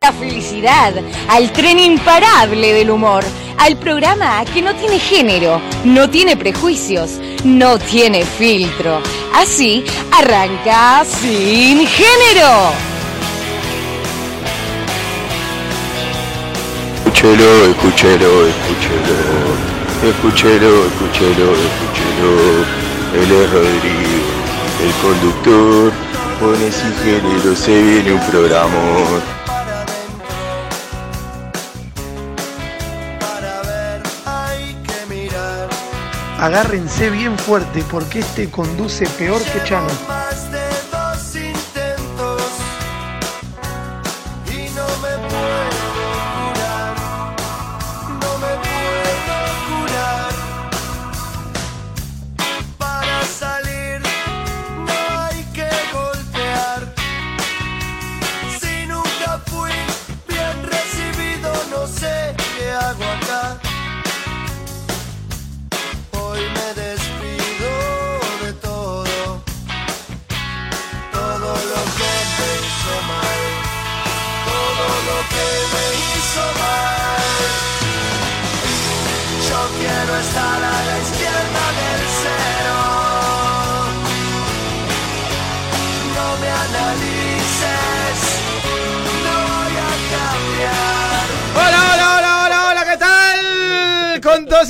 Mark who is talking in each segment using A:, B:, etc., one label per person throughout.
A: la felicidad, al tren imparable del humor, al programa que no tiene género, no tiene prejuicios, no tiene filtro. Así arranca sin género.
B: Escúchelo, escúchelo, escúchelo. Escúchelo, escúchelo, escúchelo. Él es Rodrigo, el conductor. Pone sin género, se viene un programa.
C: Agárrense bien fuerte porque este conduce peor que Chano.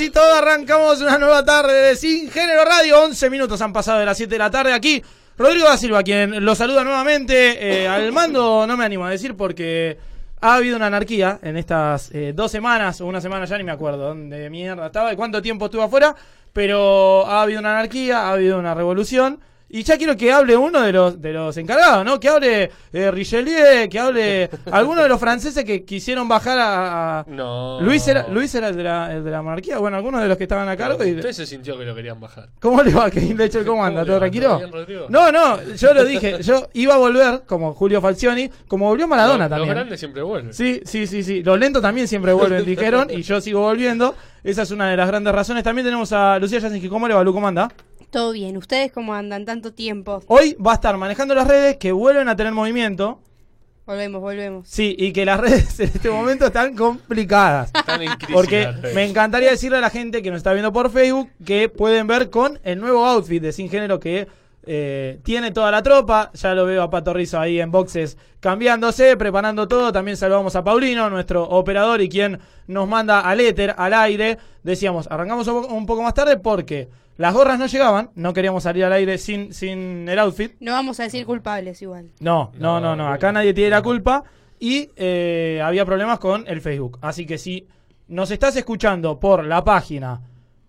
D: y todo arrancamos una nueva tarde de Sin Género Radio. 11 minutos han pasado de las 7 de la tarde aquí. Rodrigo da Silva, quien lo saluda nuevamente. Eh, al mando no me animo a decir porque ha habido una anarquía en estas eh, dos semanas o una semana, ya ni me acuerdo dónde mierda estaba y cuánto tiempo estuve afuera. Pero ha habido una anarquía, ha habido una revolución. Y ya quiero que hable uno de los, de los encargados, ¿no? Que hable eh, Richelieu, que hable alguno de los franceses que quisieron bajar a... a...
E: No.
D: Luis era, Luis era el, de la, el de la monarquía, bueno, algunos de los que estaban a cargo. Y...
E: Usted se sintió que lo querían bajar.
D: ¿Cómo le va, Kevin Lecho? ¿Cómo anda?
E: le
D: ¿Todo
E: va?
D: tranquilo?
E: ¿Todo bien, Rodrigo?
D: no, no, yo lo dije, yo iba a volver, como Julio Falcioni, como volvió
E: Los-
D: Maradona también.
E: Los grandes siempre vuelven.
D: Sí, sí, sí, sí. Los lentos también siempre vuelven, dijeron, y yo sigo volviendo. Esa es una de las grandes razones. También tenemos a Lucía Yasinski. ¿Cómo le va, Lu? ¿Cómo anda?
F: Todo bien, ¿ustedes cómo andan tanto tiempo?
D: Hoy va a estar manejando las redes que vuelven a tener movimiento.
F: Volvemos, volvemos.
D: Sí, y que las redes en este momento están complicadas.
E: Están en crisis
D: Porque
E: las redes.
D: me encantaría decirle a la gente que nos está viendo por Facebook que pueden ver con el nuevo outfit de Sin Género que eh, tiene toda la tropa. Ya lo veo a Pato Rizzo ahí en boxes cambiándose, preparando todo. También saludamos a Paulino, nuestro operador y quien nos manda al éter, al aire. Decíamos, arrancamos un po- un poco más tarde porque las gorras no llegaban. No queríamos salir al aire sin, sin el outfit.
F: No vamos a decir culpables igual.
D: No, no, no,
E: No,
D: no.
E: no.
D: Acá nadie tiene la culpa. Y eh, había problemas con el Facebook. Así que si nos estás escuchando por la página,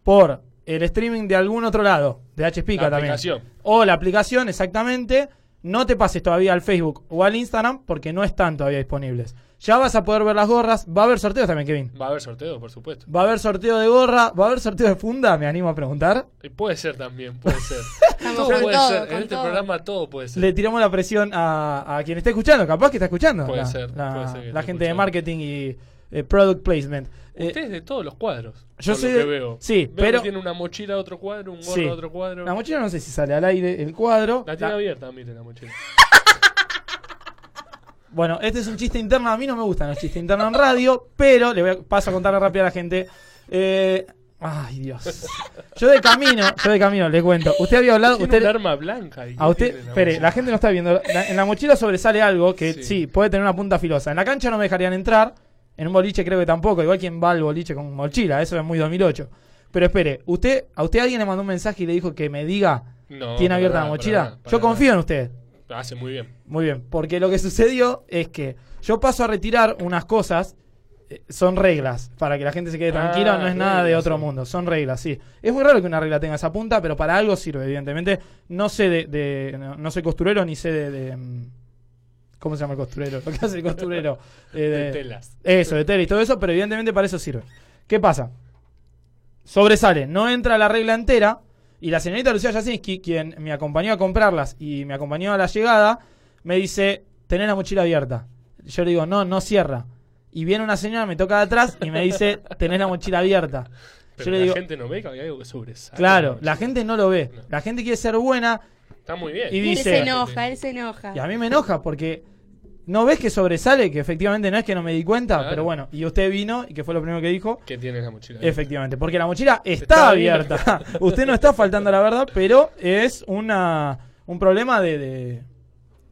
D: por el streaming de algún otro lado, de HPica
E: La
D: también.
E: aplicación.
D: O la aplicación, exactamente. No te pases todavía al Facebook o al Instagram porque no están todavía disponibles. Ya vas a poder ver las gorras. Va a haber sorteos también, Kevin.
E: Va a haber sorteo, por supuesto.
D: Va a haber sorteo de gorra. Va a haber sorteo de funda, me animo a preguntar.
E: Y puede ser también, puede ser.
F: Estamos
E: todo
F: con
E: puede
F: todo,
E: ser.
F: con
E: en este
F: todo.
E: programa todo puede ser.
D: Le tiramos la presión a, a quien está escuchando, capaz que está escuchando.
E: Puede
D: la,
E: ser,
D: la-
E: puede ser que esté
D: la gente de
E: escuchando.
D: marketing y eh, product placement. Eh,
E: Usted es de todos los cuadros.
D: yo
E: por
D: soy
E: lo que
D: de-
E: veo.
D: sí,
E: Veo
D: pero-
E: que tiene una mochila de otro cuadro, un gorro
D: Sí.
E: de otro cuadro.
D: la mochila no sé si sale al aire, el cuadro.
E: La tiene
D: La-
E: abierta, mire la mochila.
D: bueno, este es un chiste interno, a mí no me gustan los chistes internos en radio, pero le voy a, paso a contarle rápido a la gente. Eh, ay, Dios. Yo de camino, yo de camino, le cuento. Usted había hablado...
E: Tiene
D: Usted, Ah,
E: un arma blanca. ahí.
D: A
E: ¿Qué
D: usted,
E: tiene la
D: espere,
E: mochila?
D: la gente no está viendo. La- en la mochila sobresale algo que sí.
E: Sí.
D: puede tener una punta filosa. En la cancha no me dejarían entrar. En un boliche creo que tampoco. Igual quien va al boliche con mochila. Eso es muy 2008. Pero espere, usted, a usted alguien le mandó un mensaje y le dijo que me diga,
E: No,
D: ¿tiene
E: para
D: abierta
E: nada,
D: la
E: para
D: mochila?
E: nada, para
D: Yo confío
E: nada.
D: en usted.
E: Hace muy bien.
D: Muy bien, porque lo que sucedió es que yo paso a retirar unas cosas, eh, son reglas, para que la gente se quede
E: Ah,
D: tranquila, no es nada de
E: reglas,
D: otro
E: sí.
D: mundo, son reglas, sí. Es muy raro que una regla tenga esa punta, pero para algo sirve, evidentemente. No sé de, de- no, no soy costurero ni sé de, de, mm, ¿Cómo se llama el costurero? Lo que hace el costurero. Eh,
E: De
D: de-
E: telas.
D: eso, de tela y todo eso, pero evidentemente para eso sirve. ¿Qué pasa? Sobresale, no entra la regla entera y la señorita Lucía Jasinski, quien me acompañó a comprarlas y me acompañó a la llegada, me dice, tenés la mochila abierta. Yo le digo, no, no cierra. Y viene una señora, me toca de atrás y me dice, tenés la mochila abierta.
E: Pero
D: Yo le
E: la
D: digo,
E: gente no ve que hay algo que sobresale.
D: claro, la gente no lo ve.
E: No.
D: La gente quiere ser buena
E: Está muy bien.
D: Y
F: Él
D: dice-
F: se enoja, él se enoja.
D: y a mí me enoja porque ¿No ves que sobresale? Que efectivamente no es que no me di cuenta,
E: Claro.
D: pero bueno, y usted vino y que fue lo primero que dijo.
E: ¿Qué tiene la mochila?
D: Efectivamente, porque la mochila está,
E: Está abierta.
D: abierta. Usted no está faltando a la verdad, pero es una un problema de, de,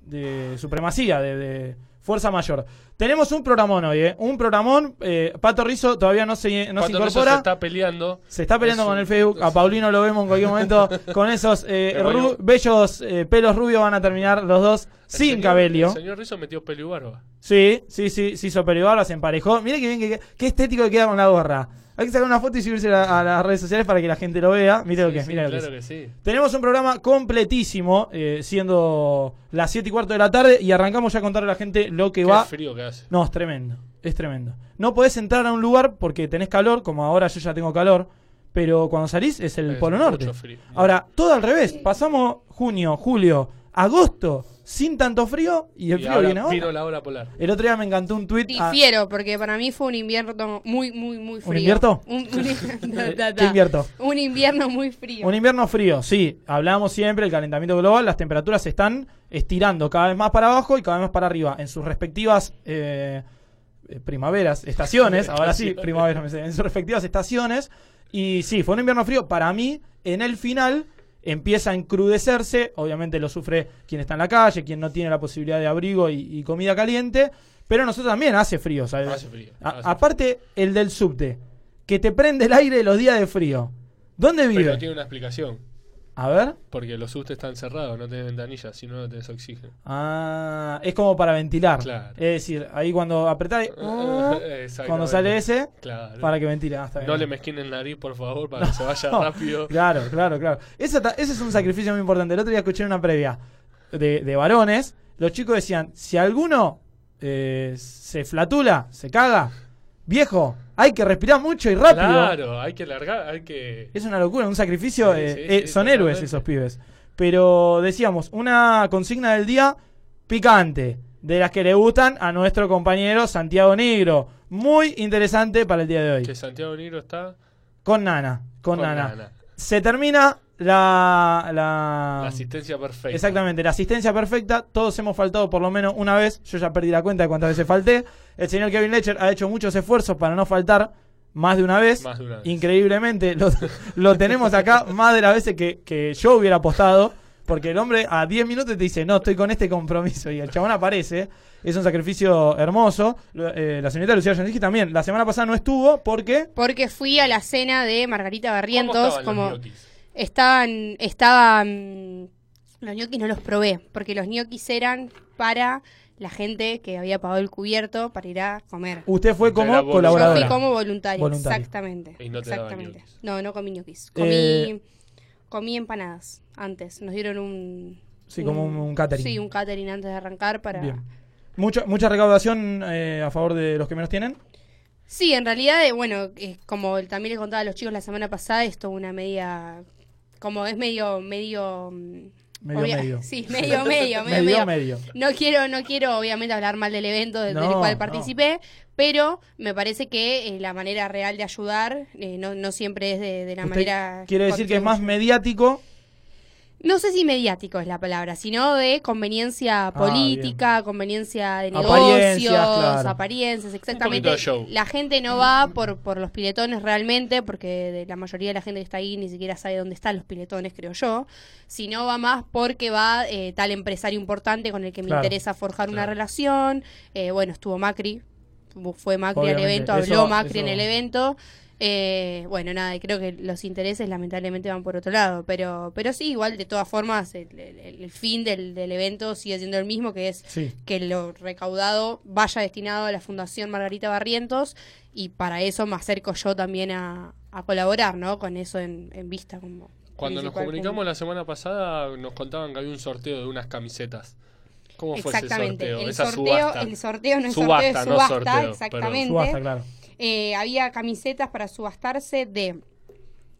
D: de supremacía, de, de fuerza mayor. Tenemos un programón hoy, ¿eh? Un programón. eh, Pato Rizzo todavía no se, no se
E: Pato Rizzo
D: incorpora.
E: se está peleando.
D: Se está peleando
E: Es
D: con
E: un-
D: el Facebook. A Paulino lo vemos en cualquier momento con esos eh,
E: Pero
D: ru-
E: bueno.
D: bellos eh, pelos rubios. Van a terminar los dos
E: El
D: sin
E: señor-
D: cabello.
E: El señor Rizzo metió pelo y barba.
D: Sí, sí, sí, se hizo peribarba, se emparejó. Mire qué bien que qué estético que queda con la gorra. Hay que sacar una foto y subirse a, a las redes sociales para que la gente lo vea. Mire lo que es,
E: Sí,
D: mire lo que
E: claro
D: es.
E: que sí.
D: Tenemos un programa completísimo, eh, siendo las 7 y cuarto de la tarde, y arrancamos ya a contarle a la gente lo que
E: Qué
D: va.
E: frío que hace.
D: No, es tremendo, es tremendo. No podés entrar a un lugar porque tenés calor, como ahora yo ya tengo calor, pero cuando salís es el
E: Es
D: Polo
E: mucho
D: Norte.
E: frío.
D: Ahora, todo al revés, pasamos junio, julio, agosto, sin tanto frío, y el
E: Y
D: frío
E: ahora
D: viene ahora.
E: Vino la ola polar.
D: El otro día me encantó un tweet. ah,
F: Difiero, porque para mí fue un invierno muy, muy, muy frío.
D: invierno?
F: Un, un- da, da, da.
D: ¿Qué invierno?
F: Un invierno muy frío.
D: Un invierno frío, sí. Hablamos siempre del calentamiento global. Las temperaturas se están estirando cada vez más para abajo y cada vez más para arriba. En sus respectivas eh, eh, primaveras, estaciones. Ahora sí, primavera. me sale, En sus respectivas estaciones. Y sí, fue un invierno frío. Para mí, en el final empieza a encrudecerse. Obviamente lo sufre quien está en la calle, quien no tiene la posibilidad de abrigo y, y comida caliente. Pero nosotros también hace frío, ¿sabes?
E: Hace frío,
D: A-
E: hace frío.
D: aparte, el del subte, que te prende el aire los días de frío. ¿Dónde vive?
E: Pero tiene una explicación.
D: A ver.
E: Porque los subtes están cerrados, no tenés ventanillas, si no, no tenés oxígeno.
D: Ah, es como para ventilar.
E: Claro.
D: Es decir, ahí cuando apretás, ah,
E: Exactamente.
D: cuando sale ese,
E: Claro.
D: para que ventile. Ah, está bien.
E: No le mezquinen el nariz, por favor, para que se vaya
D: No,
E: rápido.
D: Claro, claro, claro. Esa ta- ese es un sacrificio muy importante. El otro día escuché una previa de, de varones. Los chicos decían, si alguno eh, se flatula, se caga, viejo, hay que respirar mucho y rápido.
E: Claro, hay que largar, hay que.
D: Es una locura, un sacrificio.
E: Sí,
D: eh,
E: sí,
D: eh,
E: sí,
D: son héroes
E: totalmente.
D: esos pibes. Pero decíamos, una consigna del día picante, de las que le gustan a nuestro compañero Santiago Negro. Muy interesante para el día de
E: Que
D: hoy.
E: Santiago Negro está
D: Con Nana, con, Nana.
E: Nana.
D: Se termina la... la-
E: La asistencia perfecta.
D: Exactamente, la asistencia perfecta. Todos hemos faltado por lo menos una vez. Yo ya perdí la cuenta de cuántas veces falté. El señor Kevin Lecher ha hecho muchos esfuerzos para no faltar más de una vez.
E: Más de una vez.
D: Increíblemente, lo, lo tenemos acá más de las veces que, que yo hubiera apostado. Porque el hombre a 10 minutos te dice, no, estoy con este compromiso. Y el chabón aparece. Es un sacrificio hermoso. Lo- eh, la señorita Lucía Yandiski también. La semana pasada no estuvo porque...
F: Porque fui a la cena de Margarita
E: ¿Cómo
F: Barrientos,
E: estaban
F: como
E: los ñoquis?
F: estaban, estaban, los ñoquis no los probé, porque los ñoquis eran para la gente que había pagado el cubierto para ir a comer.
D: Usted fue
E: Era
D: como
E: vos,
F: Yo
D: colaboradora.
F: fui como voluntaria,
D: Voluntaria.
F: exactamente.
E: Y no te daban
F: exactamente.
E: ñoquis.
F: No, no comí ñoquis. Comí,
D: Eh.
F: comí empanadas antes. Nos dieron un...
D: Sí, como un- un catering.
F: Sí, un catering antes de arrancar para...
D: Bien. Mucha, mucha recaudación eh, a favor de los que menos tienen.
F: Sí, en realidad, eh, bueno, eh, como el- también les contaba a los chicos la semana pasada, esto una media, como es medio, medio, mm,
D: Medio, medio.
F: sí, medio, medio, medio,
D: Medio,
F: medio,
D: medio.
F: No quiero, no quiero, obviamente hablar mal del evento de- del
D: No,
F: cual
D: no.
F: participé, pero me parece que eh, la manera real de ayudar eh, no, no siempre es de, de la
D: Usted
F: manera.
D: quiere decir que es más
F: contribu-
D: mediático.
F: No sé si mediático es la palabra, sino de conveniencia
D: Ah, bien.
F: política, conveniencia de negocios,
D: Apariencias,
F: apariencias,
D: claro.
F: exactamente.
E: Un poquito de show.
F: La gente no va por, por los piletones realmente, porque de la mayoría de la gente que está ahí ni siquiera sabe dónde están los piletones, creo yo, sino va más porque va eh, tal empresario importante con el que me
D: Claro.
F: interesa forjar una
E: Claro.
F: relación. Eh, bueno, estuvo Macri, fue Macri
D: Obviamente,
F: al evento,
D: eso-
F: habló Macri en
D: eso-
F: el evento. Eh, bueno, nada, y creo que los intereses lamentablemente van por otro lado, pero, pero sí, igual de todas formas, el, el- el fin del, del evento sigue siendo el mismo, que es
D: Sí.
F: que lo recaudado vaya destinado a la Fundación Margarita Barrientos y para eso me acerco yo también a, a colaborar, ¿no? Con eso en, en vista como...
E: Cuando nos
F: principal
E: comunicamos
F: punto.
E: la semana pasada, nos contaban que había un sorteo de unas camisetas. ¿Cómo fue ese
F: Exactamente,
E: sorteo?
F: el
E: Esa
F: sorteo,
E: subasta.
F: el sorteo no es
E: Subasta,
F: sorteo, es
E: no
F: subasta,
E: sorteo,
F: exactamente.
D: Subasta, claro.
F: Eh, había camisetas para subastarse de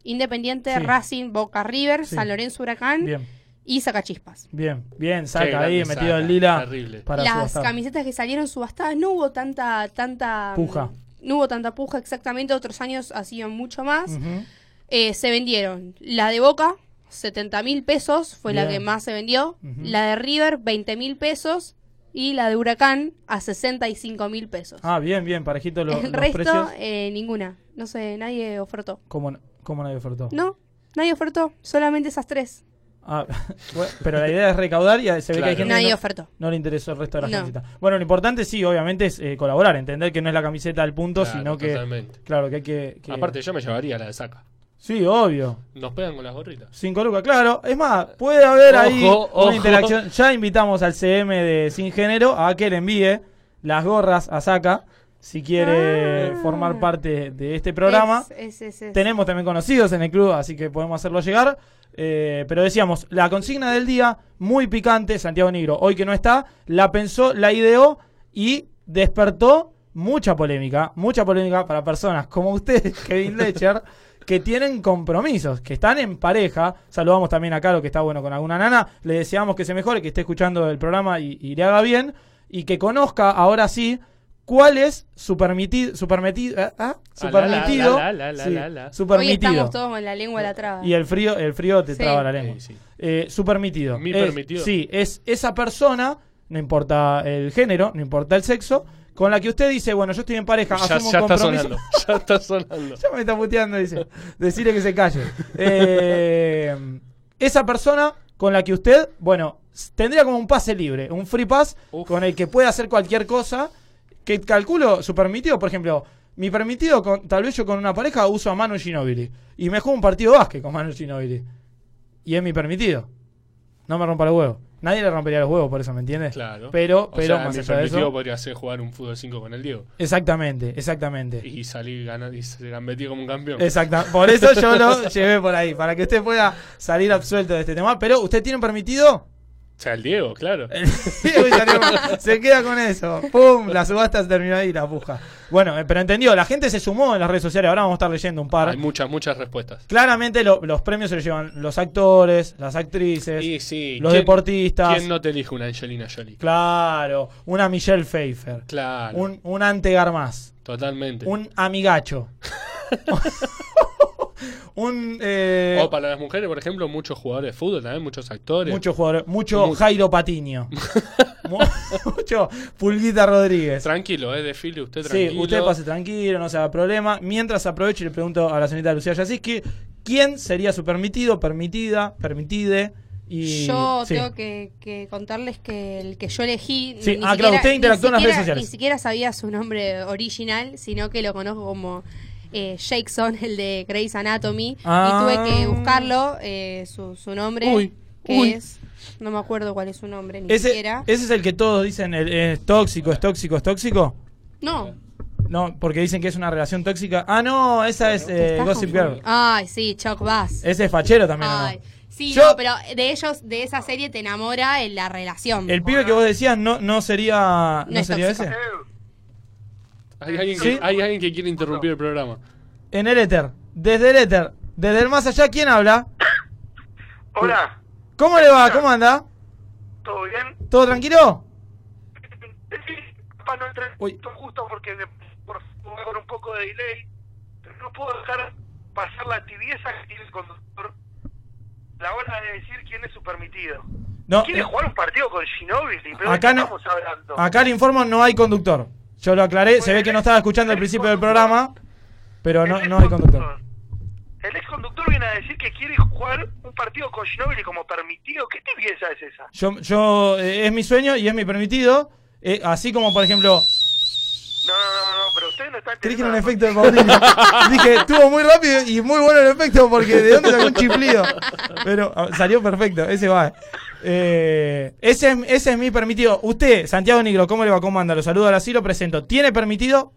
F: Independiente,
D: Sí.
F: Racing, Boca River,
D: Sí.
F: San Lorenzo Huracán
D: Bien,
F: y Sacachispas.
D: bien, bien.
E: Qué
D: Saca
E: grande
D: ahí, metido
E: saca,
D: el lila.
E: terrible.
D: Para
F: Las
D: subastar.
F: camisetas que salieron subastadas no hubo tanta, tanta
D: Puja.
F: No hubo tanta puja exactamente, otros años hacían mucho más.
D: Ujú.
F: Eh, se vendieron la de Boca, 70 mil pesos, fue la
D: Bien.
F: que más se vendió.
D: Ujú.
F: La de River, 20 mil pesos. y la de Huracán a 65 mil pesos.
D: Ah, bien, bien, parejito lo-
F: el
D: los
F: resto,
D: precios.
F: eh, ninguna. No sé, nadie ofertó.
D: ¿Cómo, n- ¿Cómo nadie ofertó?
F: No, nadie ofertó, solamente esas tres.
D: Ah, bueno, pero la idea es recaudar y se ve que hay
E: Claro.
D: gente que
F: nadie
D: no-
F: ofertó.
D: no le interesó el resto de las
F: No.
D: camisetas. Bueno, lo importante sí, obviamente, es eh, colaborar, entender que no es la camiseta al punto,
E: Claro,
D: sino que...
E: totalmente.
D: Claro, que hay que... que-
E: Aparte, yo me llevaría la de saca.
D: Sí, obvio.
E: Nos pegan con las gorritas.
D: Cinco lucas, claro. Es más, puede haber ahí
E: Ojo,
D: una
E: ojo.
D: interacción. Ya invitamos al CM de Sin Género a que le envíe las gorras a Saca si quiere
F: Ah.
D: formar parte de este programa.
F: Es- es- es- es.
D: Tenemos también conocidos en el club, así que podemos hacerlo llegar. Eh, pero decíamos, la consigna del día, muy picante, Santiago Negro, hoy que no está, la pensó, la ideó y despertó mucha polémica, mucha polémica para personas como usted, Kevin Lecher, que tienen compromisos, que están en pareja. Saludamos también a Caro, que está bueno con alguna nana. Le deseamos que se mejore, que esté escuchando el programa y, y le haga bien. Y que conozca ahora sí cuál es su permitido. Su permitido. ah, ah, su
E: Ah, la, la,
D: permitido.
E: la, la, la,
D: sí,
E: la, la.
D: su
F: Hoy
D: permitido.
F: estamos todos con la lengua a la traba.
D: Y el frío, el frío te
F: Sí.
D: traba la lengua.
E: Sí, sí.
D: Eh, su permitido.
E: Mi
D: Es-
E: permitido.
D: Sí, es esa persona, no importa el género, no importa el sexo, con la que usted dice, bueno, yo estoy en pareja,
E: Ya,
D: asumo un
E: ya está
D: compromiso.
E: sonando. Ya está sonando.
D: Ya me está puteando, dice. Decirle que se calle. Eh, esa persona con la que usted, bueno, s- tendría como un pase libre, un free pass
E: Uf.
D: con el que puede hacer cualquier cosa. Que calculo su permitido, por ejemplo, mi permitido, con, tal vez yo con una pareja uso a Manu Ginobili. Y me juego un partido de básquet con Manu Ginobili. Y es mi permitido. No me rompa los huevos. Nadie le rompería los huevos por eso, ¿me entiendes?
E: Claro.
D: Pero,
E: O
D: pero,
E: sea,
D: más
E: mi
D: allá de
E: permitido
D: eso.
E: podría ser jugar un fútbol 5 con el Diego.
D: Exactamente, exactamente.
E: Y salir ganando y se han metido como un campeón.
D: Exacto, por eso yo lo llevé por ahí, para que usted pueda salir absuelto de este tema. Pero usted tiene permitido.
E: O sea, el Diego, claro.
D: este- Uy, salió mal. se queda con eso. ¡Pum! La subasta se terminó ahí, la puja. Bueno, eh, pero entendió, la gente se sumó en las redes sociales. Ahora vamos a estar leyendo un par.
E: Hay muchas, muchas respuestas.
D: Claramente lo- los premios se los llevan los actores, las actrices,
E: Y sí,
D: los
E: ¿quién-
D: deportistas.
E: ¿Quién no te elige una Angelina Jolie?
D: Claro, una Michelle Pfeiffer,
E: Claro,
D: un, un Ante Garmaz,
E: totalmente.
D: un amigacho. un. eh,
E: o para las mujeres, por ejemplo, muchos jugadores de fútbol también, muchos actores.
D: Muchos jugadores, mucho
E: Mu-
D: Jairo Patiño. Mu- mucho Pulguita Rodríguez.
E: Tranquilo, eh, desfile usted
D: Sí,
E: tranquilo.
D: usted pase tranquilo, no se haga problema. Mientras aprovecho y le pregunto a la señorita Lucía Yaciski, ¿quién sería su permitido, permitida, permitide? Y,
F: Yo
D: sí.
F: tengo que, que contarles que el que yo elegí.
D: Sí, ah, claro, usted interactuó en las redes
F: siquiera-
D: sociales.
F: Ni siquiera sabía su nombre original, sino que lo conozco como eh, Jackson, el de Grey's Anatomy.
D: Ah.
F: Y tuve que buscarlo, eh, su, su nombre.
E: Uy,
F: que
E: uy.
F: es. No me acuerdo cuál es su nombre, ni
D: ¿Ese,
F: siquiera.
D: ese es el que todos dicen el- es tóxico, es tóxico, es tóxico.
F: No.
D: No, porque dicen que es una relación tóxica. Ah, no, esa es eh,
F: estás
D: Gossip Girl.
F: confundiendo. Ay, sí, Chuck Bass.
D: Ese es fachero también. ¿o no?
F: Ay, sí,
D: Yo-
F: no, pero de ellos, de esa serie te enamora en la relación.
D: El pibe que vos decías no, no sería, no
F: No es
D: sería ese.
F: tóxico.
E: Hay alguien,
D: Sí.
E: que, hay alguien que quiere interrumpir el programa.
D: En el éter, desde el éter, desde el más allá, ¿quién habla?
G: Hola,
D: ¿Cómo le va? ¿Cómo anda?
G: ¿todo bien?
D: ¿Todo tranquilo?
G: Sí, Papá, no entré
D: Uy.
G: justo- justo porque me- por, con un poco de delay, pero no puedo dejar pasar la tibieza que tiene el conductor a la hora de decir quién es su permitido.
D: No,
G: ¿Quiere
D: eh,
G: jugar un partido con Ginobili? ¿Pero
D: acá
G: de qué
D: no-
G: estamos hablando?
D: acá le informo, no hay conductor. Yo lo aclaré, se ve que no estaba escuchando al principio del programa, pero no, no hay conductor.
G: El ex conductor viene a decir que quiere jugar un partido con Ginobili como permitido. ¿Qué tibieza es esa?
D: Yo, yo eh, es mi sueño y es mi permitido, eh, así como por ejemplo,
G: No, no, no, no, pero ustedes no están
D: creí que era
G: entendiendo
D: un
G: la
D: efecto de Paulino. Dije, estuvo muy rápido y muy bueno el efecto porque de dónde sacó un chiflido. Pero ah, salió perfecto, ese va. Eh, ese, es, ese es mi permitido. Usted, Santiago Negro, ¿cómo le va? ¿Cómo anda? Lo saludo ahora sí, lo presento. ¿Tiene permitido?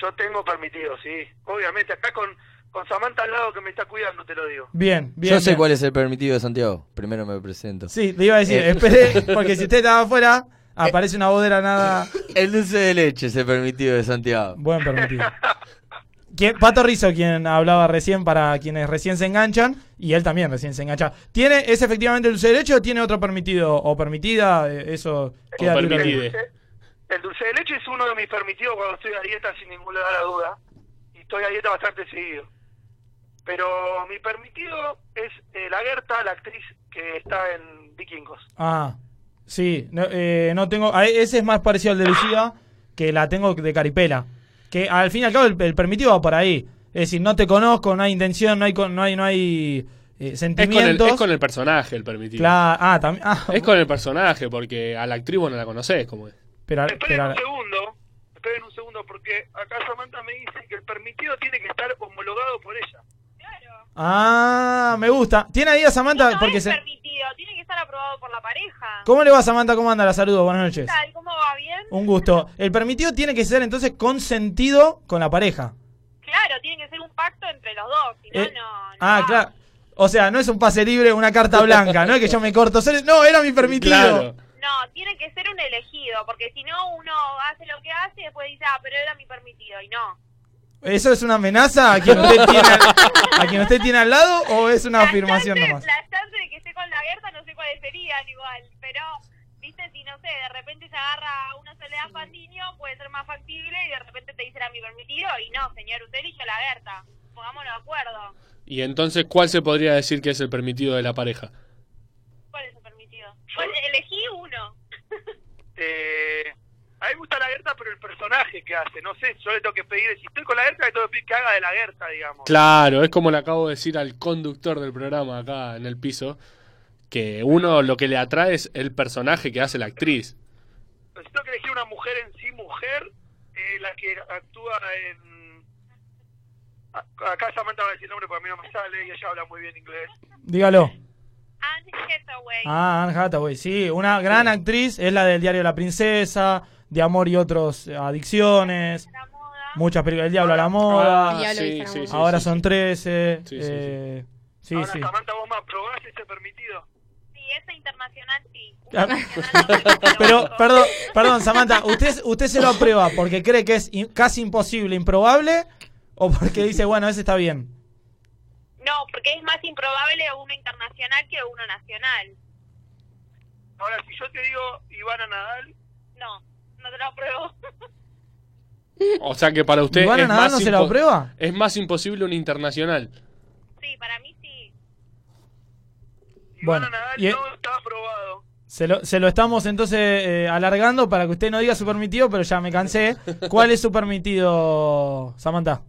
G: Yo tengo permitido, sí. Obviamente, acá con, con Samantha al lado que me está cuidando, te lo digo.
D: Bien, bien.
H: Yo sé
D: bien.
H: cuál es el permitido de Santiago. Primero me presento.
D: Sí, le iba a decir,
H: Eh.
D: esperé, porque si usted estaba afuera, aparece una voz de la nada.
H: El dulce de leche es el permitido de Santiago.
D: Buen permitido. Que- Pato Rizo, quien hablaba recién, para quienes recién se enganchan, y él también recién se engancha. ¿Tiene, ¿Es efectivamente el dulce de leche o tiene otro permitido o permitida? Eh, Eso queda libre.
G: El
E: permitide.
G: dulce, el dulce de leche es uno de mis permitidos cuando estoy a dieta, sin ninguna duda. Y estoy a dieta bastante seguido. Pero mi permitido es eh, la Gerta, la actriz que está en Vikingos.
D: Ah, Sí, no, eh, no tengo. a- Ese es más parecido al de Lucía que la tengo de Caripela. Que al fin y al cabo el, el permitido va por ahí. Es decir, no te conozco, no hay intención, no hay, con- no hay, no hay eh,
E: Es con, el,
D: sentimientos.
E: es con el personaje el permitido.
D: Cla- ah, también. ah,
E: Es con el personaje, porque a la actriz vos no la conocés, como es.
D: pero,
G: Esperen
D: pero-
G: un segundo, esperen un segundo, porque acá Samantha me dice que el permitido tiene que estar homologado por ella.
D: ah, me gusta. Tiene ahí a Samantha
I: no
D: porque
I: es
D: se-
I: permitido, tiene que estar aprobado por la pareja. ¿Qué
D: ¿Cómo le va Samantha? ¿Cómo anda? La saludo, buenas noches.
I: tal? ¿Cómo va? ¿Bien?
D: Un gusto. El permitido tiene que ser entonces consentido con la pareja.
I: Claro, tiene que ser un pacto entre los dos, si no,
D: Eh,
I: no, no
D: ah,
I: va.
D: claro. O sea, no es un pase libre, una carta blanca, no es que yo me corto. ser- No, era mi permitido.
E: Claro.
I: No, tiene que ser un elegido, porque si no uno hace lo que hace y después dice, ah, pero era mi permitido, y no.
D: ¿Eso es una amenaza a quien usted tiene al, a quien usted tiene al lado o es una
I: La
D: afirmación
I: chance-
D: nomás?
I: La chance de que esté con la abierta no sé cuáles serían igual, pero, viste, si no sé, de repente se agarra una soledad Patiño, puede ser más factible y de repente te dice era mi permitido, y no, señor, usted eligió la abierta. Pongámonos de acuerdo.
E: Y entonces, ¿cuál se podría decir que es el permitido de la pareja?
I: ¿Cuál es el permitido? Pues elegí uno.
G: Eh, a mí me gusta la Gerta, pero el personaje que hace, no sé, yo le tengo que pedir, si estoy con la Gerta, le tengo que pedir que haga de la Gerta, digamos.
E: Claro, es como le acabo de decir al conductor del programa acá en el piso, que uno lo que le atrae es el personaje que hace la actriz.
G: Pero si tengo que elegir una mujer en sí, mujer, eh, la que actúa en... a- Acá Samantha va a decir el nombre porque a mí no me sale y ella habla muy bien inglés.
D: Dígalo.
I: Anne Hathaway.
D: Ah, Anne Hathaway, sí, una gran actriz, es la del diario La Princesa, de Amor y otros eh, adicciones,
I: La moda.
D: muchas películas, El Diablo a la
E: Ah,
F: El
D: moda,
F: Diablo dice la moda.
D: ahora
E: sí,
D: son
E: sí.
D: 13.
E: Sí, sí,
D: eh, sí,
G: Ahora
D: sí.
G: Samantha, vos me aprobás este permitido.
I: Sí, esa internacional sí.
D: Ah,
I: Internacional, no,
D: Pero, perdón, perdón, Samantha, ¿usted, ¿usted se lo aprueba porque cree que es in- casi imposible, improbable, o porque dice, bueno, ese está bien?
I: No, porque es más improbable uno internacional que uno nacional.
G: Ahora, si yo te digo Ivana Nadal,
I: No, no te lo apruebo.
E: O sea que para usted
D: ¿Ivana
E: es,
D: Nadal
E: más
D: no se la
E: impo-
D: aprueba?
E: es más imposible un internacional.
I: Sí, para mí sí.
D: Bueno,
G: Ivana Nadal
D: y- e-
G: no está aprobado.
D: Se lo, se lo estamos entonces eh, alargando para que usted no diga su permitido, pero ya me cansé. ¿Cuál es su permitido, Samantha?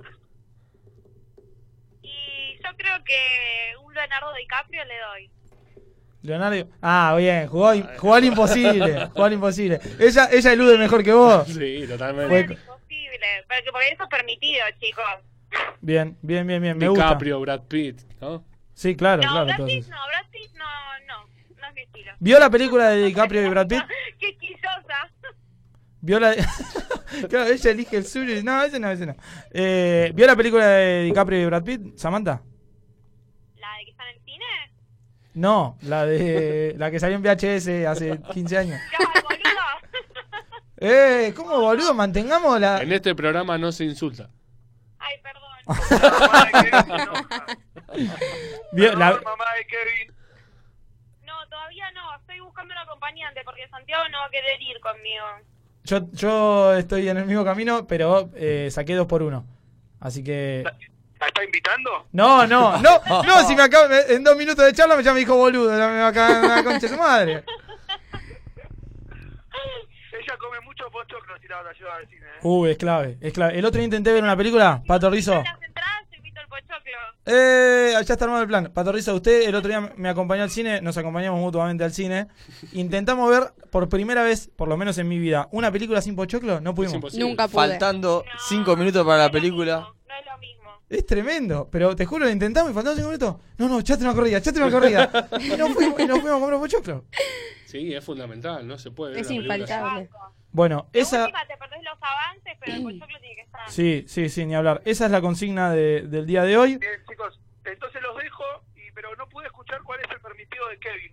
I: Y yo creo que un Leonardo DiCaprio le doy.
D: Leonardo. Ah, bien, jugó, jugó al imposible. Jugó al imposible. Ella, ella elude mejor que vos.
E: Sí,
I: Es
E: totalmente.
I: imposible, porque, porque eso es permitido, chicos.
D: Bien, bien, bien, bien. Me gusta.
E: DiCaprio, Brad Pitt, ¿no?
D: Sí, claro,
I: no,
D: claro.
I: Brad
D: todo
I: Pitt
D: eso.
I: no, Brad Pitt no, no, no es mi estilo.
D: ¿Vio la película de DiCaprio y Brad Pitt?
I: Qué quillosa.
D: ¿Vio la. claro, ella elige el suyo. y- No, ese no, ese no. Eh, ¿Vio la película de DiCaprio y Brad Pitt, Samantha?
I: ¿La de que está en el cine?
D: No, la de la que salió en VHS hace 15 años.
I: Ya, boludo.
D: Eh, ¿cómo boludo? Mantengamos la.
E: En este programa no se insulta.
I: Ay, perdón.
G: Mamá de Kevin se enoja.
D: Vio- la-
G: Perdón, mamá de Kevin.
I: No, todavía no. Estoy buscando un acompañante porque Santiago no va a querer ir conmigo.
D: yo, yo estoy en el mismo camino, pero eh, saqué dos por uno. Así que.
G: ¿La está invitando?
D: No, no, no, no, si me acabo, me- en dos minutos de charla ya me dijo boludo, ya me va a cagar en la concha de su madre.
G: Ella come mucho postoclo si la vas a llevar al cine. ¿eh?
D: Uh, es clave, es clave. El otro día intenté ver una película, Pato Rizzo.
I: Las entradas te invito el pochoclo.
D: Eh, ya está armado el plan. Pato Rizzo, usted el otro día me acompañó al cine, nos acompañamos mutuamente al cine. Intentamos ver por primera vez, por lo menos en mi vida, una película sin pochoclo, no
E: Es
D: pudimos.
E: imposible.
F: Nunca pude.
H: Faltando
I: No,
H: 5 minutos para
I: no
H: la
I: es lo
H: película.
I: mismo, no es lo mismo.
D: Es tremendo, pero te juro, lo intentamos y faltaban cinco minutos. No, no, echate una corrida, echate una corrida. Y no fuimos, y no fuimos a comprar pochoclo.
E: Sí, es fundamental, no se puede. ver
F: Es
E: una película así.
F: infaltable.
D: Bueno,
I: La
D: esa...
I: última te perdés los avances, pero el pochoclo tiene que estar.
D: Sí, sí, sí, ni hablar. Esa es la consigna de- del día de hoy.
G: Bien, chicos, entonces los dejo, y, pero no pude escuchar cuál es el permitido de Kevin.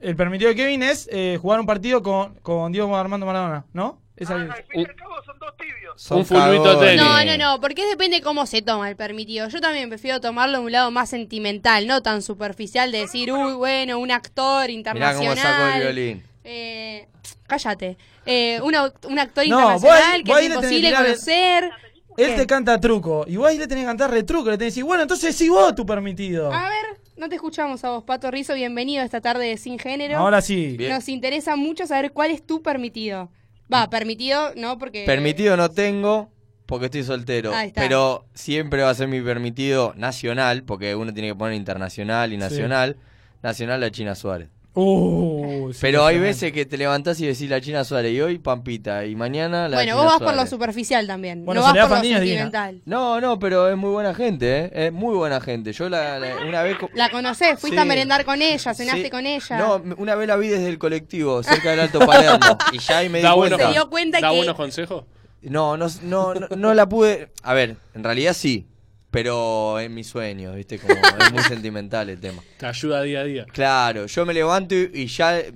D: El permitido de Kevin es eh, jugar un partido con, con Diego Armando Maradona, ¿no? Esa
G: Ah, al fin y al cabo son dos tibios.
H: Son
E: Un fulbito
H: cagones.
E: tenis.
F: No, no, no, porque depende cómo se toma el permitido. Yo también prefiero tomarlo de un lado más sentimental, no tan superficial de decir, uy, bueno, un actor
H: Mirá
F: internacional.
H: cómo sacó el violín.
F: Eh, cállate. Eh, un, au- un actor
D: No,
F: internacional
D: vos
F: que
D: ahí-
F: es
D: vos ahí le tenés que
F: imposible
D: tirar el-
F: conocer.
D: Él
F: ¿Qué? Ah,
D: te canta truco y vos ahí le tenés que cantar retruco, le tenés que decir, bueno, entonces sí vos tu permitido.
F: A ver, No te escuchamos a vos, Pato Rizo. Bienvenido a esta tarde de Sin Género.
D: Ahora sí.
H: Bien. Mm.
F: Nos interesa mucho saber cuál es tu permitido. Va, permitido, no, porque.
H: Permitido no tengo porque estoy soltero.
F: Eh, Ahí está.
H: Pero siempre va a ser mi permitido nacional, porque uno tiene que poner internacional y nacional. Nacional la China Suárez.
D: Uh, sí,
H: Pero hay
D: tremendo.
H: veces que te levantás y decís la China Suárez y hoy Pampita y mañana la
F: Bueno,
H: China
F: vos vas por
H: Suárez.
F: lo superficial también.
D: Bueno,
F: no vas
D: Soledad
F: por lo
D: Fandini es divina.
F: sentimental.
H: No, no, pero es muy buena gente, ¿eh? Es muy buena gente. Yo la, la- una vez... co-
F: La conocés, fuiste
H: Sí.
F: a merendar con ella, cenaste
H: Sí.
F: con ella.
H: No, me- una vez la vi desde el colectivo, cerca del Alto Palermo. y ya ahí me di
E: Da
H: cuenta.
E: buenos,
F: Se dio cuenta
E: da
F: que-
E: buenos consejos.
H: No, no, no, no, no la pude. A ver, en realidad sí, pero en mis sueños, ¿viste? Como es muy sentimental el tema.
E: Te ayuda día a día.
H: Claro, yo me levanto y, y ya l-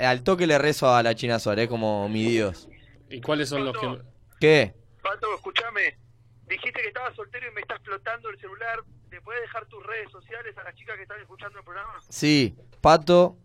H: al toque le rezo a la China Suárez, es como mi Dios.
E: ¿Y cuáles son los que.?
H: ¿Qué?
G: Pato, escúchame. Dijiste que estabas soltero y me está explotando el celular. ¿Le puedes dejar tus redes sociales a las chicas que están escuchando el programa?
H: Sí, Pato,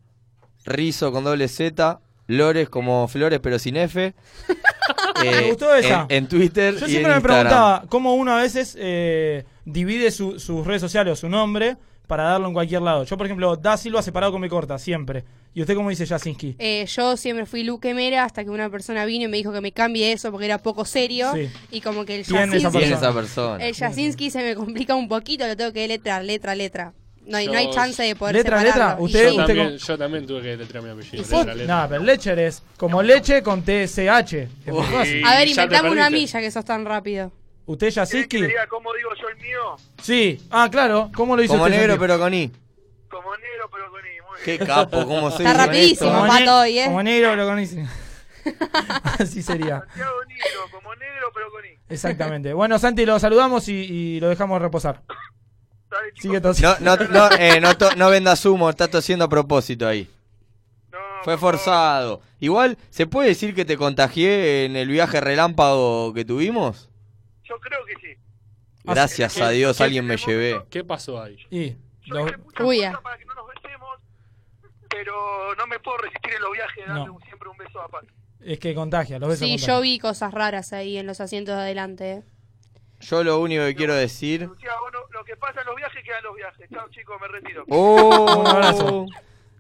H: Rizo con doble Z, Lores como Flores pero sin F.
D: Me gustó esa.
H: eh, En, en Twitter.
D: Yo
H: y
D: siempre me
H: en Instagram.
D: preguntaba cómo uno a veces eh, divide su- sus redes sociales o su nombre para darlo en cualquier lado. Yo, por ejemplo, Da Silva separado con mi corta, siempre. ¿Y usted cómo dice Jasinski?
F: Eh, yo siempre fui Luque Mera hasta que una persona vino y me dijo que me cambie eso porque era poco serio.
D: Sí.
F: Y como que el
D: Bien esa
H: Bien
F: Jasinski-
D: persona.
H: esa persona.
F: el Jasinski se me complica un poquito, lo tengo que letrar, letra, letra. No hay, no hay
E: Yo-
F: chance de poder
D: Letra,
F: separarlo.
D: letra,
F: Y
D: usted-
F: sí.
E: Yo
D: usted
E: también,
D: con-
E: yo también tuve que deletrear mi apellido.
F: sí.
E: letra, letra.
D: Nada, pero Lecher es como leche con TSH. Es muy fácil.
E: Y
F: A ver,
E: ya te
F: inventame una
E: perdiste.
F: milla que sos tan rápido.
D: ¿Usted
G: ¿Querés que
D: Jasinski?
G: te diga cómo digo yo el mío?
D: Sí. Ah, claro. ¿Cómo lo hizo
H: Como
D: usted?
H: negro
D: Santi?
H: pero con I.
G: Como negro, pero con I. Muy
H: Qué
G: bien.
H: capo, cómo soy.
F: Está
H: con
F: rapidísimo.
H: esto.
F: Como
D: ne-
F: pato hoy, ¿eh?
D: como negro pero con I. Así sería.
G: Santiago Negro, como negro, pero con I.
D: Exactamente. Bueno, Santi, lo saludamos y, y lo dejamos reposar.
G: Dale, chicos.
D: Sigue tosiendo.
H: No, no, no, eh, no, to- no vendas humo, está tosiendo a propósito ahí.
G: No,
H: Fue
G: por favor.
H: forzado. Igual, ¿se puede decir que te contagié en el viaje relámpago que tuvimos?
G: Yo creo que sí.
H: Gracias a Dios, alguien me llevé.
E: ¿Qué pasó ahí?
D: Y
G: Yo
D: lo-
G: hice muchas
F: Uy,
G: cosas
F: ah.
G: para que no nos besemos, pero no me puedo resistir en los viajes
H: eh.
G: de darle
D: No.
G: un- siempre un beso a Pato.
D: es que contagia, los besos
F: Sí,
D: contagian.
F: yo vi cosas raras ahí en los asientos de adelante. ¿eh?
H: Yo lo único que quiero decir...
G: Lucía, vos no- lo que pasa en los viajes quedan los viajes. Chao, chicos, me retiro.
H: ¡Oh!
D: Un abrazo.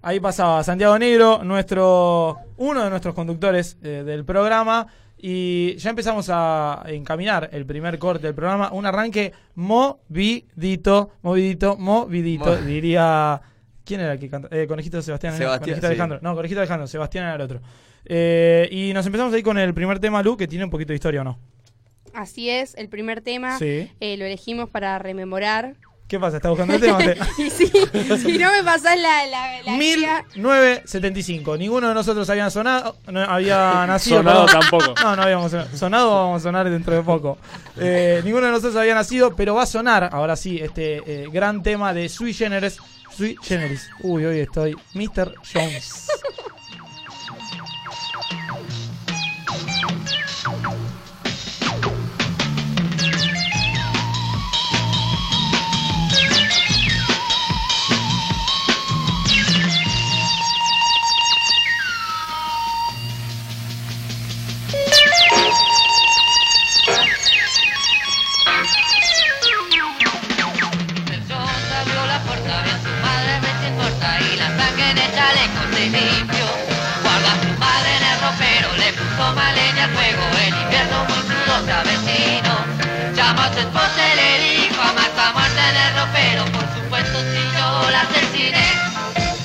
D: Ahí pasaba Santiago Negro, nuestro uno de nuestros conductores eh, del programa. Y ya empezamos a encaminar el primer corte del programa. Un arranque movidito, movidito, movidito.
H: Mo-
D: Diría. ¿Quién era el que canta? Eh, Conejito Sebastián. era-
H: Sebastián,
D: Conejito
H: sí.
D: Alejandro. No, Conejito Alejandro. Sebastián era el otro. Eh, y nos empezamos ahí con el primer tema, Lu, que tiene un poquito de historia, ¿o no?
F: Así es, el primer tema
D: Sí.
F: eh, lo elegimos para rememorar.
D: ¿Qué pasa? ¿Estás buscando el tema?
F: y sí, si no me pasás la... la, la guía-
D: 1975. Ninguno de nosotros había sonado, no había nacido.
E: Sonado
D: perdón.
E: tampoco.
D: No, no habíamos sonado. Sonado vamos a sonar dentro de poco. Eh, ninguno de nosotros había nacido, pero va a sonar ahora sí este eh, gran tema de Sui Generis. Sui Generis. Uy, hoy estoy. Mr. Jones.
J: Jones abrió la puerta, vio a su madre recién corta y la sangre en el chaleco se limpió. Guarda a su madre en el ropero, le puso más leña al fuego, el invierno muy crudo se avecino. Llama a su esposa y le dijo, ama está muerta en el ropero, por supuesto si yo la asesiné.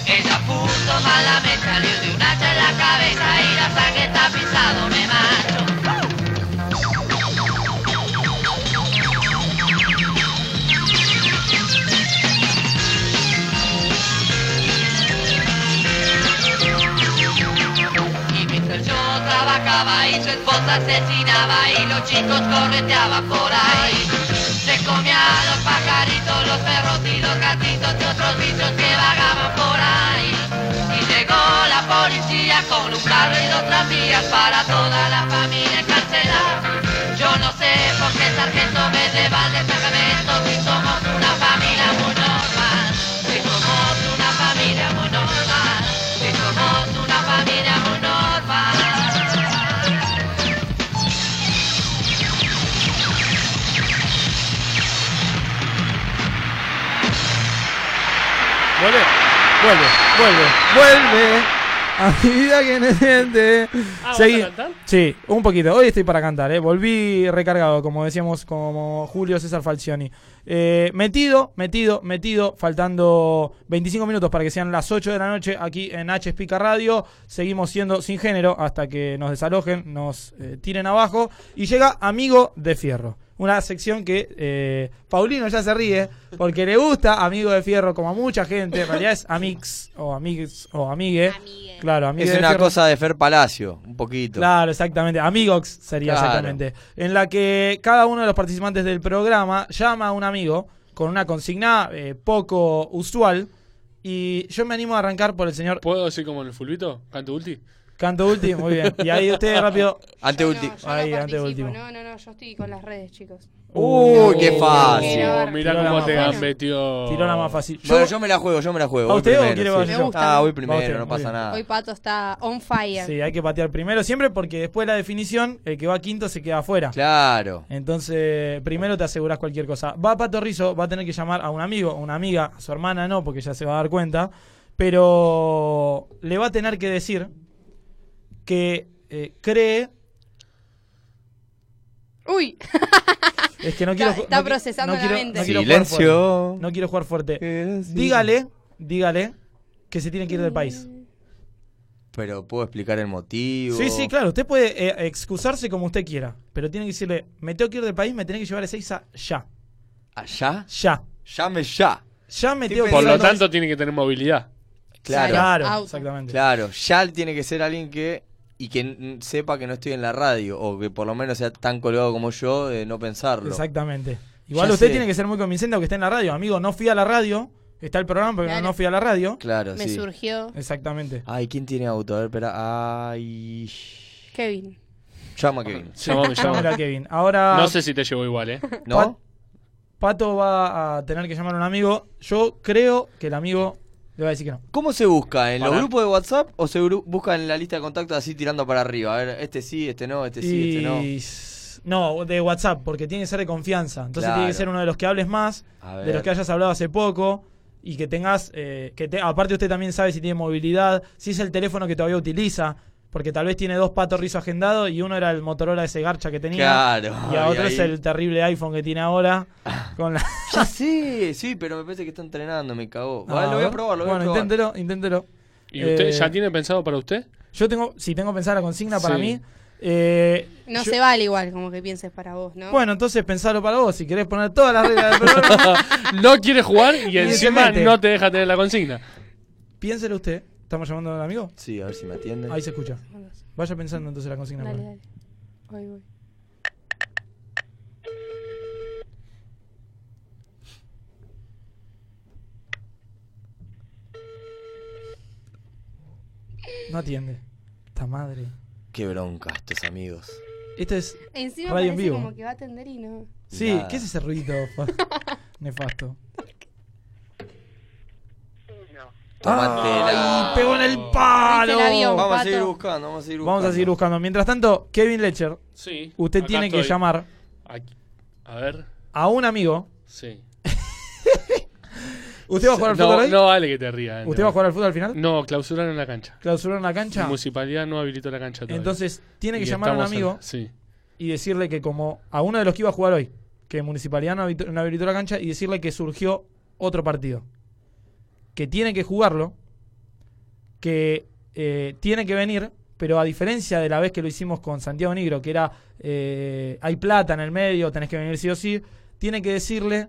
J: Ella puso mal la mesa, le dio un hacha en la cabeza y la sangre tapizado me macho. Y mientras yo trabajaba y su esposa asesinaba y los chicos correteaban por ahí. Se comía a los pajaritos, los perros y los gatitos y otros bichos que vagaban por ahí. Y llegó la policía con un carro y dos tranvías para toda la familia encarcelada. Yo no sé por qué sargento me lleva al destacamento si somos una familia muy normal. Si somos una familia muy normal. Si somos una familia muy normal.
D: Vuelve, vuelve, vuelve, vuelve. A mi vida que no siente.
E: Ah, ¿vas
D: Seguí-
E: a cantar?
D: Sí, un poquito. Hoy estoy para cantar, ¿eh? Volví recargado, como decíamos, como Julio César Falcioni. Eh, metido, metido, metido. Faltando 25 minutos para que sean las 8 de la noche aquí en H Pica Radio. Seguimos siendo sin género hasta que nos desalojen, nos eh, tiren abajo. Y llega Amigo de Fierro. Una sección que eh, Paulino ya se ríe porque le gusta Amigo de Fierro, como a mucha gente. En realidad es Amix o Amix o Amigue. Claro, Amigue
H: Es
D: de
H: una
D: Fierro.
H: cosa de Fer Palacio, un poquito.
D: Claro, exactamente. Amigox sería
H: Claro.
D: exactamente. En la que cada uno de los participantes del programa llama a un amigo con una consigna eh, poco usual. Y yo me animo a arrancar por el señor
E: ¿Puedo decir como en el fulbito? ¿Canto ulti?
D: Canto Ulti. Muy bien. Y ahí ustedes rápido.
H: Ante ulti.
D: Ahí, ante último.
F: No, no, no, yo estoy con las redes, chicos.
H: Uy, qué fácil.
E: Oh, mirá
D: Tiró la
E: cómo
D: más
E: te
D: fácil.
E: metió.
D: Tiró la más fácil.
H: Bueno, yo me la juego, yo me la juego.
D: ¿A
H: voy
D: usted o
H: primero,
D: quiere
H: sí.
D: vaya yo? Me gusta.
H: Ah, voy
D: Va usted,
H: primero, no
D: muy
H: pasa
D: bien.
H: nada.
F: Hoy Pato está on fire.
D: Sí, hay que patear primero siempre porque después de la definición, el que va quinto se queda afuera.
H: Claro.
D: Entonces, primero te aseguras cualquier cosa. Va Pato Rizzo, va a tener que llamar a un amigo, a una amiga, a su hermana no, porque ya se va a dar cuenta, pero le va a tener que decir que eh, cree,
F: Uy,
D: es que no quiero...
F: Está- está
D: no qui-
F: procesando
D: no
F: la
D: quiero-
F: mente.
D: no quiero jugar
H: Silencio.
D: fuerte. No quiero jugar fuerte. Dígale, dígale que se tienen que ir del país.
H: Pero puedo explicar el motivo.
D: Sí, sí, claro, usted puede eh, excusarse como usted quiera, pero tiene que decirle, me tengo que ir del país, me tiene que llevar a Ezeiza ya,
H: ¿Allá?
D: ya,
H: Llame ya.
D: ya me
H: Estoy
D: tengo que
E: Por
D: ir
E: lo
D: del país".
E: tanto, tiene que tener movilidad.
H: Claro.
D: Claro,
F: Auto.
D: exactamente.
H: Claro, ya tiene que ser alguien que y que n- sepa que no estoy en la radio o que por lo menos sea tan colgado como yo de no pensarlo.
D: Exactamente. Igual
H: Ya
D: usted
H: sé.
D: tiene que ser muy convincente aunque esté en la radio. Amigo, no fui a la radio. Está el programa, pero
F: Claro.
D: no fui a la radio.
H: Claro,
F: me
H: Ah, sí.
F: surgió
D: Exactamente.
H: Ay, ¿quién tiene auto? A ver, espera. Ay.
F: Kevin.
H: Llama a Kevin.
E: Llamame,
D: Llámela,
E: llamame.
D: Kevin. Ahora
E: No sé si te llevo igual, ¿eh?
D: Pat-
H: ¿No?
D: Pato va a tener que llamar a un amigo. Yo creo que el amigo le va a decir que no.
H: ¿Cómo se busca? ¿En los
E: Pará.
H: grupos de WhatsApp o se gru- busca en la lista de contactos así tirando para arriba? A ver, este sí, este no, este sí, este no.
D: Y s- no, de WhatsApp, porque tiene que ser de confianza. Entonces tiene que
H: Claro.
D: ser uno de los que hables más,
H: A
D: de
H: ver.
D: los que hayas hablado hace poco y que tengas, eh, que te- aparte usted también sabe si tiene movilidad, si es el teléfono que todavía utiliza, porque tal vez tiene dos patos rizo agendados y uno era el Motorola ese garcha que tenía
H: Claro.
D: y a
H: y
D: otro es
H: ahí-
D: el terrible iPhone que tiene ahora. Con la...
H: Ya sé, sí, pero me parece que está entrenando, me cagó. Vale,
D: A
H: lo voy a
D: ver.
H: probar, lo voy
D: Ah, bueno,
H: a probar.
D: inténtelo, inténtelo.
E: ¿Y usted
D: Eh,
E: ya tiene pensado para usted?
D: Yo tengo, si tengo pensada la consigna para
E: Sí.
D: mí. eh,
F: No
D: yo-
F: se vale igual como que pienses para vos, ¿no?
D: Bueno, entonces pensalo para vos. Si querés poner todas las reglas del programa,
E: No quiere jugar y
D: se
E: encima
D: mete.
E: no te deja tener la consigna.
D: Piénselo usted. ¿Estamos llamando al amigo?
H: Sí, a ver si me atiende.
D: Ahí se escucha. Vaya pensando entonces la consigna.
F: Dale,
D: por
F: dale. Voy, voy.
D: ahí. No atiende. Esta madre.
H: Qué bronca estos amigos.
D: Esto Este es.
F: Encima
D: Radio en
F: parece
D: vivo.
F: como que va a atender y no.
D: Sí,
H: Nada.
D: ¿qué es ese ruido nefasto?
H: Tómatela.
D: ¡Ay! ¡Pegó en el palo!
F: Viste el avión.
H: Vamos a
F: Pato.
H: seguir buscando, vamos a seguir buscando.
D: Vamos a seguir buscando. Mientras tanto, Kevin Lecher,
E: Sí.
D: usted
E: acá
D: tiene que
E: estoy.
D: llamar
E: Aquí. A ver,
D: a un amigo.
E: sí.
D: ¿Usted va a jugar al fútbol
E: No,
D: hoy?
E: no vale que te rías.
D: ¿Usted va a jugar al fútbol al final?
E: No, clausuraron la cancha.
D: ¿Clausuraron la cancha?
E: Municipalidad no habilitó la cancha todavía.
D: Entonces, tiene que
E: Y
D: llamar a un
E: estamos en-
D: amigo
E: Sí.
D: y decirle que como a uno de los que iba a jugar hoy, que Municipalidad no habitó- no habilitó la cancha, y decirle que surgió otro partido. Que tiene que jugarlo, que eh, tiene que venir, pero a diferencia de la vez que lo hicimos con Santiago Negro, que era eh, hay plata en el medio, tenés que venir sí o sí, tiene que decirle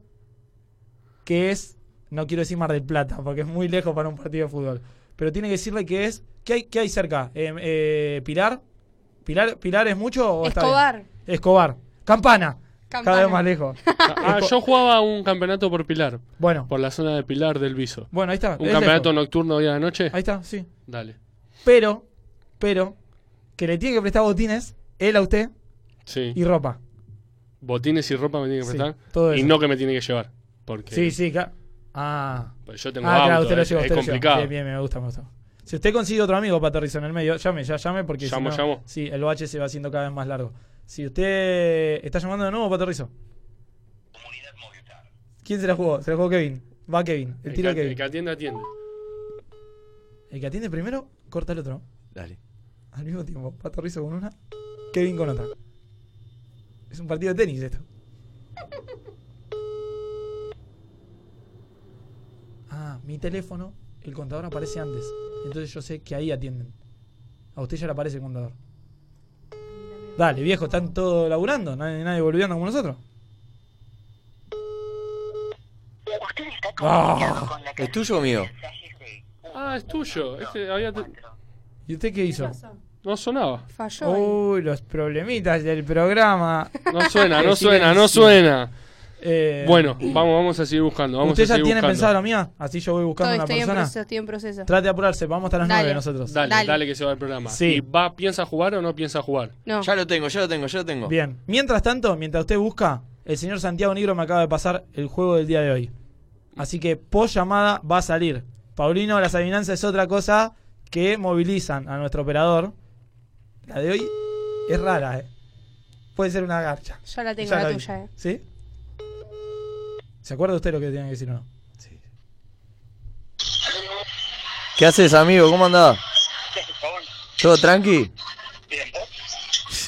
D: que es, no quiero decir Mar del Plata, porque es muy lejos para un partido de fútbol, pero tiene que decirle que es, ¿qué hay, qué hay cerca? Eh, eh, ¿Pilar? ¿Pilar? ¿Pilar es mucho o está bien?
F: Escobar.
D: Escobar. Campana.
F: Campana.
D: Cada vez más lejos.
E: Ah, yo jugaba un campeonato por Pilar,
D: Bueno,
E: por la zona de Pilar del Viso.
D: bueno, ahí está.
E: Un
D: es
E: campeonato
D: lejos.
E: nocturno hoy a la noche.
D: Ahí está, sí.
E: Dale.
D: Pero, pero, que le tiene que prestar botines, él a usted,
E: Sí.
D: y ropa.
E: Botines y ropa me tiene que
D: Sí,
E: prestar.
D: todo
E: y
D: eso.
E: no que me tiene que llevar. Porque
D: Sí, sí, claro. Ah.
E: pues yo tengo
D: ah,
E: auto,
D: claro, usted lo
E: es,
D: lleva,
E: es
D: usted lo lleva.
E: complicado.
D: Bien, bien, me gusta, me gusta. Si usted consigue otro amigo para aterrizar en el medio, llame, ya llame porque si
E: Llamo,
D: no-
E: llamo.
D: Sí, el bache se va haciendo cada vez más largo. Si usted está llamando de nuevo, Pato Rizzo. ¿Quién se la jugó? Se la jugó Kevin. Va Kevin. El tiro
E: que,
D: de Kevin.
E: el que atiende, atiende.
D: El que atiende primero, corta el otro.
H: Dale.
D: Al mismo tiempo. Pato Rizzo con una, Kevin con otra. Es un partido de tenis esto. Ah, mi teléfono, el contador aparece antes. Entonces yo sé que ahí atienden. A usted ya le aparece el contador. Dale, viejo, están todos laburando. Nadie, nadie boludeando como nosotros. Ah.
H: ¿Es tuyo o mío?
E: Ah, es tuyo. Ese había te-
D: ¿Y usted qué hizo?
E: No sonaba.
F: Falló.
D: Uy, los problemitas del programa.
E: No suena, no
D: El
E: suena, no
D: silencio.
E: suena.
D: Eh,
E: Bueno, vamos, vamos a seguir buscando. Vamos
D: ¿Usted
E: a
D: ya
E: seguir
D: tiene
E: buscando.
D: pensado la mía? Así yo voy buscando
F: Todo,
D: una
F: estoy en
D: persona.
F: proceso, estoy en proceso.
D: Trate de apurarse, vamos hasta las
F: Dale.
D: 9 nosotros.
E: Dale,
F: Dale.
E: dale, que se va el programa.
D: Sí.
E: ¿Y va, piensa jugar o no piensa jugar?
F: No.
H: Ya lo tengo, ya lo tengo, ya lo tengo.
D: Bien. Mientras tanto, mientras usted busca, el señor Santiago Negro me acaba de pasar el juego del día de hoy. Así que post llamada va a salir. Paulino, las adivinanzas es otra cosa que movilizan a nuestro operador. La de hoy es rara, ¿eh? Puede ser una garcha.
F: Ya la tengo,
D: Ya
F: la
D: la vi.
F: tuya, eh.
D: ¿Sí? ¿Se acuerda usted lo que tiene que decir o no?
H: ¿Qué haces, amigo? ¿Cómo andás? ¿Todo tranqui?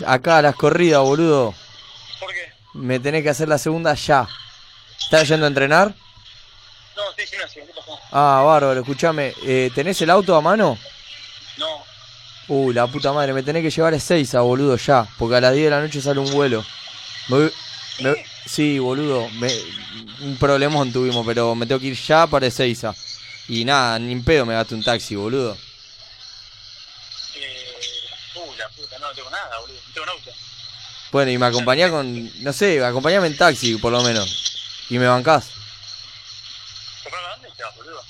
H: Acá, a las corridas, boludo.
G: ¿Por qué?
H: Me tenés que hacer la segunda ya. ¿Estás yendo a entrenar?
G: No, estoy gimnasio, ¿qué pasó?
H: Ah, bárbaro, escúchame. eh, ¿Tenés el auto a mano?
G: No,
H: Uh, la puta madre, me tenés que llevar a Ezeiza, boludo, ya. Porque a las 10 de la noche sale un vuelo. Me voy-
G: ¿Eh?
H: me- sí, boludo. me- un problemón tuvimos, pero me tengo que ir ya para Ezeiza. Y nada, ni en pedo me gasto un taxi, boludo.
G: eh. Uh, la puta, no, no tengo nada, boludo. No tengo un auto.
H: Bueno, y me acompañás con. No sé, acompañame en taxi, por lo menos. Y me bancás.
G: Pero, ¿a dónde estás, boludo?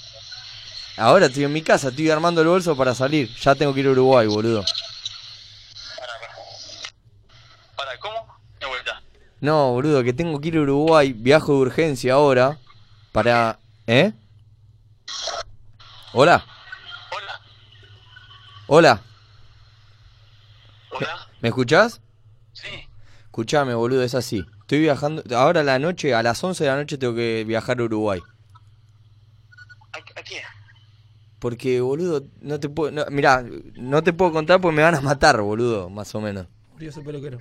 H: Ahora estoy en mi casa, estoy armando el bolso para salir. Ya tengo que ir a Uruguay, boludo.
G: ¿Para cómo? De vuelta.
H: No, boludo, que tengo que ir a Uruguay. Viajo de urgencia ahora. Para. ¿Eh? Hola.
G: Hola,
H: Hola.
G: hola.
H: ¿Me escuchás?
G: Sí,
H: Escuchame, boludo, es así. Estoy viajando. Ahora a la noche, a las 11 de la noche, tengo que viajar a Uruguay.
G: ¿a, a qué?
H: Porque, boludo, no te puedo. no- mirá, no te puedo contar porque me van a matar, boludo, más o menos.
D: Murió su peluquero.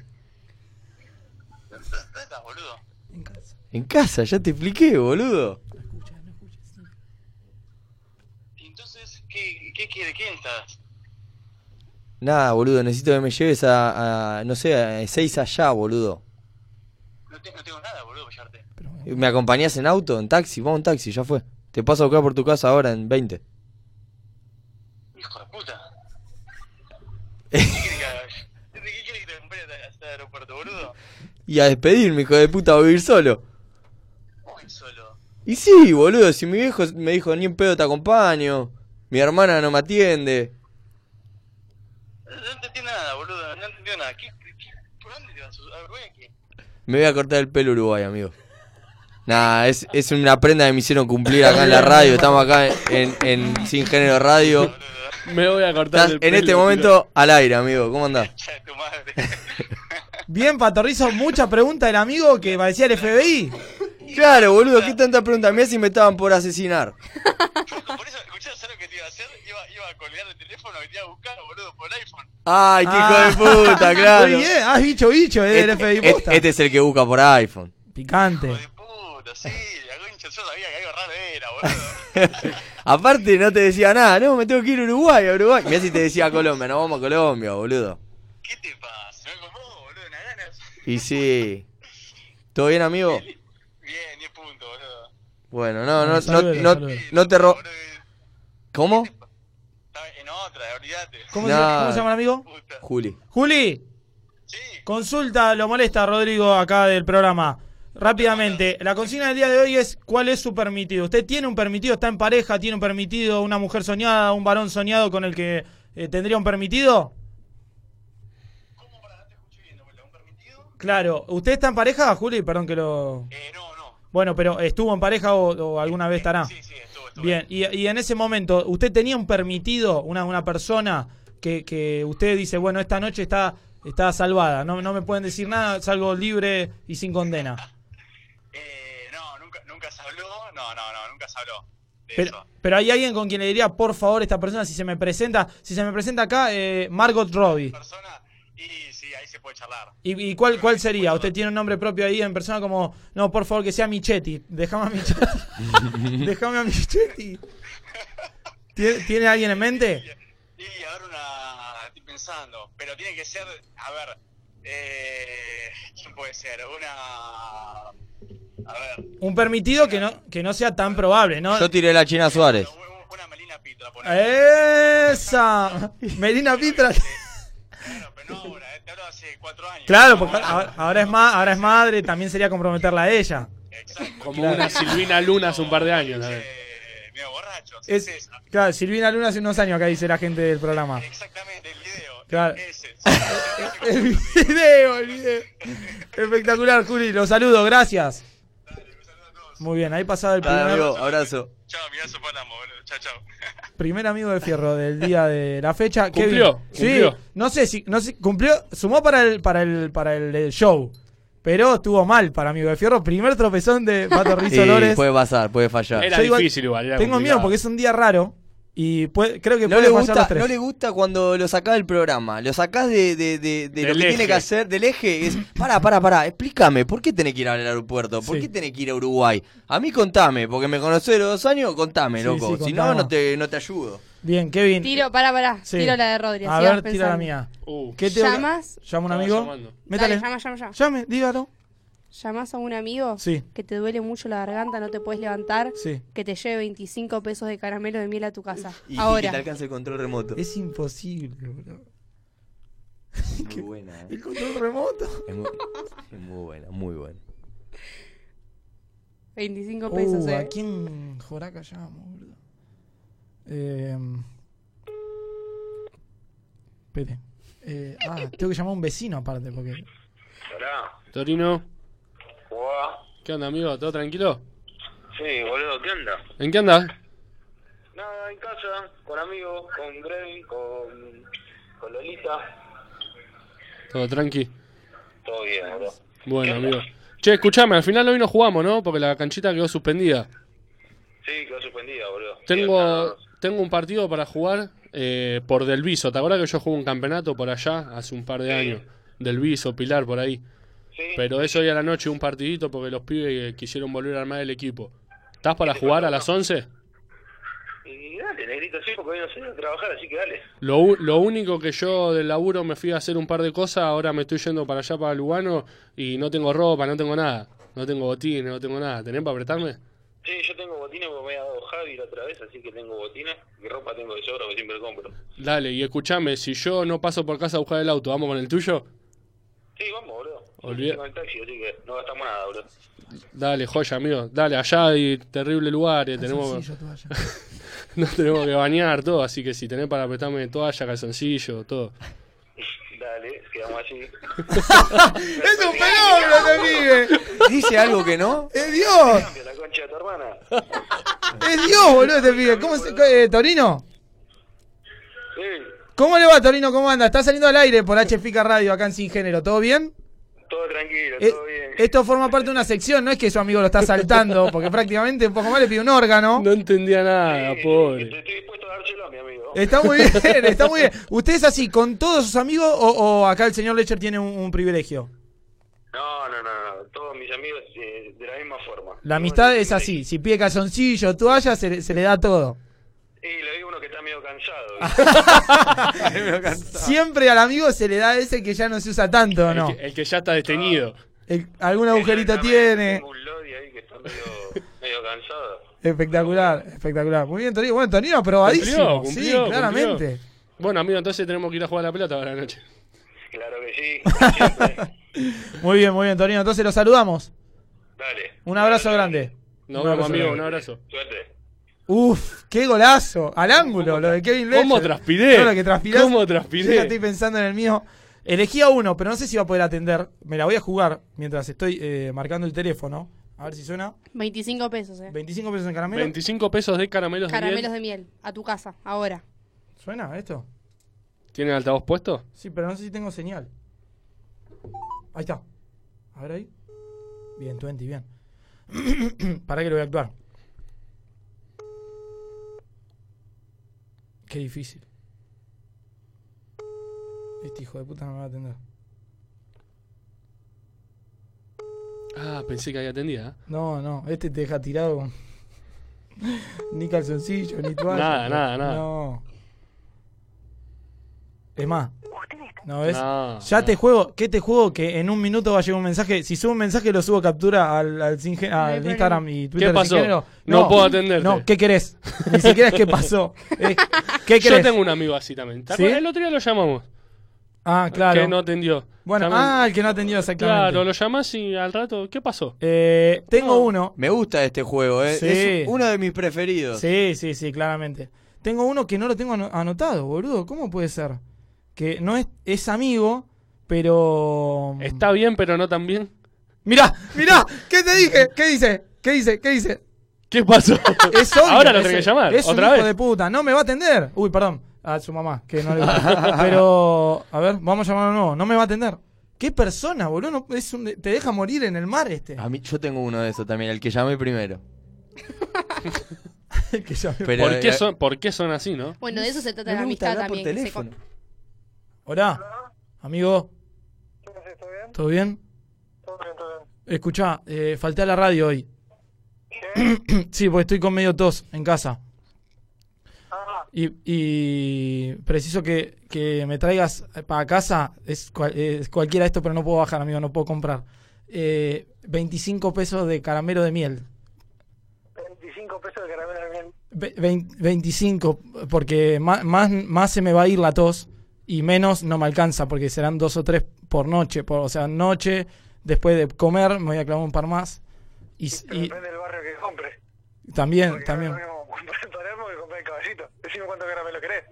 G: ¿Dónde estás, boludo?
D: En casa.
H: En casa, ya te expliqué, boludo.
G: ¿Y entonces qué, qué quiere? ¿Quién estás?
H: Nada, boludo, necesito que me lleves a. a, no sé, a seis allá, boludo.
G: No, te- no tengo nada, boludo, para llevarte.
H: ¿Me acompañás en auto, en taxi? Vamos en taxi, ya fue. Te paso a buscar por tu casa ahora en 20.
G: Hijo de puta. ¿Qué quiere que haga? ¿Qué quiere que te acompañe hasta, hasta el aeropuerto, boludo?
H: Y a despedirme, hijo de puta, voy a vivir solo.
G: Voy solo.
H: Y sí, boludo, si mi viejo me dijo, ni en pedo te acompaño. Mi hermana no me atiende.
G: No entendí nada, boludo. No entendí nada. ¿Qué, qué, qué- por dónde te vas? ¿A Uruguay a qué?
H: Me voy a cortar el pelo a Uruguay, amigo. Nah, es, es una prenda que me hicieron cumplir acá en la radio. Estamos acá en, en Sin Género Radio.
E: Me voy a cortar
H: Estás
E: el
H: en
E: pelo,
H: este
E: tiro.
H: momento al aire, amigo. ¿Cómo andás?
G: Ya, tu madre.
D: Bien, Patorrizo, mucha pregunta del amigo que parecía el FBI.
H: Claro, boludo, qué tanta pregunta. Mirá si me estaban por asesinar.
G: por eso, escuchá, ¿sabes lo que te iba a hacer? Iba, iba a colgar el teléfono y te iba a buscar, boludo, por el iPhone.
H: Ay, qué hijo de puta,
D: Muy
H: claro.
D: bien, ah, es bicho, bicho, es del
H: Este,
D: FBI posta.
H: este- este es el que busca por iPhone.
D: Picante.
G: Hijo de puta, sí. La concha, yo sabía que algo raro era, boludo.
H: Aparte, no te decía nada. No, me tengo que ir a Uruguay, a Uruguay. Mirá si te decía Colombia. No, vamos a Colombia, boludo.
G: ¿Qué te pasa? ¿No con vos, boludo? ¿Una ganas?
H: Y sí. ¿Todo bien, amigo?
G: Bien, 10 puntos, boludo.
H: Bueno, no, no, no,
D: Saludos,
H: no,
D: saludos.
H: no te ro...
G: Boludo,
H: ¿Cómo?
G: estaba en otra, olvídate.
D: ¿Cómo,
H: No.
D: se, cómo se llama el amigo?
G: Puta.
H: Juli.
D: Juli,
G: Sí,
D: consulta, lo molesta Rodrigo acá del programa. Rápidamente, la consigna del día de hoy es ¿cuál es su permitido? ¿Usted tiene un permitido? ¿Está en pareja? ¿Tiene un permitido? ¿Una mujer soñada? ¿Un varón soñado con el que eh, tendría un permitido? Claro, ¿usted está en pareja, Juli? Perdón que lo...
G: eh, no, no. Eh,
D: Bueno, pero ¿estuvo en pareja o, o alguna vez estará?
G: Sí, sí, estuvo, estuvo.
D: Bien, y,
K: ¿eh?
D: y en ese momento, ¿usted tenía un permitido, una, una persona que, que usted dice, bueno, esta noche está, está salvada, no, no me pueden decir nada, salgo libre y sin condena?
G: Eh, no, nunca, nunca se habló,
K: eso? No, no, no, nunca se habló.
D: Pero, pero hay alguien con quien le diría, por favor, esta persona, si se me presenta, si se me presenta acá, eh, Margot Robbie.
K: Y sí, ahí se puede charlar.
D: ¿Y, y cuál, cuál sería? ¿Usted tiene un nombre propio ahí en persona como, no, por favor, que sea Michetti? Déjame a Michetti. Déjame a Michetti. ¿Tiene, tiene alguien en mente?
K: Y ahora una. Estoy pensando, pero tiene que ser. A ver. Eh, ¿Quién puede ser? Una. A ver.
D: Un permitido que no, que no sea tan probable, ¿no?
H: Yo tiré la China Suárez.
D: ¡Esa! Melina Pitra. Claro, porque ahora, ahora es ma- ahora es madre, también sería comprometerla a ella.
E: Como una Silvina Luna hace un par de años. ¿sabes?
D: Es, claro, Silvina Luna hace unos años acá dice la gente del programa. Exactamente, el video. el video, el video. Espectacular, Juli. Los saludo, gracias. Muy bien, ahí pasaba el primer,
H: abrazo.
D: primer amigo de fierro del día de la fecha.
E: Cumplió,
D: Kevin.
E: cumplió.
D: Sí, no sé si no sé, cumplió, sumó para el para el para el, eh, show, pero estuvo mal para amigo de fierro. Primer tropezón de Pato Rizzo
H: Sí,
D: Lores.
H: puede pasar, puede fallar.
D: Yo tengo miedo porque es un día raro y puede- creo que
H: No
D: puede
H: le,
D: fallar
H: gusta,
D: los tres.
H: no le gusta cuando lo sacás del programa, lo sacás de, de- de- de lo
D: Del
H: que tiene
D: eje.
H: que hacer, del eje, es, para, para, para, explícame, ¿por qué tenés que ir al aeropuerto? ¿Por
D: Sí.
H: qué tenés que ir a Uruguay? A mí contame, porque me conocés de los dos años, contame,
D: Sí,
H: loco,
D: sí,
H: si no,
D: contame.
H: no te, no te ayudo.
D: Bien, Kevin.
F: Tiro, pará, pará.
D: Sí.
F: Tiro la de Rodri.
D: A
F: así vas
D: ver, tira
F: pensando.
D: la mía.
E: Uh.
D: ¿Qué te-
F: ¿Llamas?
D: Llama a
F: Estaba
D: un amigo.
F: llamando.
D: Métale.
F: Dale, llama, llama, llama.
D: Llame, dígalo.
F: ¿Llamás a un amigo
D: Sí.
F: que te duele mucho la garganta, no te puedes levantar?
D: Sí.
F: Que te lleve 25 pesos de caramelo de miel a tu casa.
H: Y, y que te
F: Ahora.
H: alcance el control remoto.
D: Es imposible, bro.
H: muy buena, eh.
D: El control remoto.
H: Es muy, es muy buena, muy buena.
F: 25 pesos,
D: Uh,
F: eh.
D: ¿A quién Joraca llamo, boludo? Eh, espere. Eh, ah, tengo que llamar a un vecino aparte porque.
E: Torino,
K: Guau.
E: ¿qué onda, amigo? ¿Todo tranquilo?
K: Sí, boludo, ¿qué onda?
E: ¿En qué andas?
K: Nada, en casa, con amigos, con Greg, con, con Lolita.
E: Todo tranqui.
K: Todo bien, boludo.
E: Bueno, amigo. Che, escuchame, al final hoy no jugamos, ¿no? Porque la canchita quedó suspendida.
K: Sí, quedó suspendida, boludo.
E: Tengo, tengo un partido para jugar eh, por Del Viso. ¿Te acuerdas que yo jugué un campeonato por allá hace un par de años? Del Viso, Pilar, por ahí. Pero es hoy a la noche un partidito porque los pibes eh, quisieron volver a armar el equipo. ¿Estás para jugar a las 11?
K: Y dale, negrito, sí, porque hoy no sé trabajar, así que dale.
E: Lo, u- lo único que yo del laburo me fui a hacer un par de cosas, ahora me estoy yendo para allá, para Lugano, y no tengo ropa, no tengo nada. No tengo botines, no tengo nada. ¿Tenés para apretarme?
K: Sí, yo tengo botines porque me había dado Javi la otra vez, así que tengo botines. Mi ropa tengo de sobra porque siempre compro.
E: Dale, y escúchame, si yo no paso por casa a buscar el auto, ¿vamos con el tuyo?
K: Sí, vamos, boludo.
E: Olvidé.
K: Tengo el taxi, así que no gastamos nada, boludo.
E: Dale, joya, amigo. Dale, allá hay terribles lugares, tenemos... Nos tenemos que bañar, todo, así que si tenés para apretarme toalla, calzoncillo, todo.
K: Dale, quedamos así.
D: ¡Es un fenómeno, este pibe!
H: ¿Dice algo que no?
D: ¡Es Dios!
K: La concha de tu hermana.
D: ¡Es Dios, boludo, este pibe! ¿Cómo se, eh, Torino?
K: Sí,
D: ¿Cómo le va, Torino? ¿Cómo anda? Está saliendo al aire por H Fica Radio acá en Sin Género. ¿Todo bien?
K: todo tranquilo,
D: Eh,
K: todo bien.
D: esto forma parte de una sección, no es que su amigo lo está saltando, porque prácticamente un poco más le pide un órgano.
E: No entendía nada, pobre.
D: Está muy bien, está muy bien. ¿Usted es así con todos sus amigos o, o acá el señor Lecher tiene un, un privilegio?
K: No, no, no, no. Todos mis amigos eh, de la misma forma.
D: La amistad es así, si pide calzoncillo, toalla, se, le- se le da todo.
K: Y le digo uno que está medio cansado.
D: Siempre al amigo se le da ese que ya no se usa tanto, ¿o
E: El,
D: ¿no?
E: que, el que ya está detenido.
D: El- algún agujerito tiene.
K: medio cansado.
D: Espectacular, espectacular. Muy bien, Torino. Bueno, Torino
E: Cumplió,
D: probadísimo.
E: cumplió,
D: sí, claramente.
E: cumplió. Bueno, amigo, entonces tenemos que ir a jugar a la pelota ahora a la noche.
K: Claro que sí.
D: Muy bien, muy bien, Torino. Entonces lo saludamos.
K: Dale.
D: Un abrazo grande.
E: Nos
D: Un
E: vemos,
D: abrazo
E: amigo,
D: grande.
E: un abrazo.
K: Suerte.
D: Uf, qué golazo. Al ángulo, lo de Kevin Lecher.
E: ¿Cómo transpiré?
D: Todo lo que transpirás.
E: ¿Cómo transpiré?
D: Yo ya estoy pensando en el mío. Elegí a uno, pero no sé si va a poder atender. Me la voy a jugar mientras estoy eh, marcando el teléfono. A ver si suena.
F: 25 pesos, eh.
D: 25 pesos en caramelo.
E: 25 pesos de caramelos,
F: Caramelos
E: de
F: de miel. A tu casa, ahora.
D: ¿Suena esto?
E: miel. ¿Tienen altavoz puesto?
D: Sí, pero no sé si tengo señal. Ahí está. A ver ahí. Bien, 20, bien. Para que lo voy a actuar. Qué difícil. Este hijo de puta no me va a atender.
E: Ah, pensé que había atendida.
D: No, no, este te deja tirado. con- ni calzoncillo, ni toalla.
E: Nada, nada, nada.
D: No. Es más. No, ¿ves?
E: No,
D: ya te juego, ¿qué te juego? Que en un minuto va a llegar un mensaje. Si subo un mensaje, lo subo captura al, al sin gen- al Instagram y Twitter.
E: ¿Qué
D: de
E: pasó?
D: Sin Género.
E: No puedo atenderte.
D: No, ¿qué querés? Ni siquiera es qué pasó. Es, ¿Qué querés?
E: ¿eh? Yo tengo un amigo así también. ¿Te
D: ¿Sí?
E: acuerdas? El otro día lo llamamos.
D: Ah, claro.
E: Que no atendió.
D: Bueno,
E: También-
D: ah, el que no atendió exactamente.
E: Claro, lo llamás y al rato, ¿qué pasó?
D: Eh, tengo uno.
H: Me gusta este juego, eh.
D: Sí.
H: es uno de mis preferidos.
D: Sí, sí, sí, claramente. Tengo uno que no lo tengo ano- anotado, boludo. ¿Cómo puede ser? Que no es, es amigo, pero. mm,
E: Está bien, pero no tan bien.
D: Mirá, mirá, ¿qué te dije? ¿Qué dice? ¿Qué dice? ¿Qué dice?
E: ¿Qué pasó?
D: Es obvio,
E: Ahora lo
D: es-
E: tenés que llamar,
D: Es
E: otra
D: un hijo
E: vez.
D: de puta. No me va a atender. Uy, perdón. A su mamá, que no le gusta. Pero, a ver, vamos a llamarlo nuevo. No me va a atender. ¿Qué persona, boludo? No- es un- te deja morir en el mar este.
H: A mí, yo tengo uno de esos también, el que llamé primero.
D: El que llamé
H: Pero-
E: ¿Por, qué son, ¿Por qué son así, no?
F: Bueno, de eso se trata
H: No
F: la
H: le gusta
F: amistad
H: hablar por
F: también. que se
H: teléfono.
D: Hola, amigo. ¿Todo bien? Escuchá, eh, falté a la radio hoy. sí, porque estoy con medio tos en casa. Y, y preciso que, que me traigas para casa. Es, cual- es cualquiera esto, pero no puedo bajar, amigo, no puedo comprar. Eh, 25 pesos de caramelo de miel.
G: 25 pesos de caramelo de miel.
D: Ve- vein- 25, porque ma- más, más se me va a ir la tos y menos no me alcanza, porque serán dos o tres por noche. por- o sea, noche, después de comer, me voy a clavar un par más. Y, s- y
G: Depende del barrio que compre.
D: también, también.
G: Comprar en Palermo que comprar en Caballito. Decime cuánto caramelo querés.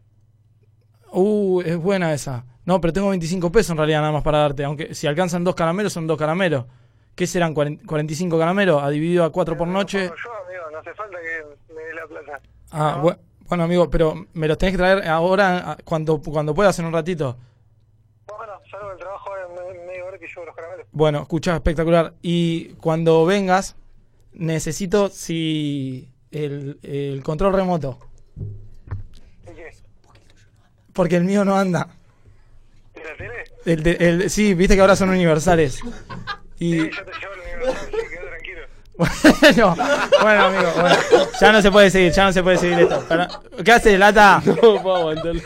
D: Uh, es buena esa. No, pero tengo 25 pesos en realidad nada más para darte. Aunque si alcanzan dos caramelos, son dos caramelos. ¿Qué serán? cuaren- 45 caramelos, a dividido a 4 por noche.
G: Yo, amigo, no hace falta que me dé la plata.
D: Ah, bu- bueno, amigo, pero me los tenés que traer ahora, a- cuando, cuando puedas, en un ratito.
G: Bueno, salgo del trabajo en me- media hora que llevo los caramelos.
D: Bueno, escucha, espectacular. Y cuando vengas, necesito si el, el control remoto.
G: ¿Y qué?
D: Porque el mío no anda.
G: ¿Y la tele?
D: El de- el- sí, viste que ahora son universales. Y
G: Yo te llevo el universal, sí, quedá tranquilo.
D: bueno, bueno, amigo, bueno. Ya no se puede seguir, ya no se puede seguir esto. Pará. ¿Qué haces, Lata?
E: No puedo aguantarlo.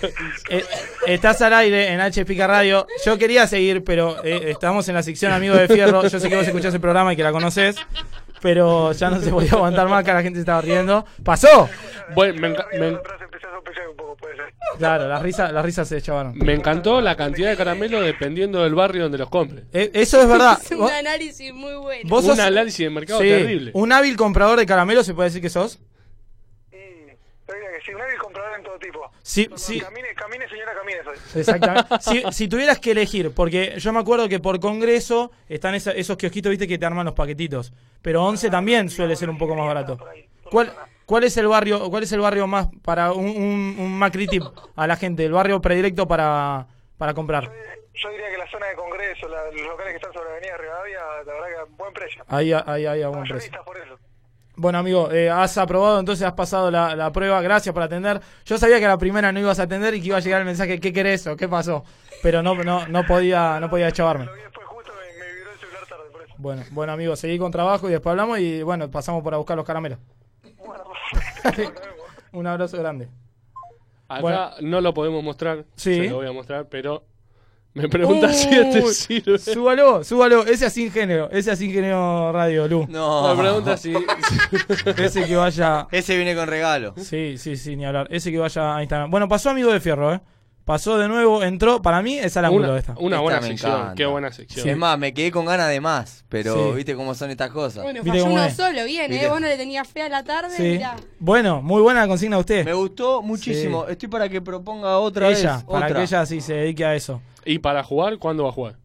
D: Eh, estás al aire en H Pica Radio. Yo quería seguir, pero eh, estamos en la sección Amigo de Fierro. Yo sé que vos escuchás el programa y que la conoces, pero ya no se podía aguantar más, que la gente se estaba riendo. ¡Pasó!
E: Bueno, me, enca- me en-
D: Claro, las risas, las risas se echabaron.
E: me encantó la cantidad de caramelos dependiendo del barrio donde los compre.
D: Eh, eso es verdad.
F: Es un
D: Vos-
F: análisis muy bueno.
D: vos
E: un
D: sos-
E: análisis de mercado
D: Sí,
E: terrible.
D: Un hábil comprador de caramelos, ¿se puede decir que sos?
G: Oiga, que si no hay comprador en todo tipo.
D: Sí, sí.
G: Camine, camine, señora, camine. soy.
D: Exactamente. si, si tuvieras que elegir, porque yo me acuerdo que por congreso están esa- esos kiosquitos, viste, que te arman los paquetitos. Pero 11 también suele ser un poco más barato. ¿Cuál, cuál es el barrio, cuál es el barrio más para un, un, un macri tip a la gente? El barrio predilecto para, para comprar.
G: Yo diría que la zona de Congreso, la- los locales que están sobre la Avenida Rivadavia, la verdad que buen precio.
D: Ahí, ahí, ahí a buen precio.
G: Mayoristas por eso.
D: Bueno, amigo, eh, has aprobado, entonces has pasado la, la prueba. Gracias por atender. Yo sabía que a la primera no ibas a atender y que iba a llegar el mensaje, ¿qué querés o qué pasó? Pero no, no, no podía, no podía chavarme. Bueno, bueno, amigo, seguí con trabajo y después hablamos y bueno, pasamos por a buscar los caramelos. Un abrazo grande.
E: Acá
D: Bueno.
E: no lo podemos mostrar,
D: Sí.
E: se lo voy a mostrar, pero me preguntas si este
D: Uy,
E: sirve.
D: Súbalo, súbalo. Ese es sin género, ese es sin género radio, Lu.
H: No.
E: Me pregunta si.
D: Ese que vaya.
H: Ese viene con regalo.
D: Sí, sí, sí, ni hablar. Ese que vaya a Instagram. Bueno, pasó amigo de fierro, ¿eh? Pasó de nuevo, entró. Para mí es al ángulo
E: una
D: esta.
E: una
H: Esta
E: buena
H: me
E: sección,
H: encanta.
E: qué buena sección.
H: Es más, me quedé con ganas de más, pero
D: Sí.
H: viste cómo son estas cosas.
F: Bueno,
D: Viste
F: falló
D: cómo
F: uno
D: es.
F: solo, bien,
H: Viste.
F: ¿eh? Vos no le tenías fe a la tarde,
D: Sí.
F: mirá.
D: Bueno, muy buena la consigna a usted.
H: Me gustó muchísimo. Estoy para que proponga otra
D: ella,
H: vez.
D: para
H: otra.
D: que ella sí se dedique a eso.
E: ¿Y para jugar? ¿Cuándo va a jugar?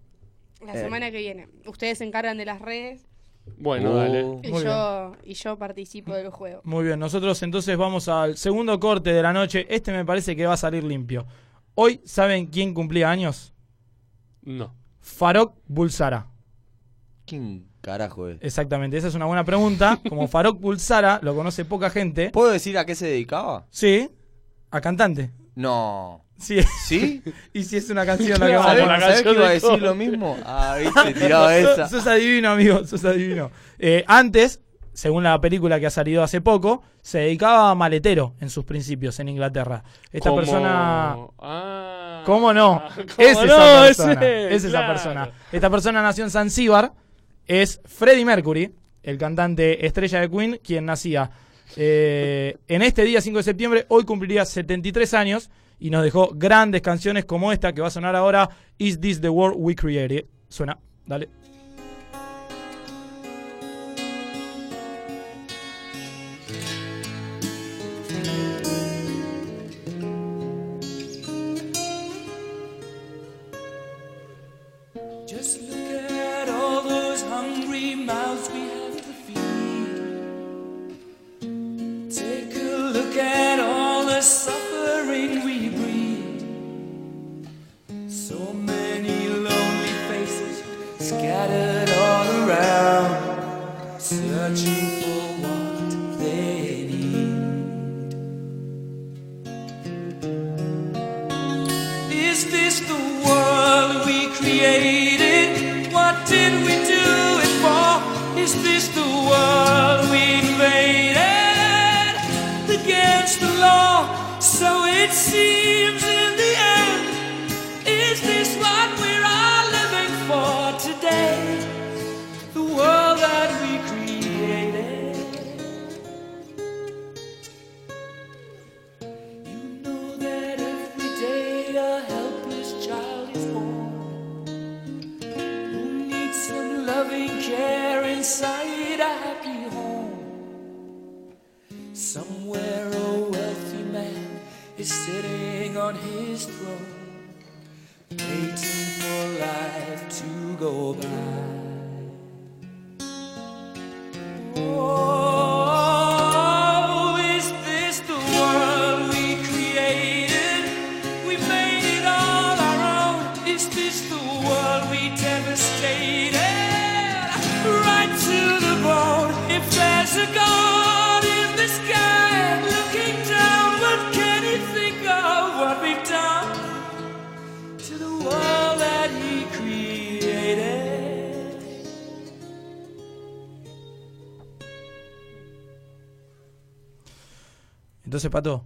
F: La
D: Eh.
F: semana que viene. Ustedes se encargan de las redes
E: Bueno,
H: Oh.
E: dale.
F: y
D: Muy
F: yo, y yo participo del juego.
D: Muy bien, nosotros entonces vamos al segundo corte de la noche. Este me parece que va a salir limpio. Hoy, ¿saben quién cumplía años?
E: No.
D: Farok Bulsara.
H: ¿Quién carajo
D: Eh,
H: es?
D: Exactamente, esa es una buena pregunta. Como Farok Bulsara lo conoce poca gente.
H: ¿Puedo decir a qué se dedicaba?
D: Sí, A cantante.
H: No.
D: Sí.
H: ¿Sí?
D: y si es una canción
H: Claro,
D: la que
H: por la ¿Sabés canción que iba a de decir Cole. lo mismo? Ah, viste, tiraba
D: Sos-
H: esa.
D: Sos adivino, amigo, sos adivino. Eh, antes, según la película que ha salido hace poco, se dedicaba a maletero en sus principios en Inglaterra. Esta
E: Como-
D: persona...
E: Ah.
D: ¿Cómo no?
E: ¿Cómo
D: es esa
E: no?
D: persona.
E: Ese,
D: es esa
E: claro.
D: persona. Esta persona nació en Zanzíbar. Es Freddie Mercury, el cantante estrella de Queen, quien nacía eh, en este día 5 de septiembre. Hoy cumpliría 73 años y nos dejó grandes canciones como esta que va a sonar ahora: Is This the World We Created? Suena, dale.
L: Just look at all those hungry mouths we have to feed. Take a look at all the suffering we breed. So many lonely faces scattered all around, searching for what they need. Is this the world we created? What did we do it for? Is this the world we invaded against the law? So it seems in the end, is this what we're all living for today? The world that we created. that every day a helpless child is born who needs some loving care inside a happy home. Somewhere a wealthy man is sitting on his throne, waiting for life to go by. Oh, is this the world we created? We made it all our own. Is this the world we devastated? Right to the bone. If there's a God in the sky looking down, what can he think of what we've done to the world that he created?
D: Entonces, Pato,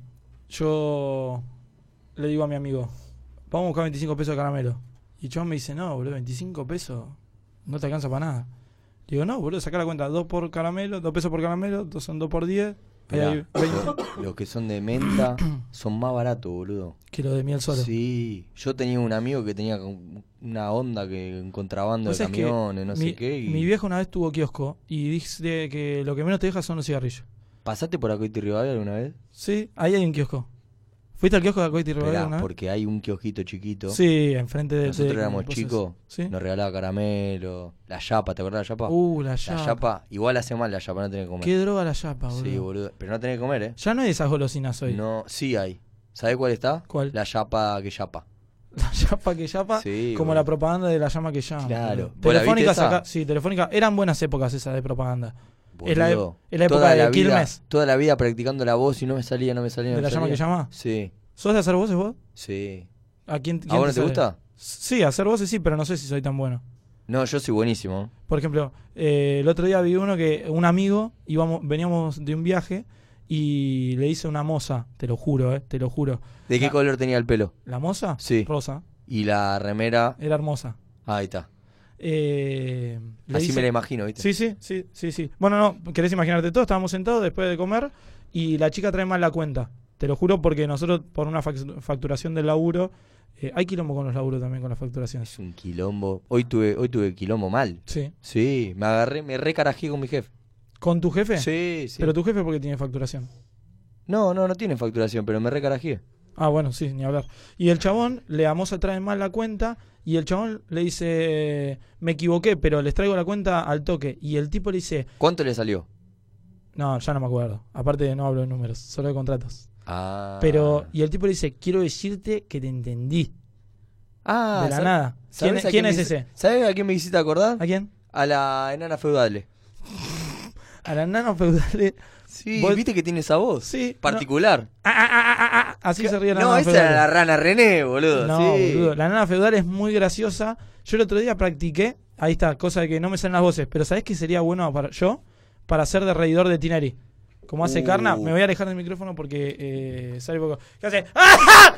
D: yo le digo a mi amigo: Vamos a buscar 25 pesos de caramelo. Y John me dice: No, boludo, 25 pesos no te alcanza para nada. Le digo: No, boludo, saca la cuenta: 2 por caramelo, 2 pesos por caramelo, dos son 2 por 10. ahí
H: Mirá,
D: hay 20.
H: lo- los que son de menta son más baratos, boludo.
D: Que los de miel solo.
H: Sí. Yo tenía un amigo que tenía un- una onda que un contrabando
D: Vos
H: de
D: sabés que
H: camiones, no
D: mi,
H: sé qué. Y
D: Mi viejo una vez tuvo kiosco y dice que lo que menos te deja son los cigarrillos.
H: ¿Pasaste por Acoiti Rivadavia alguna vez?
D: Sí, ahí hay un kiosco. ¿Fuiste al kiosco de Acoiti Rivadavia
H: Esperá,
D: una vez?
H: porque hay un kiosquito chiquito.
D: Sí, enfrente de-
H: Nosotros
D: de-
H: éramos
D: cosas.
H: chicos,
D: Sí.
H: nos regalaba caramelo, la yapa, ¿te acordás de la yapa?
D: Uh, la
H: La
D: yapa.
H: yapa, igual hace mal la yapa, no tenés que comer.
D: Qué droga la yapa, boludo.
H: Sí, boludo, pero no tenés que comer, ¿eh?
D: Ya no hay esas golosinas hoy.
H: No, sí hay. ¿Sabés cuál está? ¿Cuál? La yapa que yapa.
D: La yapa que yapa,
H: Sí,
D: Ah, como
H: boludo.
D: la propaganda de la llama que llama.
H: Claro.
D: boludo.
H: ¿Vos la
D: Telefónica
H: viste esa?
D: saca- sí, telefónica, eran buenas épocas esas de propaganda. Es la,
H: Boludo,
D: es la época
H: toda
D: de
H: la vida-
D: Quilmes.
H: Toda la vida practicando la voz y no me salía, no me salía. no
D: ¿De
H: me
D: la llama
H: salía.
D: que llama?
H: Sí,
D: ¿Sos de hacer voces vos?
H: sí.
D: ¿A quién, quién
H: ¿A vos no te
D: sale?
H: gusta?
D: Sí, hacer voces sí, pero no sé si soy tan bueno.
H: No, yo soy buenísimo.
D: Por ejemplo, eh, el otro día vi uno que un amigo, íbamos, veníamos de un viaje y le hice una moza, te lo juro, eh, te lo juro.
H: ¿De qué
D: La-
H: color tenía el pelo?
D: ¿La moza?
H: Sí.
D: Rosa.
H: Y la remera.
D: Era hermosa.
H: Ahí está.
D: Eh, le
H: Así
D: hice-
H: me la imagino, ¿viste?
D: Sí, sí, sí, sí, sí. Bueno, no, querés imaginarte todo, estábamos sentados después de comer y la chica trae mal la cuenta. Te lo juro porque nosotros por una fac- facturación del laburo, eh, hay quilombo con los laburos también con las facturaciones.
H: Un quilombo. Hoy tuve, hoy tuve quilombo mal.
D: Sí.
H: Sí, me agarré, me recarajé con mi jefe.
D: ¿Con tu jefe?
H: Sí, sí.
D: Pero tu jefe porque tiene facturación.
H: No, no, no tiene facturación, pero me recarajé.
D: Ah, bueno, sí, ni hablar. Y el chabón, le amos a traer mal la cuenta y el chabón le dice, me equivoqué, pero les traigo la cuenta Ah, al toque. Y el tipo le dice,
H: ¿Cuánto le salió?
D: no, ya no me acuerdo. Aparte no hablo de números, solo de contratos.
H: Ah.
D: Pero, y el tipo le dice, quiero decirte que te entendí.
H: Ah,
D: De la
H: ¿sab-
D: nada.
H: ¿sabés
D: ¿Quién-
H: a
D: quién
H: me
D: es
H: hice-
D: ese?
H: ¿Sabés a quién me hiciste acordar?
D: ¿A quién?
H: A la enana feudal.
D: A la nano feudal
H: Sí,
D: Vos-
H: viste que tiene esa voz.
D: Sí.
H: Particular.
D: Así se ríe la
H: Ah, No,
D: nana
H: esa
D: feudal.
H: era la rana René, boludo.
D: No,
H: sí.
D: boludo, La nana feudal es muy graciosa. Yo el otro día practiqué, ahí está, cosa de que no me salen las voces, pero ¿sabés qué sería bueno para yo? Para ser de reidor de Tineri. Como hace
H: Uh.
D: Carna, me voy a alejar del micrófono porque eh, sale poco. ¿Qué hace?
H: Ah.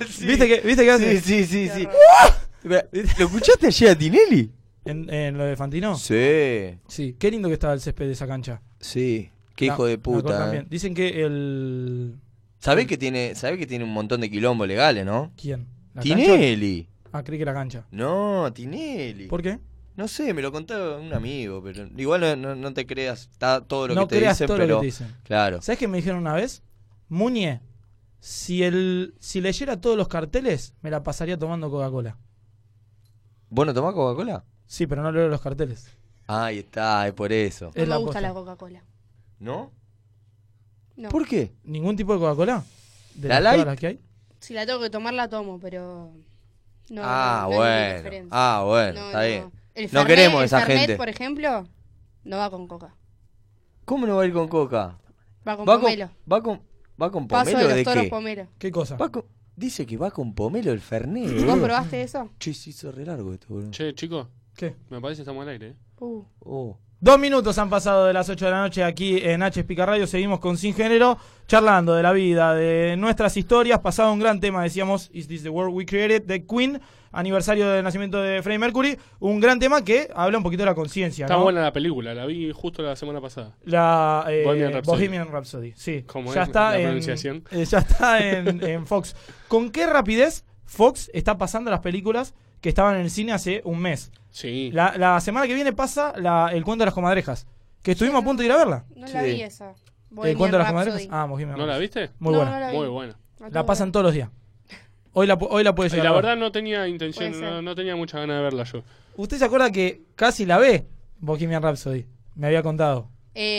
D: ¿Viste que, ¿Viste que hace?
H: Sí, sí, sí. sí. ¿Lo escuchaste ayer a Tinelli?
D: ¿En, en lo de Fantino?
H: Sí.
D: Sí, qué lindo que estaba el césped de esa cancha.
H: Sí. Qué
D: La-
H: hijo de
D: la cortan
H: puta. eh.
D: bien. Dicen que el.
H: ¿Sabés que tiene, sabés que tiene un montón de quilombo legales, ¿no?
D: ¿Quién? ¿La
H: Tinelli.
D: Ah, creí que la cancha.
H: No, Tinelli.
D: ¿Por qué?
H: No sé, me lo contó un amigo, pero igual no, no- no te creas ta- todo lo
D: No
H: que te
D: creas
H: dicen,
D: todo lo
H: pero
D: que te dicen.
H: claro.
D: ¿Sabes qué me dijeron una vez? Muñe, si el si leyera todos los carteles, me la pasaría tomando Coca-Cola.
H: ¿Vos no tomás Coca-Cola?
D: Sí, pero no leo los carteles.
H: Ahí está, es por eso.
F: No
D: Es
F: me
D: la
F: gusta
D: posta.
F: la Coca-Cola.
H: ¿No?
F: No.
H: ¿Por qué?
D: ¿Ningún tipo de Coca-Cola? ¿De
H: ¿La
D: las-
H: light?
D: todas las que hay?
F: Si la tengo que tomar, la tomo, pero. No,
H: ah,
F: no, no hay ninguna
H: bueno.
F: diferencia.
H: Ah, bueno,
F: No,
H: está
F: no.
H: bien.
F: El
H: no
F: Fernet-
H: queremos
F: el
H: esa
F: Fernet,
H: gente.
F: por ejemplo, no va con Coca.
H: ¿Cómo no va a ir con Coca?
F: Va con
H: Va con,
F: pomelo.
H: va con, va con
F: Paso
H: pomelo
F: de los
H: de,
F: toros
H: qué?
F: pomelo.
D: ¿Qué cosa?
H: Va con- dice que va con pomelo el Fernet.
F: ¿Vos
H: boludo.
F: probaste eso?
H: Che, se hizo re largo esto, boludo.
E: Che, chico.
D: ¿Qué?
E: Me parece que estamos al aire, eh.
F: Uh.
H: Oh.
D: Dos minutos han pasado de las 8 de la noche aquí en H Pica Radio. Seguimos con Sin Género, charlando de la vida, de nuestras historias. Pasado un gran tema, decíamos, Is This the World We Created, de Queen, aniversario del nacimiento de Freddie Mercury. Un gran tema que habla un poquito de la conciencia.
E: Está
D: ¿no?
E: buena la película, la vi justo la semana pasada.
D: La eh,
E: Bohemian Rhapsody.
D: Bohemian Rhapsody, sí.
E: ¿Cómo
D: ya
E: es
D: está
E: la
D: en,
E: pronunciación?
D: eh, ya está en, en Fox. ¿Con qué rapidez Fox está pasando las películas que estaban en el cine hace un mes?
E: Sí.
D: La, la semana que viene pasa la- el cuento de las comadrejas, que estuvimos a punto de ir a verla.
F: No la
E: Sí.
F: vi esa.
D: ¿El
F: Bohemian
D: cuento de las
F: Rhapsody.
D: comadrejas? Ah, Bohemian
E: ¿No la
D: Rhapsody.
E: viste?
D: Muy
F: No,
D: buena.
F: no la vi.
E: Muy buena.
F: No
D: La
F: tengo
D: pasan todos los días. Hoy la, pu- hoy la puede
E: Y
D: llegar
E: la
D: a ver.
E: verdad no tenía intención,
F: Puede ser.
E: no, no tenía mucha ganas de verla yo.
D: ¿Usted se acuerda que casi la ve Bohemian Rhapsody? Me había contado.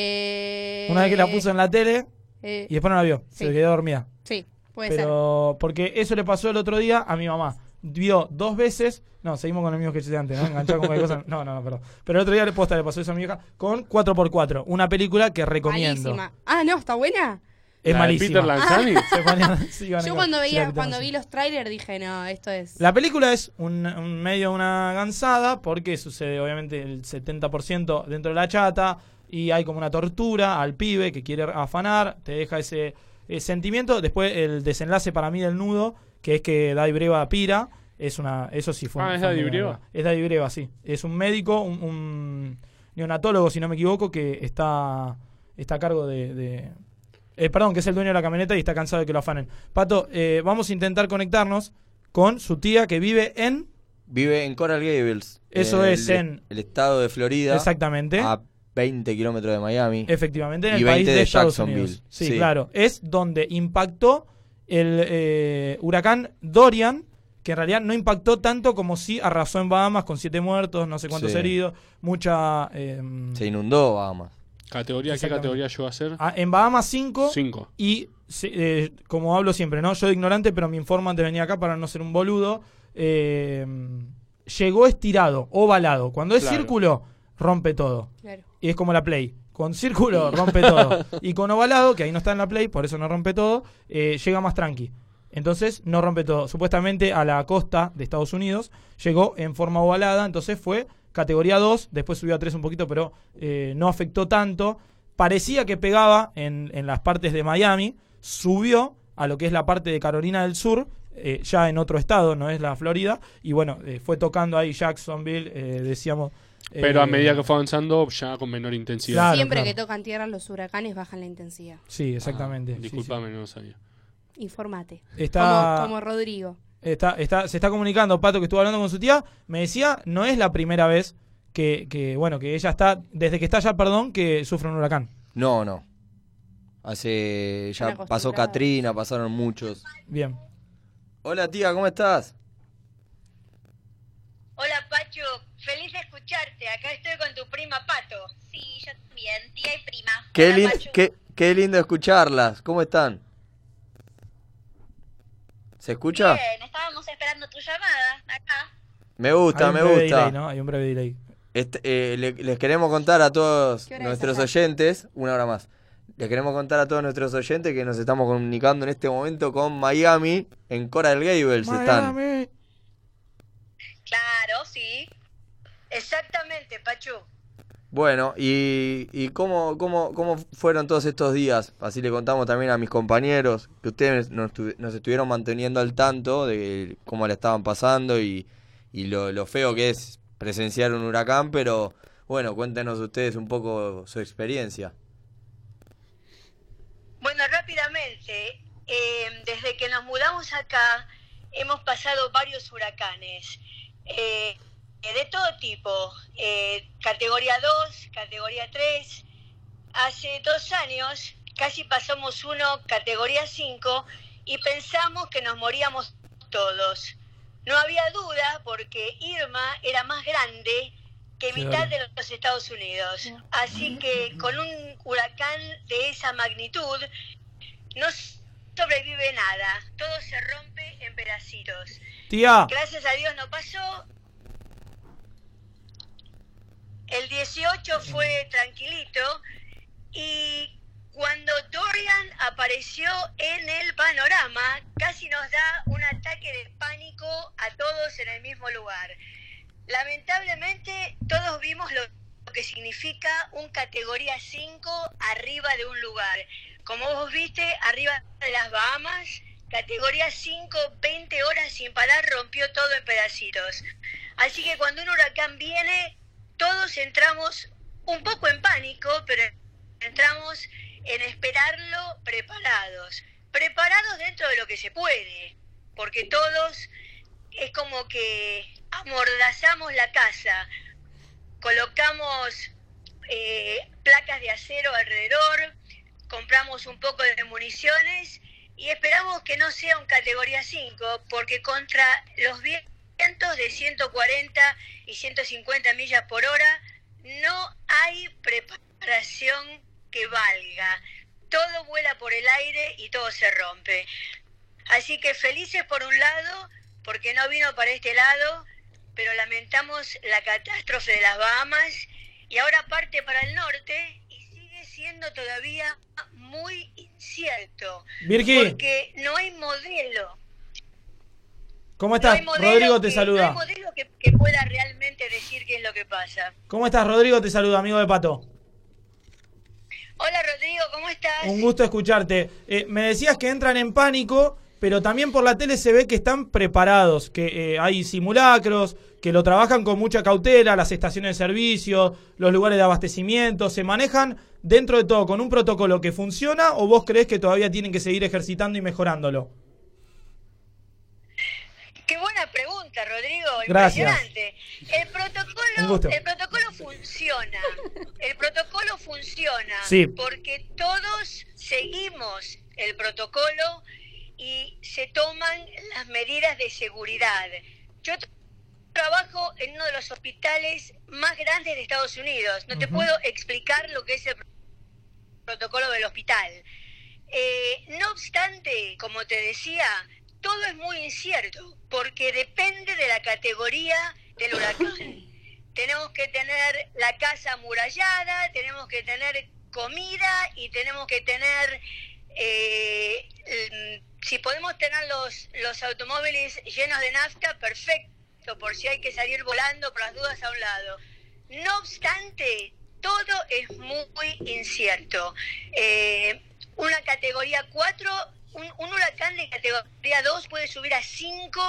F: Eh,
D: Una vez que la puso en la tele
F: eh,
D: y después no la vio. Se
F: sí.
D: quedó dormida.
F: Sí, puede
D: Pero porque eso le pasó el otro día a mi mamá. Vio dos veces. No, seguimos con el mismo que yo antes, ¿no? Enganchado con cualquier cosa. No, no, no, perdón. Pero el otro día le posta le pasó eso a mi hija con 4x4, una película que
F: ser.
D: recomiendo.
F: Malísima. Ah, no, está buena.
D: Es
E: La de
D: malísima.
E: Peter Lanzani.
D: Se ponían- se iban a
F: Yo
D: encontrar-
F: cuando
D: sí, la
F: veía,
D: Peter
F: cuando
D: Lanzani.
F: vi los trailers dije, no, esto es.
D: La película es un, un medio una gansada porque sucede obviamente el 70% dentro de la chata y hay como una tortura al pibe que quiere afanar, te deja ese, eh, sentimiento. Después el desenlace para mí del nudo, que es que Dai Breva pira, es una, eso sí fue...
E: Ah,
D: un-
E: ¿es
D: fue
E: Dai
D: muy
E: Breva?
D: brava. Es Dai Breva, sí. Es un médico, un, un neonatólogo, si no me equivoco, que está, está a cargo de... de- eh, perdón, que es el dueño de la camioneta y está cansado de que lo afanen. Pato, eh, vamos a intentar conectarnos con su tía que vive en...
H: Vive en Coral Gables.
D: Eso
H: el-
D: es en-
H: El estado de Florida.
D: Exactamente.
H: A 20 kilómetros de Miami.
D: Efectivamente, en
H: Y
D: el país
H: 20
D: de,
H: de
D: Estados
H: Jacksonville,
D: Unidos. Sí,
H: sí.
D: claro. Es donde impactó el eh, huracán Dorian, que en realidad no impactó tanto como si arrasó en Bahamas con siete muertos, no sé cuántos
H: Sí.
D: heridos, mucha... eh,
H: Se inundó Bahamas.
E: Categoría, ¿qué
D: Exactamente.
E: categoría llegó a ser?
D: ah, en Bahamas 5
E: Cinco.
D: y, se- eh, como hablo siempre, ¿no? Yo de ignorante, pero me informan de venir acá para no ser un boludo. eh, llegó estirado, ovalado. Cuando es
E: Claro.
D: círculo, rompe todo.
F: Claro.
D: Y es como la Play. Con círculo rompe todo. Y con ovalado, que ahí no está en la Play, por eso no rompe todo, eh, llega más tranqui. Entonces no rompe todo. Supuestamente a la costa de Estados Unidos llegó en forma ovalada, entonces fue categoría 2, después subió a 3 un poquito, pero eh, no afectó tanto. Parecía que pegaba en, en las partes de Miami, subió a lo que es la parte de Carolina del Sur, eh, ya en otro estado, no es la Florida, y bueno, eh, fue tocando ahí Jacksonville, eh, decíamos.
E: Pero a
D: eh,
E: medida que fue avanzando, ya con menor intensidad.
D: Claro,
F: Siempre
D: claro.
F: que tocan tierra, los huracanes bajan la intensidad.
D: Sí, exactamente. sí, sí.
E: Disculpame, Ah, no lo sabía.
F: Informate.
D: Está-
F: Como, como Rodrigo.
D: Está, está, se está comunicando, Pato, que estuvo hablando con su tía, me decía, no es la primera vez que, que, bueno, que ella está, desde que está allá, perdón, que sufre un huracán.
H: No, no. Hace. Ya
F: Están
H: pasó
F: acostumbrados.
H: Katrina, pasaron muchos.
D: Bien.
H: Hola tía, ¿cómo estás?
I: Hola Pacho, feliz de escucharte. Acá estoy con tu prima Pato. Sí, yo también, tía y prima.
H: Qué,
I: Hola,
H: lin-
I: Pachu.
H: qué, qué lindo escucharlas. ¿Cómo están? ¿Se escucha?
I: Bien, estábamos esperando tu llamada acá.
H: Me gusta,
D: Hay un
H: me
D: breve
H: gusta.
D: delay, ¿no? Hay un breve delay.
H: Este, eh, le- les queremos contar a todos
F: ¿Qué hora es
H: nuestros
F: allá?
H: oyentes, una hora más, Les queremos contar a todos nuestros oyentes que nos estamos comunicando en este momento con Miami, en Cora del Gables están.
M: Claro, sí. Exactamente, Pachu.
H: Bueno, y, y cómo, cómo, cómo fueron todos estos días. Así le contamos también a mis compañeros que ustedes nos, tu- nos estuvieron manteniendo al tanto de cómo la estaban pasando y, y lo, lo feo que es presenciar un huracán, pero bueno, cuéntenos ustedes un poco su experiencia.
M: Bueno, rápidamente, eh, desde que nos mudamos acá, hemos pasado varios huracanes, eh, de todo tipo, eh, categoría 2, categoría 3. Hace dos años casi pasamos uno, categoría 5, y pensamos que nos moríamos todos. No había duda porque Irma era más grande que mitad de los Estados Unidos. Así que con un huracán de esa magnitud no sobrevive nada. Todo se rompe en pedacitos.
D: Tía.
M: Gracias a Dios no pasó. El 18 fue tranquilito y cuando Dorian apareció en el panorama, casi nos da un ataque de pánico a todos en el mismo lugar. Lamentablemente todos vimos lo lo que significa un categoría 5 arriba de un lugar. Como vos viste, arriba de las Bahamas, categoría 5, 20 horas sin parar, rompió todo en pedacitos. Así que cuando un huracán viene, todos entramos un poco en pánico, pero entramos en esperarlo preparados. Preparados dentro de lo que se puede, porque todos es como que amordazamos la casa colocamos eh, placas de acero alrededor, compramos un poco de municiones y esperamos que no sea un categoría 5, porque contra los vientos de 140 y 150 millas por hora no hay preparación que valga. Todo vuela por el aire y todo se rompe. Así que felices por un lado, porque no vino para este lado, pero lamentamos la catástrofe de las Bahamas y ahora parte para el norte y sigue siendo todavía muy incierto.
D: Virgi.
M: Porque no hay modelo.
D: ¿Cómo estás?
M: no hay modelo
D: Rodrigo te
M: que-
D: saluda.
M: No hay modelo que, que pueda realmente decir qué es lo que pasa.
D: ¿Cómo estás, Rodrigo? Te saluda, amigo de Pato.
M: Hola Rodrigo, ¿cómo estás?
D: Un gusto escucharte. Eh, me decías que entran en pánico, pero también por la tele se ve que están preparados, que eh, hay simulacros, que lo trabajan con mucha cautela, las estaciones de servicio, los lugares de abastecimiento, se manejan dentro de todo con un protocolo que funciona o vos crees que todavía tienen que seguir ejercitando y mejorándolo?
M: Qué buena pregunta, Rodrigo.
D: Gracias.
M: Impresionante. El
D: Un
M: protocolo,
D: gusto.
M: el protocolo funciona. El protocolo funciona
D: Sí.
M: porque todos seguimos el protocolo y se toman las medidas de seguridad. Yo t- trabajo en uno de los hospitales más grandes de Estados Unidos. No te
N: Ujú.
M: puedo explicar lo que es el pro- protocolo del hospital. Eh, no obstante, como te decía, todo es muy incierto porque depende de la categoría del huracán. tenemos que tener la casa amurallada, tenemos que tener comida y tenemos que tener, eh, el- si podemos tener los, los automóviles llenos de nafta, perfecto, por si hay que salir volando por las dudas a un lado. No obstante, todo es muy incierto. Eh, una categoría 4, un, un huracán de categoría 2 puede subir a 5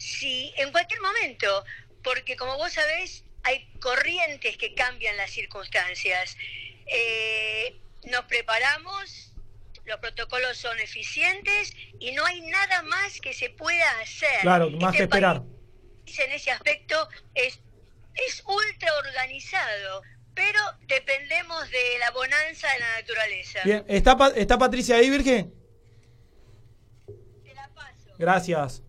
M: si, en cualquier momento, porque como vos sabés, hay corrientes que cambian las circunstancias. Eh, nos preparamos, los protocolos son eficientes y no hay nada más que se pueda hacer.
D: Claro, más que
M: Este país
D: esperar.
M: en ese aspecto es, es ultra organizado, pero dependemos de la bonanza de la naturaleza.
D: Bien, ¿está, Pa- está Patricia ahí, Virgen? Gracias.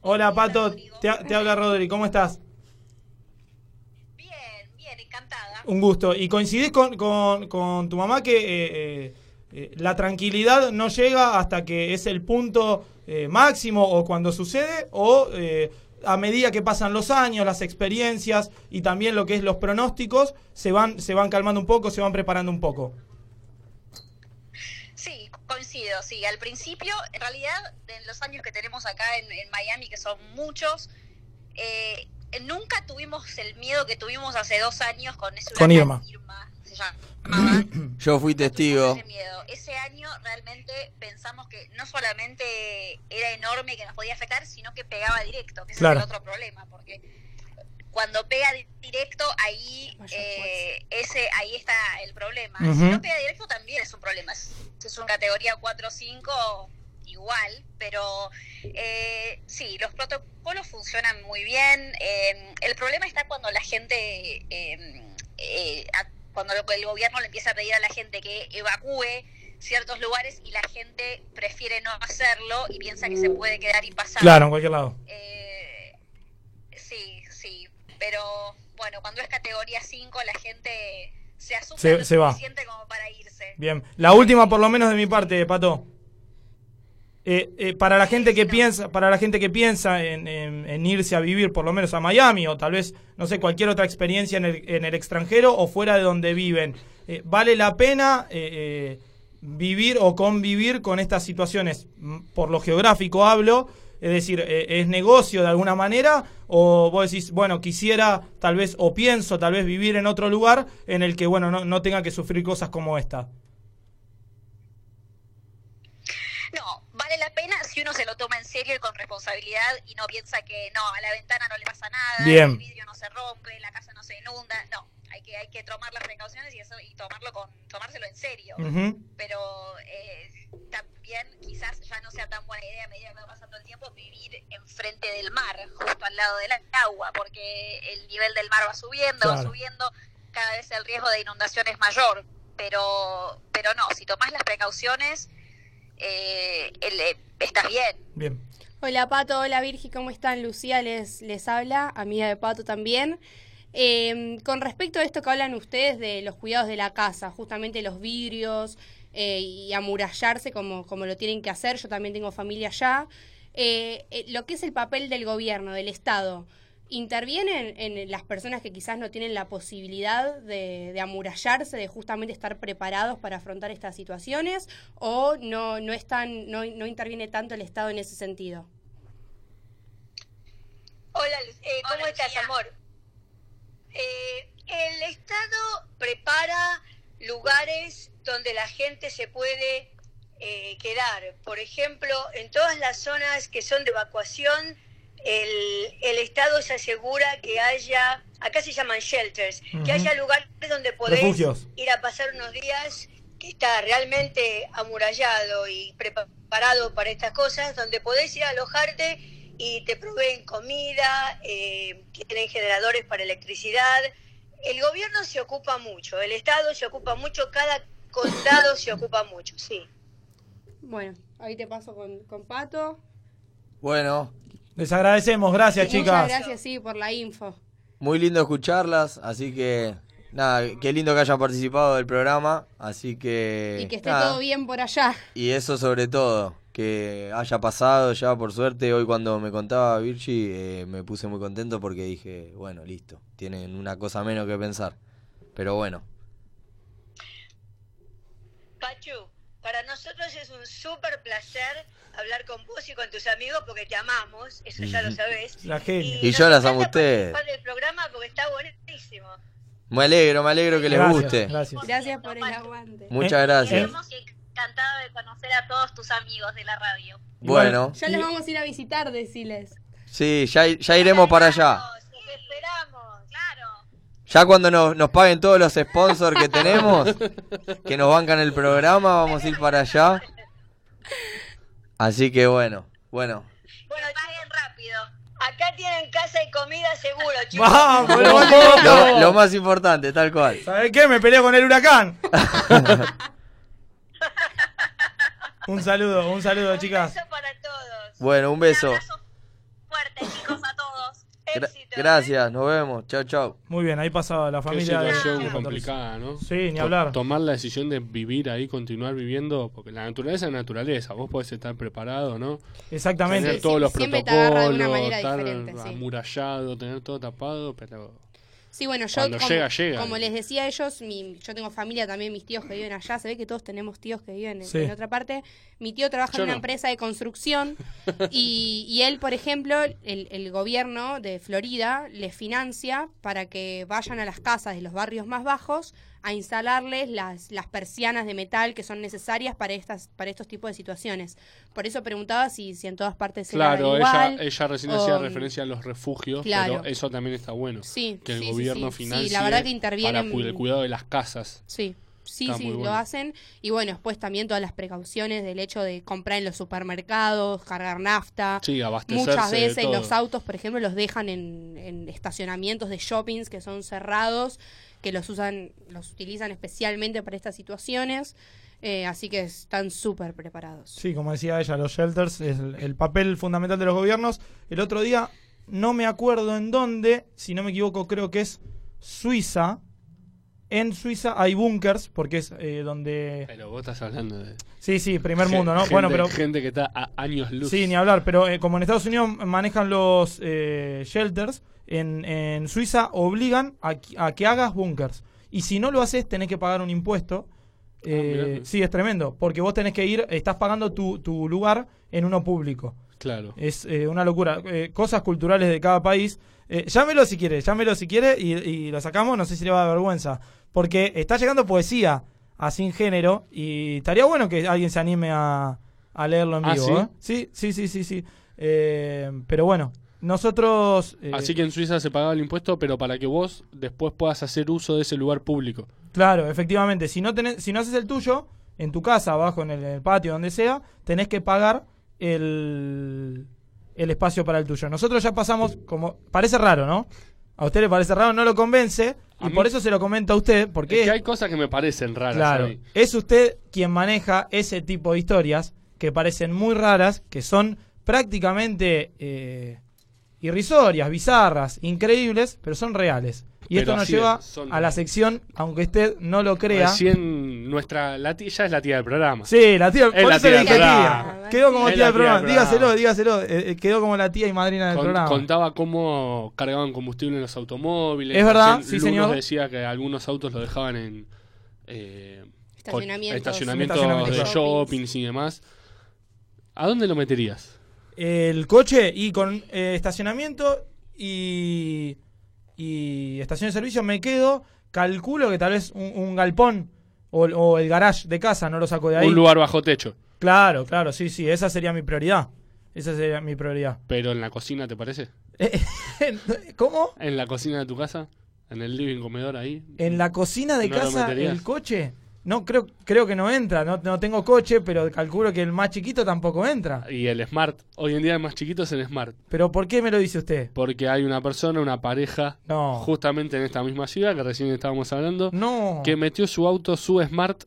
D: Hola, Pato. Te, ha- te habla Rodri. ¿Cómo estás? Un gusto. ¿Y coincidís con, con- con tu mamá que eh, eh, eh, la tranquilidad no llega hasta que es el punto eh, máximo o cuando sucede? ¿O eh, a medida que pasan los años, las experiencias y también lo que es los pronósticos, se van, se van calmando un poco, se van preparando un poco.
I: Sí, coincido, sí. Al principio, en realidad, en los años que tenemos acá en, en Miami, que son muchos, eh, nunca tuvimos el miedo que tuvimos hace dos años con ese
D: Con
I: huracán
D: Irma.
I: Irma, se llama.
H: Yo fui testigo.
I: ese miedo. Ese año realmente pensamos que no solamente era enorme y que nos podía afectar, sino que pegaba directo, que ese
J: Claro.
I: es el otro problema, porque cuando pega di- directo ahí eh, ese ahí está el problema. Si
J: Ujú.
I: no pega directo también es un problema. Es, es una categoría 4 o 5 igual, pero eh, sí, los protocolos funcionan muy bien. Eh, el problema está cuando la gente eh, eh, a- cuando lo- el gobierno le empieza a pedir a la gente que evacúe ciertos lugares y la gente prefiere no hacerlo y piensa que se puede quedar y pasar.
D: Claro, en cualquier lado.
I: Sí, sí, pero bueno, cuando es categoría 5 la gente se asusta
D: Se-
I: lo
D: se va.
I: suficiente como para irse.
D: Bien, la última por lo menos de mi parte, Pato. Eh, eh, para la gente que piensa, para la gente que piensa en, en- en irse a vivir por lo menos a Miami o tal vez, no sé, cualquier otra experiencia en el, en el extranjero o fuera de donde viven, eh, ¿vale la pena eh, eh, vivir o convivir con estas situaciones? Mm, Por lo geográfico hablo, es decir, eh, ¿es negocio de alguna manera? ¿O vos decís, bueno, quisiera tal vez, o pienso tal vez vivir en otro lugar en el que, bueno, no, no tenga que sufrir cosas como esta?
I: No, vale la pena si uno se lo toma en serio y con responsabilidad y no piensa que no, a la ventana no le pasa nada,
D: Bien.
I: el vidrio no se rompe, la casa no se inunda. No, hay que hay que tomar las precauciones y eso y tomarlo con tomárselo en serio.
J: Ujú.
I: Pero eh, también quizás ya no sea tan buena idea a medida que va pasando el tiempo vivir enfrente del mar, justo al lado del agua, porque el nivel del mar va subiendo, va
J: Claro.
I: subiendo, cada vez el riesgo de inundación es mayor. Pero pero no, si tomás las precauciones eh, el, eh, estás bien.
F: Hola Pato, hola Virgi, ¿cómo están? Lucía les, les habla, amiga de Pato también. Eh, con respecto a esto que hablan ustedes de los cuidados de la casa, justamente los vidrios eh, y amurallarse como, como lo tienen que hacer, yo también tengo familia allá, Eh, eh, lo que es el papel del gobierno, del Estado, intervienen en las personas que quizás no tienen la posibilidad de, de amurallarse, de justamente estar preparados para afrontar estas situaciones, o no, no, están, no, no interviene tanto el Estado en ese sentido.
I: Hola, Lu- eh, ¿cómo estás, amor? Eh, el Estado prepara lugares donde la gente se puede eh, quedar. Por ejemplo, en todas las zonas que son de evacuación, el, el Estado se asegura que haya, acá se llaman shelters,
J: Ujú.
I: que haya lugares donde podés
J: Refugios.
I: ir a pasar unos días que está realmente amurallado y preparado para estas cosas, donde podés ir a alojarte y te proveen comida, eh, tienen generadores para electricidad. El gobierno se ocupa mucho, el Estado se ocupa mucho, cada condado se ocupa mucho, sí.
F: Bueno, ahí te paso con, con Pato.
H: Bueno,
D: Les agradecemos, gracias
F: Muchas
D: chicas.
F: gracias, sí, por la info.
H: muy lindo escucharlas, así que nada, qué lindo que hayan participado del programa, así que...
F: Y que esté
H: nada.
F: todo bien por allá.
H: Y eso sobre todo, que haya pasado ya por suerte. Hoy cuando me contaba Virgi eh, me puse muy contento porque dije, bueno, listo, tienen una cosa menos que pensar. Pero bueno,
I: Pachu, para nosotros es un súper placer hablar con vos y con tus amigos porque te amamos, eso ya lo sabés.
H: La genia.
I: Y,
H: Y yo
I: nos
H: las amo a
I: encanta
H: ustedes.
I: participar del programa porque está buenísimo.
H: me alegro, me alegro que les
D: Gracias,
H: guste.
D: Gracias. Eh,
F: Gracias por el aguante.
H: Muchas gracias.
I: Encantada de conocer a todos tus amigos de la radio.
H: Bueno,
F: Ya les vamos a ir a visitar, deciles.
H: sí, ya, ya iremos para allá.
I: esperamos, claro.
H: Ya cuando nos, nos paguen todos los sponsors que tenemos, que nos bancan el programa, vamos a ir para allá. Así que bueno, bueno,
I: Bueno, paguen rápido. Acá tienen casa y comida seguro, chicos.
D: Vamos,
H: lo, lo más importante, tal cual.
D: ¿Sabes qué? Me peleo con el huracán. un saludo, un saludo chicas.
H: Bueno, un beso. Gra- gracias, nos vemos. Chao, chao.
D: Muy bien, ahí pasaba la
E: Qué
D: familia. de-
E: situación
D: de Patricio.
E: complicada, ¿no?
D: Sí, ni
E: To-
D: hablar.
E: Tomar la decisión de vivir ahí, continuar viviendo, porque la naturaleza es naturaleza, vos podés estar preparado, ¿no?
D: Exactamente.
E: Tener
D: Sí,
E: todos los
F: siempre
E: protocolos,
F: te agarra de una manera
E: estar
F: diferente, sí.
E: amurallado, tener todo tapado, pero
F: Sí, bueno, yo
E: Cuando
F: como,
E: llega, llega.
F: como les decía a ellos, mi- yo tengo familia también, mis tíos que viven allá, se ve que todos tenemos tíos que viven en,
E: Sí.
F: en otra parte. Mi tío trabaja
E: Yo
F: en una
E: no.
F: empresa de construcción y, y él, por ejemplo, el, el gobierno de Florida les financia para que vayan a las casas de los barrios más bajos a instalarles las, las persianas de metal que son necesarias para estas para estos tipos de situaciones. Por eso preguntaba si, si en todas partes era
E: Claro,
F: igual,
E: ella, ella recién hacía
F: o-
E: referencia a los refugios,
F: Claro.
E: pero eso también está bueno.
F: Sí,
E: que el
F: sí, sí,
E: gobierno
F: sí. Sí,
E: financie
F: la verdad que intervienen-
E: para cu- el cuidado de las casas.
F: Sí, sí,
E: Está
F: sí,
E: muy
F: lo
E: bueno.
F: hacen. Y bueno, después también todas las precauciones del hecho de comprar en los supermercados, cargar nafta.
E: Sí, abastecerse
F: Muchas
E: de
F: veces
E: todo.
F: los autos, por ejemplo, los dejan en, en estacionamientos de shoppings que son cerrados, que los usan, los utilizan especialmente para estas situaciones. Eh, así que están súper preparados.
D: Sí, como decía ella, los shelters es el, el papel fundamental de los gobiernos. El otro día, no me acuerdo en dónde, si no me equivoco, creo que es Suiza. En Suiza hay bunkers, porque es eh, donde.
E: Pero vos estás hablando de.
D: Sí, sí, primer
E: Gen-
D: mundo, ¿no?
E: gente-
D: Bueno, pero-
E: Gente que está a años luz.
D: Sí, ni hablar, pero eh, como en Estados Unidos manejan los eh, shelters, en, en Suiza obligan a, qui- a que hagas bunkers. Y si no lo haces, tenés que pagar un impuesto. Eh,
E: Ah, mirá.
D: sí, es tremendo, porque vos tenés que ir, estás pagando tu, tu lugar en uno público.
E: Claro.
D: Es eh, una locura. Eh, cosas culturales de cada país. Eh, llámelo si quiere, llámelo si quiere y, y lo sacamos, no sé si le va a dar vergüenza. Porque está llegando poesía a Sin Género y estaría bueno que alguien se anime a, a leerlo en
E: ¿Ah,
D: vivo. ¿eh? sí, sí, sí, sí. sí. Eh, pero bueno, nosotros... eh,
E: Así que en Suiza se pagaba el impuesto, pero para que vos después puedas hacer uso de ese lugar público.
D: Claro, efectivamente. Si no, tenés, si no haces el tuyo, en tu casa, abajo, en el, en el patio, donde sea, tenés que pagar el, el espacio para el tuyo. Nosotros ya pasamos, como. Parece raro, ¿no? A usted le parece raro, no lo convence.
E: A
D: Y
E: mí-
D: por eso se lo comenta a usted, porque.
E: Es que hay cosas que me parecen raras.
D: claro.
E: ahí.
D: Es usted quien maneja ese tipo de historias que parecen muy raras, que son prácticamente eh, irrisorias, bizarras, increíbles, pero son reales. Y
E: Pero
D: esto nos
E: así
D: lleva
E: es, son
D: a la sección, aunque usted no lo crea.
E: Recién nuestra. La tía, ya es la tía del programa.
D: Sí, la tía,
E: Es
D: por
E: la
D: eso le
E: tía
D: dije
E: del
D: tía.
E: programa.
D: Quedó como
E: Es
D: tía
E: la tía
D: del
E: del
D: programa. Dígaselo,
E: programa.
D: dígaselo. Eh, eh, quedó como la tía y madrina del
E: Con-
D: programa.
E: contaba cómo cargaban combustible en los automóviles.
D: Es verdad,
E: Recién
D: sí,
E: Lu nos
D: señor.
E: decía que algunos autos lo dejaban en eh, co-
F: Estacionamientos.
E: estacionamientos
D: Estacionamientos,
E: de
D: claro.
E: shoppings y demás. ¿A dónde lo meterías?
D: El coche y con eh, estacionamiento y, y estación de servicio me quedo. Calculo que tal vez un, un galpón o, o el garage de casa, no lo saco de ahí.
E: Un lugar bajo techo.
D: Claro, claro, sí, sí. Esa sería mi prioridad. Esa sería mi prioridad.
E: Pero en la cocina, ¿te parece?
D: Eh, ¿Cómo?
E: ¿En la cocina de tu casa? ¿En el living comedor ahí?
D: En la cocina de
E: ¿No lo
D: casa,
E: meterías?
D: el coche. No, creo, creo que no entra. No, no tengo coche, pero calculo que el más chiquito tampoco entra.
E: Y el Smart. Hoy en día el más chiquito es el Smart.
D: ¿Pero por qué me lo dice usted?
E: Porque hay una persona, una pareja,
D: No.
E: justamente en esta misma ciudad que recién estábamos hablando,
D: No.
E: que metió su auto, su Smart,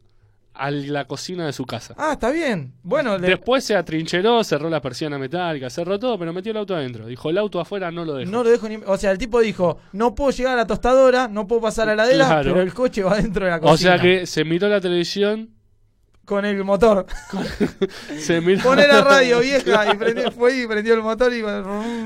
E: a la cocina de su casa.
D: Ah, está bien. Bueno, le-
E: Después se atrincheró, cerró la persiana metálica, cerró todo, pero metió el auto adentro. Dijo, el auto afuera no lo dejo.
D: no lo dejo ni. O sea, el tipo dijo: No puedo llegar a la tostadora, no puedo pasar a la heladera,
E: Claro.
D: pero el coche va dentro de la cocina.
E: o sea que se miró la televisión,
D: Con el motor.
E: se miró...
D: Poné la radio vieja y
E: Claro.
D: prendió, fue y prendió el motor y.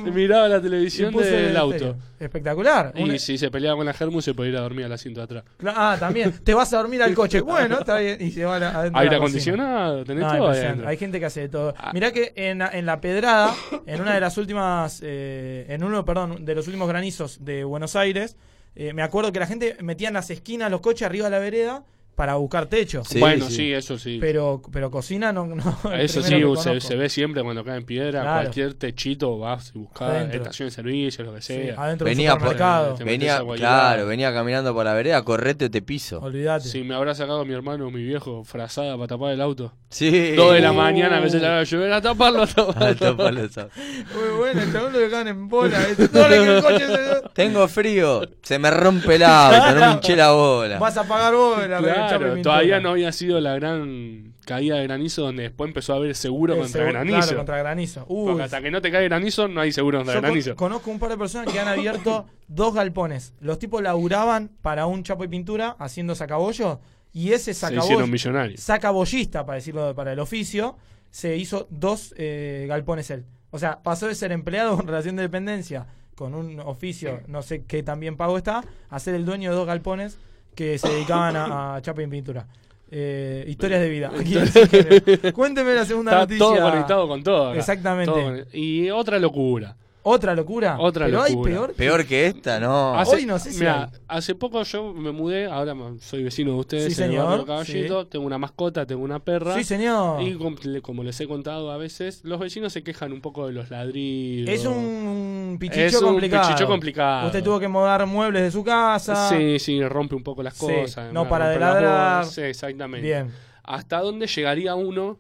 E: Miraba la
D: Y
E: televisión
D: puso el
E: del
D: estéreo.
E: auto.
D: Espectacular.
E: Y
D: Una-
E: si se peleaba con la Germu se podía ir a dormir al asiento de atrás.
D: Cla- Ah, también. Te vas a dormir al coche. Bueno, está bien. Y se va a la- adentro. de
E: Aire
D: la cocina.
E: acondicionado, tenés
D: No,
E: todo ahí
D: impresionante.
E: adentro. Ah.
D: Hay gente que hace de todo. Mirá que en, la- en la pedrada, en una de las últimas, eh, en uno, perdón, de los últimos granizos de Buenos Aires, eh, me acuerdo que la gente metía en las esquinas los coches arriba de la vereda para buscar techo.
E: bueno, sí. eso sí.
D: Pero, pero cocina no. no el
E: Eso sí,
D: primero que
E: se,
D: conozco.
E: se ve siempre cuando caen piedra,
D: Claro.
E: cualquier techito vas y buscas
D: Adentro.
E: estación de servicio, lo que sea.
D: adentro
H: Venía,
E: Te
H: por,
E: metes a
H: venía,
E: cualquier
H: claro,
E: lado.
H: venía caminando por la vereda, correte o te piso.
E: Si me habrá sacado mi hermano o mi viejo frazada para tapar el auto.
H: Sí.
E: Dos de la
H: Uh.
E: mañana que se le haga llover a taparlo, a taparlo.
H: A taparlo, a taparlo.
D: Muy bueno, el chabón lo dejaban en bola.
E: este.
D: ¿viste? Todo lo que el coche se-
H: Tengo frío, se me rompe el auto, Ah, no me hinché la bola.
D: Vas a pagar vos
E: Claro,
D: la
E: Claro, todavía no había sido la gran caída de granizo donde después empezó a haber seguro
D: El
E: contra
D: seguro,
E: granizo.
D: claro, contra granizo. Uy.
E: Porque hasta que no te cae granizo no hay seguro contra
D: Yo con-
E: granizo.
D: conozco un par de personas que han abierto dos galpones. Los tipos laburaban para un chapo y pintura haciendo sacabollos y ese sacabollo,
E: hicieron millonarios.
D: sacabollista, para decirlo para el oficio, se hizo dos eh, galpones él. O sea, pasó de ser empleado con relación de dependencia con un oficio, no sé qué también pago está, a ser el dueño de dos galpones que se dedicaban a, a chapa y pintura. Eh, historias de vida. Aquí en Singenia. Cuénteme la segunda
E: Está
D: noticia.
E: todo conectado con todo. acá.
D: Exactamente.
E: Todo conect- y otra locura.
D: ¿Otra locura?
E: Otra
D: Pero
E: locura.
D: hay peor. que-
H: Peor que esta, no.
E: Hace,
D: Hoy no sé si
E: mirá, hace poco yo me mudé, ahora ma- soy vecino de ustedes,
D: Sí,
E: en el
D: señor,
E: barrio Caballito, tengo una mascota, tengo una perra.
D: Sí, señor.
E: Y com- le- como les he contado a veces, los vecinos se quejan un poco de los ladrillos.
D: Es un pichicho
E: Es un
D: complicado.
E: pichicho complicado.
D: Usted tuvo que mudar muebles de su casa.
E: Sí, sí, rompe un poco las
D: Sí,
E: cosas.
D: no
E: me
D: para de
E: rompe las
D: ladrar.
E: bolas. Sí, exactamente.
D: Bien.
E: ¿Hasta dónde llegaría uno?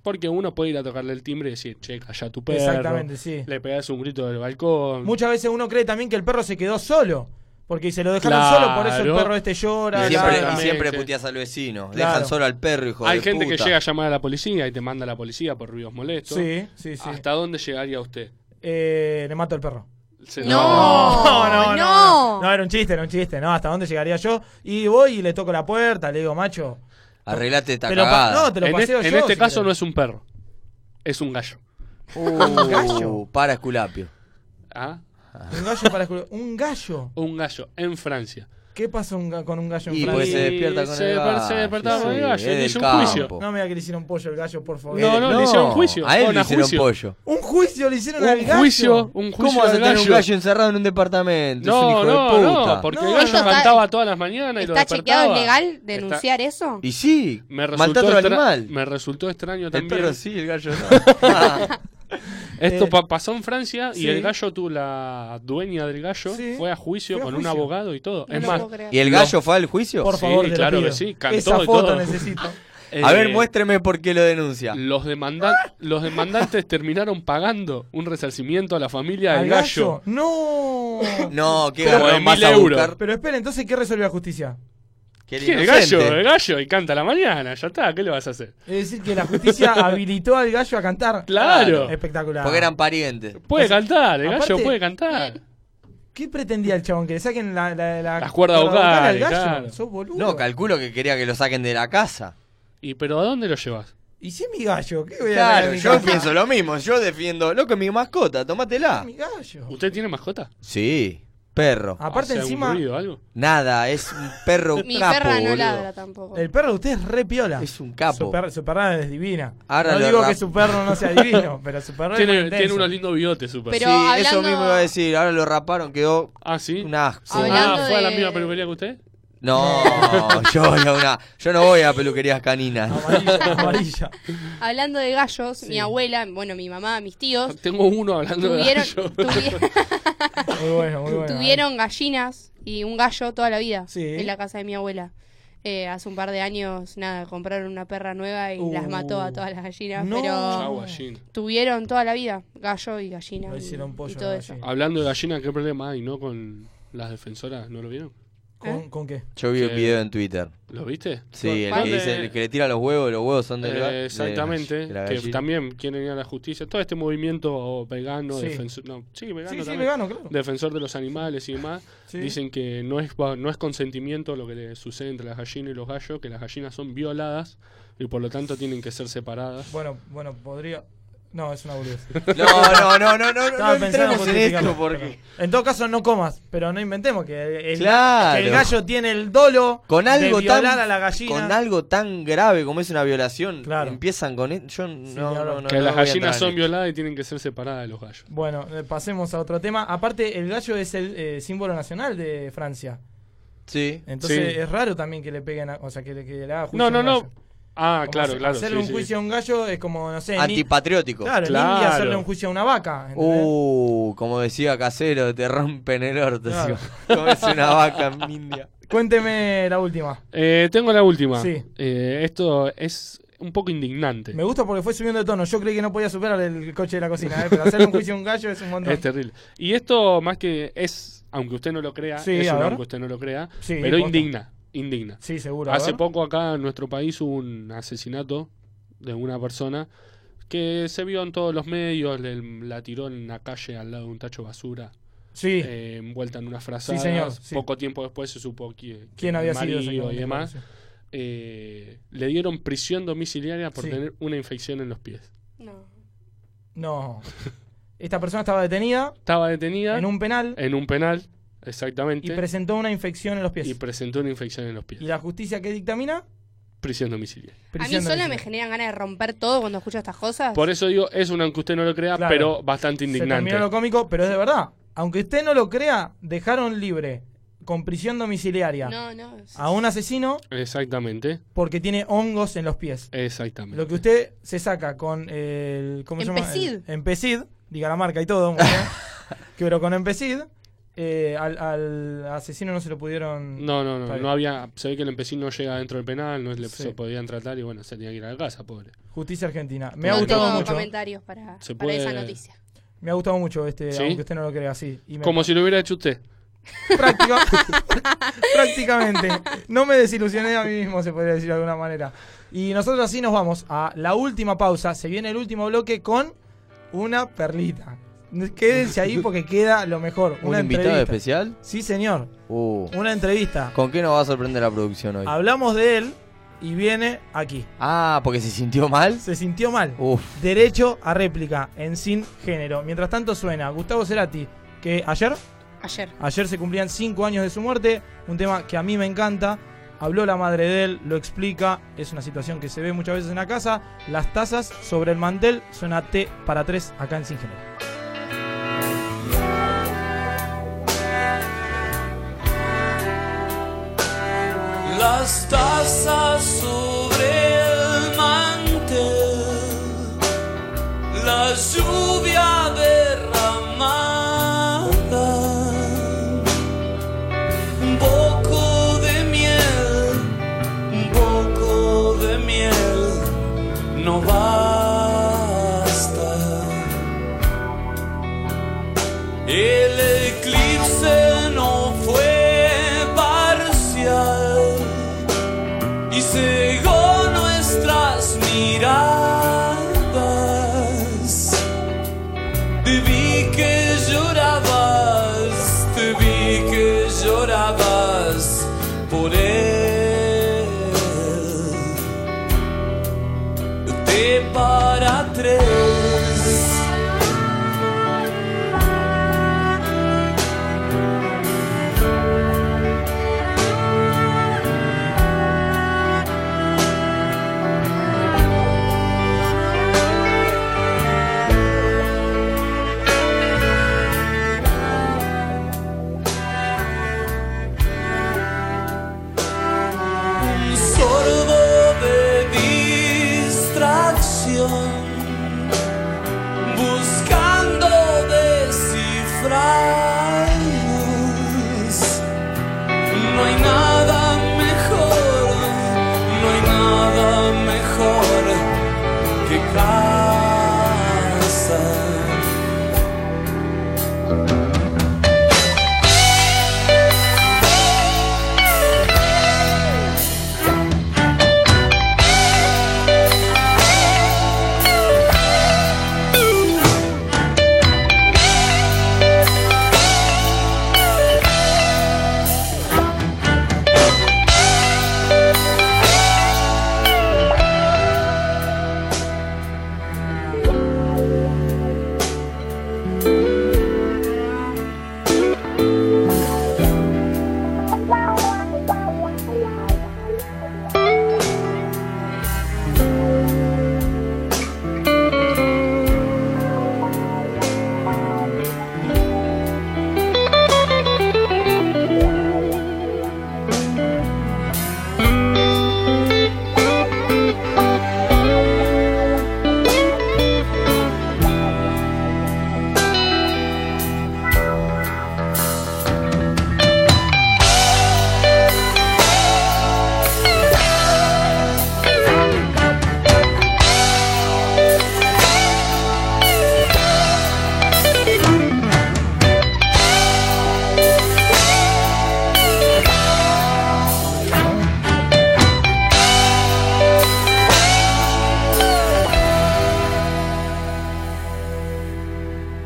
E: Porque uno puede ir a tocarle el timbre y decir, che, calla tu perro.
D: Exactamente, sí.
E: Le pegas un grito del balcón.
D: Muchas veces uno cree también que el perro se quedó solo. Porque se lo dejaron
E: Claro.
D: solo, por eso el perro este llora.
H: Y siempre,
D: ladra.
H: y siempre puteas al vecino.
D: Claro.
H: Dejan solo al perro, hijo
E: Hay
H: de
E: gente
H: puta.
E: que llega a llamar a la policía y te manda a la policía por ruidos molestos.
D: Sí, sí, sí.
E: ¿Hasta dónde llegaría usted?
D: Eh, le mato al perro.
E: Se-
D: No, no, no, no. No, era un chiste, era un chiste. No, ¿hasta dónde llegaría yo? Y voy y le toco la puerta, le digo, macho.
H: Arreglate esta
D: Te lo pa-
H: cagada.
D: no, te lo
E: en
D: paseo
E: es- en
D: yo,
E: este
D: si
E: caso
D: querés.
E: no es un perro, es un gallo.
D: ¿Un gallo?
H: Uh, para Esculapio.
E: ¿Ah?
D: Un gallo para escul- Un gallo.
E: Un gallo en Francia.
D: ¿Qué pasa un ga- con un gallo en
H: Y
D: Francia?
H: pues se despierta con
E: se
H: el
E: per-
H: gallo.
E: se despertaba con el
H: sí,
E: gallo,
H: es
E: le
H: del
E: hizo un juicio.
H: campo.
D: No me diga que le hicieron pollo al gallo, por favor.
E: No, no, le hicieron juicio.
H: Eh, A él
E: Fueron
H: le
E: a
H: hicieron
E: juicio.
H: pollo.
D: Un juicio le hicieron al
E: Un
D: gallo.
E: juicio, un juicio
H: ¿Cómo vas a
E: al
H: tener un
E: gallo.
H: gallo encerrado en un departamento? es un
E: No,
H: hijo
E: no,
H: de puta.
E: no, porque
D: No,
E: el gallo
D: esto está-
E: cantaba todas las mañanas y lo
F: ¿Está chequeado?
E: despertaba.
F: ¿Es legal
E: Está-
F: denunciar eso?
H: Y sí,
E: Me
H: maté
E: resultó,
H: a otro
E: extra-
H: animal.
E: me resultó extraño
H: El
E: también.
H: perro sí, el gallo no.
E: Esto
D: Eh,
E: pa- pasó en Francia y
D: sí.
E: el gallo, tú, la dueña del gallo,
D: Sí.
E: fue a juicio
D: Fue a
E: con
D: juicio.
E: un abogado y todo.
F: No
E: es
F: lo
E: más,
F: puedo creer.
H: ¿Y el gallo fue al juicio?
D: Por
E: Sí,
D: favor, te lo
E: claro que
D: pido.
E: sí, cantó
D: Esa
E: y
D: foto
E: todo.
D: necesito.
H: A ver,
E: eh,
H: muéstreme por qué lo denuncia.
E: Los, demanda- los demandantes terminaron pagando un resarcimiento a la familia del
D: ¿Al
E: gallo.
D: gallo? ¡No!
H: No, qué
E: Como de
H: garrón vas
E: mil
H: a
E: euros.
H: buscar.
D: Pero espera, entonces, ¿qué resolvió la justicia?
H: Qué
E: ¿Qué, el gallo, eh? el gallo, y canta a la mañana, ya está, ¿qué le vas a hacer?
D: Es decir, que la justicia habilitó al gallo a cantar. Ah,
E: Claro.
D: Espectacular.
H: Porque eran parientes.
E: Puede cantar, el
D: aparte-
E: gallo puede cantar.
D: ¿Qué pretendía el chabón? ¿Que le saquen la, la, la-
E: Las cuerdas
D: la
E: vocales,
D: al gallo?
E: claro.
D: Sos boludo.
H: No, calculo que quería que lo saquen de la casa.
E: ¿Y pero a dónde lo llevas?
D: ¿Y si es mi gallo? ¿Qué voy a sacar
H: Claro,
D: de mi
H: yo
D: casa?
H: pienso lo mismo. Yo defiendo, loco, mi mascota, tómatela.
D: Mi gallo.
E: ¿Usted tiene mascota?
H: Sí, perro.
D: Aparte,
E: ¿Hace
D: encima,
E: algún ruido, algo?
H: Nada, es un perro
F: Mi
H: capo,
F: perra no
H: boludo.
F: ladra tampoco.
D: el perro de usted es re piola.
H: Es un
D: Su,
H: capo.
D: perro su perra es divina.
H: Ahora
D: no
H: lo
D: digo
H: ra-
D: que su perro no sea divino, pero su perro es
E: Tiene,
D: muy
E: tiene
D: intenso.
E: unos lindos bigotes, super.
F: Pero
H: sí, eso
F: hablando-
H: mismo iba a decir. Ahora lo raparon, quedó
E: Ah, sí.
H: un asco.
F: Hablando
E: Ah, ¿fue a la
F: de-
E: misma peluquería que usted?
H: No, yo voy, a una- yo no voy a peluquerías caninas.
D: Amarilla, amarilla.
F: Hablando de gallos, mi abuela, bueno, mi mamá, mis tíos,
E: Tengo uno hablando de
F: tuvieron,
E: gallo.
F: tuvi-
D: Muy bueno, muy bueno.
F: tuvieron gallinas y un gallo toda la vida
D: Sí.
F: en la casa de mi abuela. Eh, hace un par de años, nada, compraron una perra nueva y
D: Uh.
F: las mató a todas las gallinas,
D: No.
F: pero
E: Chau, gallina.
F: tuvieron toda la vida gallo y gallina.
D: Lo
F: y-
D: hicieron pollo
F: y todo
D: a la
F: eso.
D: gallina.
E: Hablando de gallina, ¿qué problema hay, no? Con las defensoras, ¿no lo vieron?
F: ¿Eh?
E: Eh,
D: ¿Con, con qué?
H: Yo vi el
E: Sí.
H: video en Twitter.
E: ¿Lo viste?
H: Sí, el
E: ¿Cuál
H: que,
E: de-
H: dice, el que le tira los huevos, los huevos son del ga-
E: Eh,
H: de
E: exactamente,
H: de la
E: que
H: gallina.
E: también quieren ir a la justicia. Todo este movimiento vegano,
D: Sí.
E: defensor. No, sí, vegano
D: Sí, sí,
E: también.
D: vegano, claro.
E: Defensor de los animales y demás.
D: Sí.
E: Dicen que no es, va- no es consentimiento lo que le sucede entre las gallinas y los gallos, que las gallinas son violadas y por lo tanto tienen que ser separadas.
D: Bueno, bueno, podría... No, es una boludez.
H: No, no, no, no, no, no,
D: Estaba
H: no
D: pensando
H: entremos en
D: justificarlo,
H: esto porque...
D: pero- En todo caso, no comas, pero no inventemos que el,
H: Claro.
D: que el gallo tiene el dolo
H: Con algo
D: de violar
H: tan
D: a la gallina.
H: con algo tan grave como es una violación,
D: Claro.
H: empiezan con e- yo no, no,
D: hablar.
H: no,
E: que las
H: no voy a entrar
E: gallinas
H: en
E: son
H: esto.
E: violadas y tienen que ser separadas de los gallos.
D: Bueno, eh, pasemos a otro tema. Aparte, el gallo es el eh, símbolo nacional de Francia.
H: Sí.
D: Entonces
E: Sí.
D: es raro también que le peguen, a- o sea, que le, que le haga juicio
E: No,
D: a
E: no,
D: un
E: no.
D: gallo.
E: Ah,
D: Como
E: claro,
D: hacer-
E: claro.
D: Hacerle
E: sí,
D: un
E: sí.
D: justo a un gallo es como, no sé. en I-
H: Antipatriótico.
D: Claro, en
E: Claro.
D: India hacerle un juicio a una vaca. ¿entendés?
H: Uh, como decía Casero, te rompen el orto.
D: Claro.
H: si comes una vaca en India.
D: Cuénteme la última.
E: Eh, tengo la última.
D: Sí.
E: Eh, esto es un poco indignante.
D: Me gusta porque fue subiendo de tono. Yo creí que no podía superar el coche de la cocina, ¿eh? pero hacerle un juicio a un gallo es un montón.
E: Es terrible. Y esto, más que es, aunque usted no lo crea,
D: Sí,
E: es
D: a
E: un
D: ver.
E: aunque usted no lo crea,
D: Sí,
E: pero
D: posta.
E: indigna. indigna.
D: Sí, seguro. a
E: Hace
D: ver.
E: poco acá en nuestro país hubo un asesinato de una persona que se vio en todos los medios, le- la tiró en la calle al lado de un tacho de basura.
D: Sí.
E: eh, envuelta en una frazada.
D: Sí, señor, sí.
E: Poco tiempo después se supo qui- que
D: ¿Quién había
E: el
D: sido
E: marido y
D: exactamente?
E: demás.
D: Sí.
E: eh, le dieron prisión domiciliaria por
D: Sí.
E: tener una infección en los pies.
F: No.
D: No. Esta persona estaba detenida.
E: Estaba detenida.
D: En un penal.
E: En un penal, exactamente.
D: Y presentó una infección en los pies.
E: Y presentó una infección en los pies.
D: ¿Y la justicia qué dictamina?
E: Prisión domiciliaria.
F: A mí sola me generan ganas de romper todo cuando escucho estas cosas.
E: Por eso digo, es una aunque usted no lo crea,
D: Claro.
E: pero bastante
D: Se
E: indignante.
D: terminó lo cómico, pero es de verdad. Aunque usted no lo crea, dejaron libre con prisión domiciliaria
F: No, no. sí.
D: a un asesino
E: Exactamente,
D: porque tiene hongos en los pies.
E: exactamente.
D: Lo que usted se saca con el. ¿Cómo se
F: Empecid.
D: llama? El- Empecid, diga la marca y todo. muy bien. Que, Pero con Empecid, eh, al, al asesino no se lo pudieron.
E: No, no,
D: Está
E: no,
D: bien.
E: no había, se ve que el empecín no llega dentro del penal, no le
D: Sí.
E: se podían tratar y bueno, se tenía que ir a la casa, pobre.
D: Justicia Argentina. Me
F: no
D: ha gustado
F: tengo
D: mucho.
F: comentarios para,
E: Se
F: Ah, para esa
E: puede-
F: noticia.
D: Me ha gustado mucho este,
E: ¿Sí?
D: aunque usted no lo crea así. Y me-
E: Como si lo hubiera hecho usted.
D: Práctica- prácticamente. No me desilusioné a mí mismo, se podría decir de alguna manera. Y nosotros así nos vamos a la última pausa. Se viene el último bloque con una perlita. Quédense ahí porque queda lo mejor.
H: ¿Un
D: una
H: invitado
D: entrevista.
H: especial?
D: Sí, señor.
H: Uh.
D: Una entrevista.
H: ¿Con qué nos va a sorprender la producción hoy?
D: Hablamos de él y viene aquí.
H: Ah, porque se sintió mal.
D: Se sintió mal.
H: Uf.
D: Derecho a réplica en sin género. Mientras tanto suena Gustavo Cerati, que ayer
F: Ayer.
D: Ayer se cumplían 5 años de su muerte, un tema que a mí me encanta. Habló la madre de él, lo explica, es una situación que se ve muchas veces en la casa. Las tazas sobre el mantel suena T para 3 acá en Sin Género.
L: Las tazas sobre el mantel, la lluvia derramada, un poco de miel, un poco de miel, no basta. El eclipse no fue parcial y cegó nuestras miradas. Te vi que llorabas, te vi que llorabas por él. Te para tres. un sorbo de distracción, buscando descifrarnos. No hay nada mejor, no hay nada mejor que casa.
J: Thank you.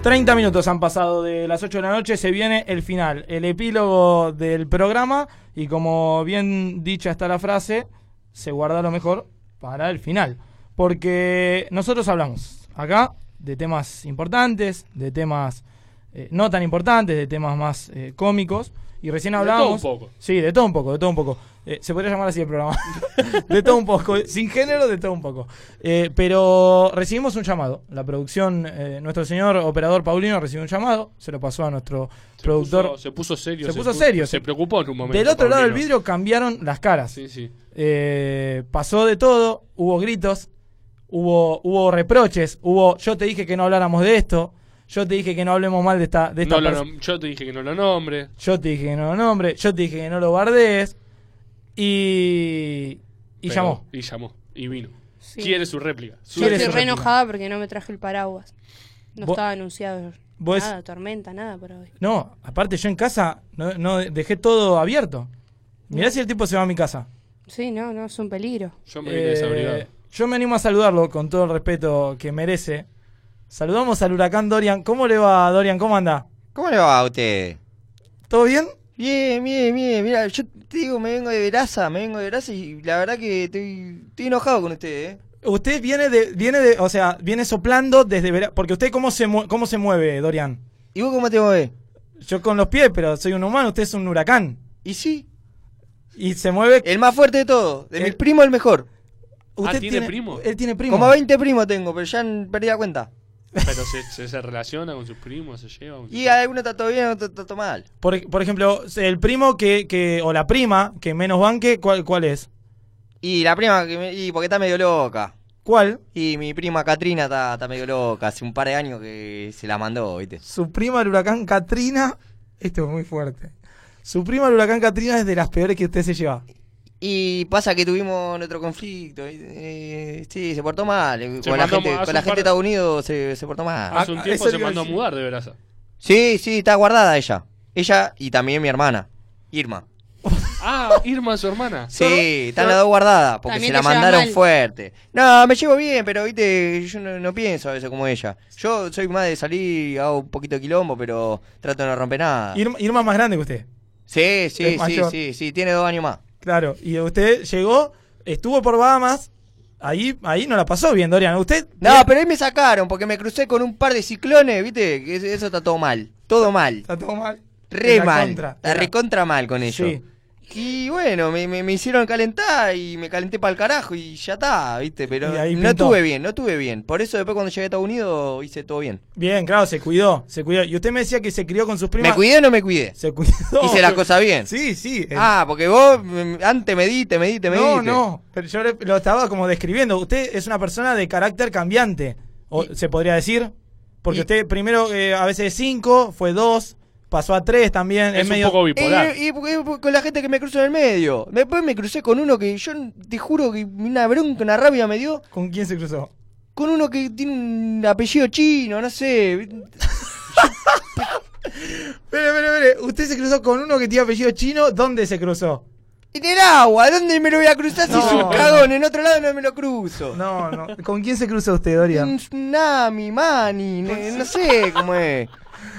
D: 30 minutos han pasado de las 8 de la noche, se viene el final, el epílogo del programa y como bien dicha está la frase, se guarda lo mejor para el final. Porque nosotros hablamos acá de temas importantes, de temas eh, no tan importantes, de temas más eh, cómicos. Y recién
E: De
D: hablábamos...
E: todo un poco.
D: Sí, de todo un poco, de todo un poco. Eh, se podría llamar así el programa. de todo un poco. Sin género, de todo un poco. Eh, pero recibimos un llamado. La producción, eh, nuestro señor operador Paulino recibió un llamado. Se lo pasó a nuestro productor.
E: Puso- se puso serio.
D: Se puso serio,
E: Se
D: se-
E: preocupó en un momento.
D: Del otro lado del
E: Paulino.
D: vidrio cambiaron las caras.
E: Sí, sí.
D: Eh, pasó de todo, hubo gritos, hubo, hubo reproches, hubo yo te dije que no habláramos de esto, yo te dije que no hablemos mal de esta, de esta
E: No lo
D: persona.
E: nom- yo te dije que no lo nombre.
D: Yo te dije que no lo nombre, yo te dije que no lo bardees. Y. Y
E: pero-
D: llamó.
E: Y llamó. Y vino.
F: Sí.
E: Quiere su réplica. Su
F: Yo estoy
E: réplica.
F: re enojada porque no me traje el paraguas. No
D: Vos-
F: estaba anunciado
D: vos-
F: nada, tormenta, nada para hoy.
D: No, aparte yo en casa no, no dejé todo abierto. Mirá si el tipo se va a mi casa. Eh,
F: Sí, no, no, es un peligro.
E: Yo me vine desabrigado.
D: yo me animo a saludarlo con todo el respeto que merece. Saludamos al huracán Dorian. ¿Cómo le va, Dorian? ¿Cómo anda?
H: ¿Cómo le va a usted?
D: ¿Todo bien?
H: Bien, bien, bien. Mira, yo te digo, me vengo de Veraza, me vengo de Veraza y la verdad que estoy, estoy enojado con usted, ¿eh?
D: Usted viene de, viene de, o sea, viene soplando desde vera- porque usted cómo se mue- cómo se mueve, Dorian.
H: ¿Y vos cómo te mueves?
D: Yo con los pies, pero soy un humano, usted es un huracán.
H: ¿Y sí?
D: Y se mueve
H: El más fuerte de todos. De mis primos, el mejor.
D: ¿Usted Eh, ah, ¿tiene tiene- primo? él tiene primo.
H: Como 20 primos tengo, pero ya n- perdí la cuenta.
E: Pero se, se, se relaciona con sus primos, se lleva. con-
H: Y alguno está todo bien, otro está todo mal.
D: Por, por ejemplo, el primo que, que o la prima que menos banque, ¿cuál, cuál es?
H: Y la prima, que me- y porque está medio loca.
D: ¿Cuál?
H: Y mi prima Katrina está, está medio loca. Hace un par de años que se la mandó, ¿viste?
D: Su prima el huracán Katrina, esto es muy fuerte. Su prima el huracán Katrina es de las peores que usted se lleva.
H: Y pasa que tuvimos nuestro conflicto. ¿viste? Eh, sí, se portó mal. eh,
E: Se
H: con la
E: mandó
H: gente,
E: a- hace
H: con la
E: un
H: gente
E: par-
H: de Estados Unidos se, se portó mal.
E: Hace un tiempo se mandó a mudar de veraza.
H: Sí, sí, está guardada ella. Ella y también mi hermana, Irma.
E: Ah, Irma, su hermana.
H: Sí, están las dos guardadas porque
E: También
H: se la
E: te llevas
H: mandaron
E: mal.
H: fuerte. No, me llevo bien, pero viste, yo no, no pienso a veces como ella. Yo soy más de salir, hago un poquito de quilombo, pero trato de no romper nada.
D: Ah. Irma, Irma es más grande que usted.
H: Sí, sí,
D: Es
H: sí,
D: mayor.
H: sí, sí, tiene dos años más.
D: Claro, y usted llegó, estuvo por Bahamas, ahí, ahí no la pasó bien, Dorian. Usted
H: No, pero ahí me sacaron porque me crucé con un par de ciclones, viste, que es- eso está todo mal, todo mal.
D: está todo mal.
H: Re
D: En la
H: mal,
D: contra.
H: la recontra mal con ellos.
D: Sí.
H: Y bueno, me, me- me hicieron calentar y me calenté para el carajo y ya está, viste, pero
D: Y ahí
H: no
D: pintó.
H: estuve bien, no estuve bien. Por eso después cuando llegué a Estados Unidos hice todo bien.
D: Bien, claro, se cuidó, se cuidó. Y usted me decía que se crió con sus primas.
H: ¿Me cuidé o no me cuidé?
D: Se cuidó.
H: Hice la cosa bien.
D: Sí, sí. el-
H: Ah, porque vos mm, antes me diste, me diste, me
D: no,
H: diste.
D: no, pero yo le- lo estaba como describiendo. Usted es una persona de carácter cambiante, o, se podría decir. Porque usted primero eh, a veces es 5, fue 2, pasó a 3 también. Es, medio...
H: Y, y porque- porque con la gente que me cruzo en el medio. Después me crucé con uno que yo te juro que una bronca, una rabia me dio.
D: ¿Con quién se cruzó?
H: Con uno que tiene un apellido chino, no sé.
D: Espere, espere, espere. Usted se cruzó con uno que tiene apellido chino. ¿Dónde se cruzó?
H: En el agua, ¿dónde me lo voy a cruzar si
D: No.
H: es un cagón? En otro lado no me lo cruzo. Mm.
D: No, no. ¿Con quién se cruzó usted, Dorian?
H: Un tsunami, mani, no,
D: Pues
H: no sé cómo es.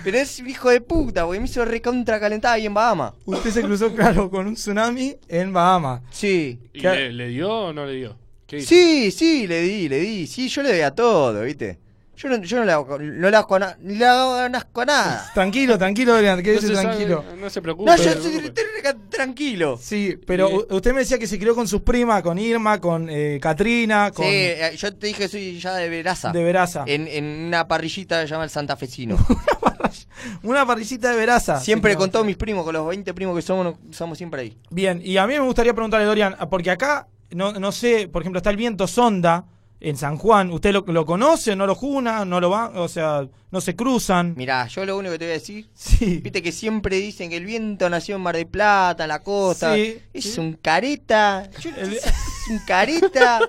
H: Pero es un hijo de puta, porque me hizo recontra calentada ahí en Bahamas.
D: Usted se cruzó, claro, con un tsunami en Bahamas.
H: Sí.
E: ¿Y le, le dio o no le dio? ¿Qué hizo?
H: Sí, sí, le di, le di. Sí, yo le doy a todo, ¿viste? Yo no, yo no le hago, no le hago, na- ni le hago asco a nada.
D: Tranquilo, tranquilo, Dorian,
E: No
D: quédese
E: se sabe,
D: tranquilo.
E: no se preocupe.
H: No, yo
E: no se
H: estoy
E: preocupe.
H: estoy tranquilo.
D: Sí, pero
H: Sí.
D: u- usted me decía que se crió con sus primas, con Irma, con eh, Katrina, con...
H: Sí, eh, yo te dije soy ya de Veraza.
D: De Veraza.
H: En, en una parrillita que se llama el santafesino.
D: Una parrillita de veraza.
H: siempre
D: Sí,
H: con
D: no.
H: todos mis primos, con los 20 primos que somos, nos- somos siempre ahí.
D: Bien, y a mí me gustaría preguntarle, Dorian, porque acá, no, no sé, por ejemplo, está el viento sonda en San Juan. ¿Usted lo, lo conoce? ¿No lo juna? ¿No lo va? O sea, ¿no se cruzan?
H: Mirá, yo lo único que te voy a decir,
D: Sí.
H: viste que siempre dicen que el viento nació en Mar del Plata, en la costa.
D: Sí.
H: Es un careta. yo- es un careta.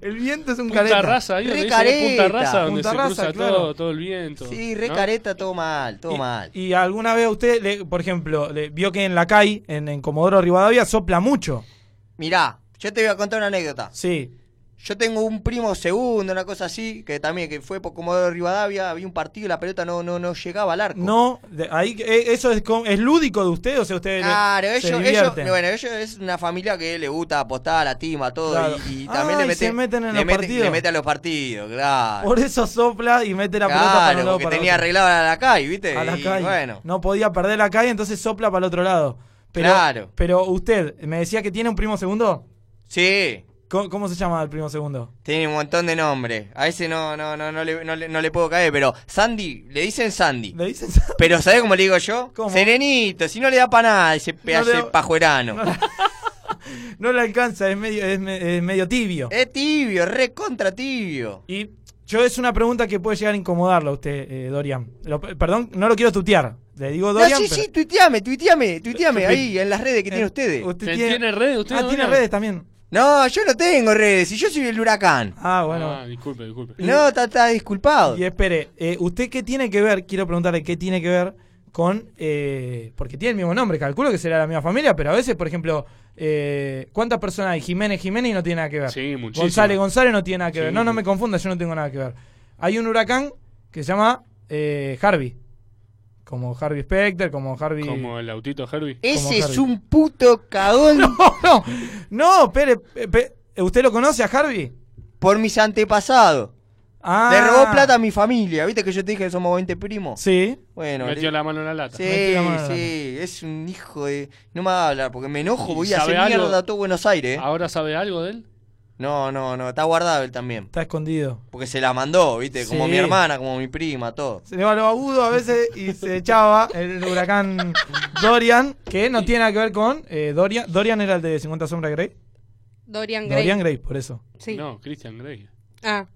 D: El viento es un
E: Punta
D: careta.
E: Raza, ahí
H: Re
E: donde dice Punta
H: careta.
E: Raza, donde
D: Punta
E: se
D: Raza,
E: cruza
D: claro.
E: todo, todo el viento.
H: Sí, re
E: ¿no?
H: careta, todo mal, todo
D: y,
H: mal.
D: y alguna vez usted, le- por ejemplo, le, vio que en la calle, en, en Comodoro Rivadavia, sopla mucho?
H: Mirá, yo te voy a contar una anécdota.
D: Sí.
H: Yo tengo un primo segundo, una cosa así, que también que fue por Comodoro Rivadavia, había un partido y la pelota no, no, no llegaba al arco.
D: No, de- ahí, eh, eso es, co- es lúdico de ustedes, o sea, ustedes le-
H: Claro,
D: se
H: ellos, ellos,
D: divierten.
H: bueno, ellos es una familia que le gusta apostar a la tima, todo,
D: Claro.
H: y, y también
D: Ah,
H: le
D: y
H: mete,
D: se meten en los
H: le mete-
D: partidos.
H: le mete a los partidos, claro.
D: Por eso sopla y mete la pelota para
H: claro,
D: el lado
H: porque
D: para
H: tenía
D: otro.
H: arreglado a la calle, ¿viste?
D: a la
H: Y
D: calle.
H: Bueno,
D: No podía perder la calle, entonces sopla para el otro lado. Pero,
H: Claro.
D: Pero usted, ¿me decía que tiene un primo segundo?
H: sí,
D: ¿Cómo, cómo se llama el primo segundo?
H: tiene un montón de nombres. A ese no, no, no, no, le, no, le, no le puedo caer, pero Sandy, le dicen Sandy.
D: Le dicen Sandy.
H: Pero ¿sabés cómo le digo yo? Serenito, si no le da para nada ese pedazo
D: le
H: de
D: da-
H: pajuerano.
D: No le alcanza, es medio, es me- es medio tibio.
H: Es tibio, re contra tibio.
D: Y yo es una pregunta que puede llegar a incomodarlo a usted, eh, Dorian. Lo- perdón, no lo quiero tutear. Le digo
H: No,
D: Dorian.
H: sí,
D: pero-
H: sí, tuiteame, tuiteame, tuiteame
D: Eh,
H: ahí en las redes que
D: eh,
H: tienen ustedes.
D: usted ¿Tiene- tiene redes usted, Ah, tiene Dorian? redes también.
H: No, yo no tengo redes, y yo soy el huracán.
D: Ah, bueno.
E: Ah, disculpe, disculpe.
H: No, está, está disculpado.
D: Y espere, eh, ¿usted qué tiene que ver? Quiero preguntarle qué tiene que ver con. eh, porque tiene el mismo nombre, calculo que será la misma familia, pero a veces, por ejemplo, eh, ¿cuántas personas hay? Jiménez Jiménez y no tiene nada que ver.
E: Sí, muchísimo.
D: González González no tiene nada que ver.
E: Sí.
D: No, no me confunda, yo no tengo nada que ver. Hay un huracán que se llama eh, Harvey. Como Harvey Specter, como Harvey.
E: Como el autito Herbie.
D: Como
H: Ese es
D: Harvey.
H: un puto cagón. No,
D: no, no, espere, pe- pe- ¿usted lo conoce a Harvey?
H: Por mis antepasados.
D: Ah.
H: Le robó plata a mi familia, ¿viste que yo te dije que somos 20 primos?
D: Sí.
H: Bueno,
E: Metió
H: le-
E: la mano en la lata.
H: Sí, sí, es un hijo de... No me va a hablar porque me enojo,
E: ¿Y
H: voy a hacer
E: sabe algo?
H: mierda a todo Buenos Aires. eh.
E: ¿Ahora sabe algo de él?
H: No, no, no, está guardado él también.
D: Está escondido.
H: Porque se la mandó, ¿viste? Como
D: Sí.
H: mi hermana, como mi prima, todo.
D: Se le va lo agudo a veces y se echaba el huracán Dorian, que no tiene nada que ver con eh, Dorian. Dorian era el de 50 Sombras de Grey.
F: Dorian Gray.
D: Dorian Gray, por eso.
F: Sí.
E: No, Christian Grey.
F: Ah.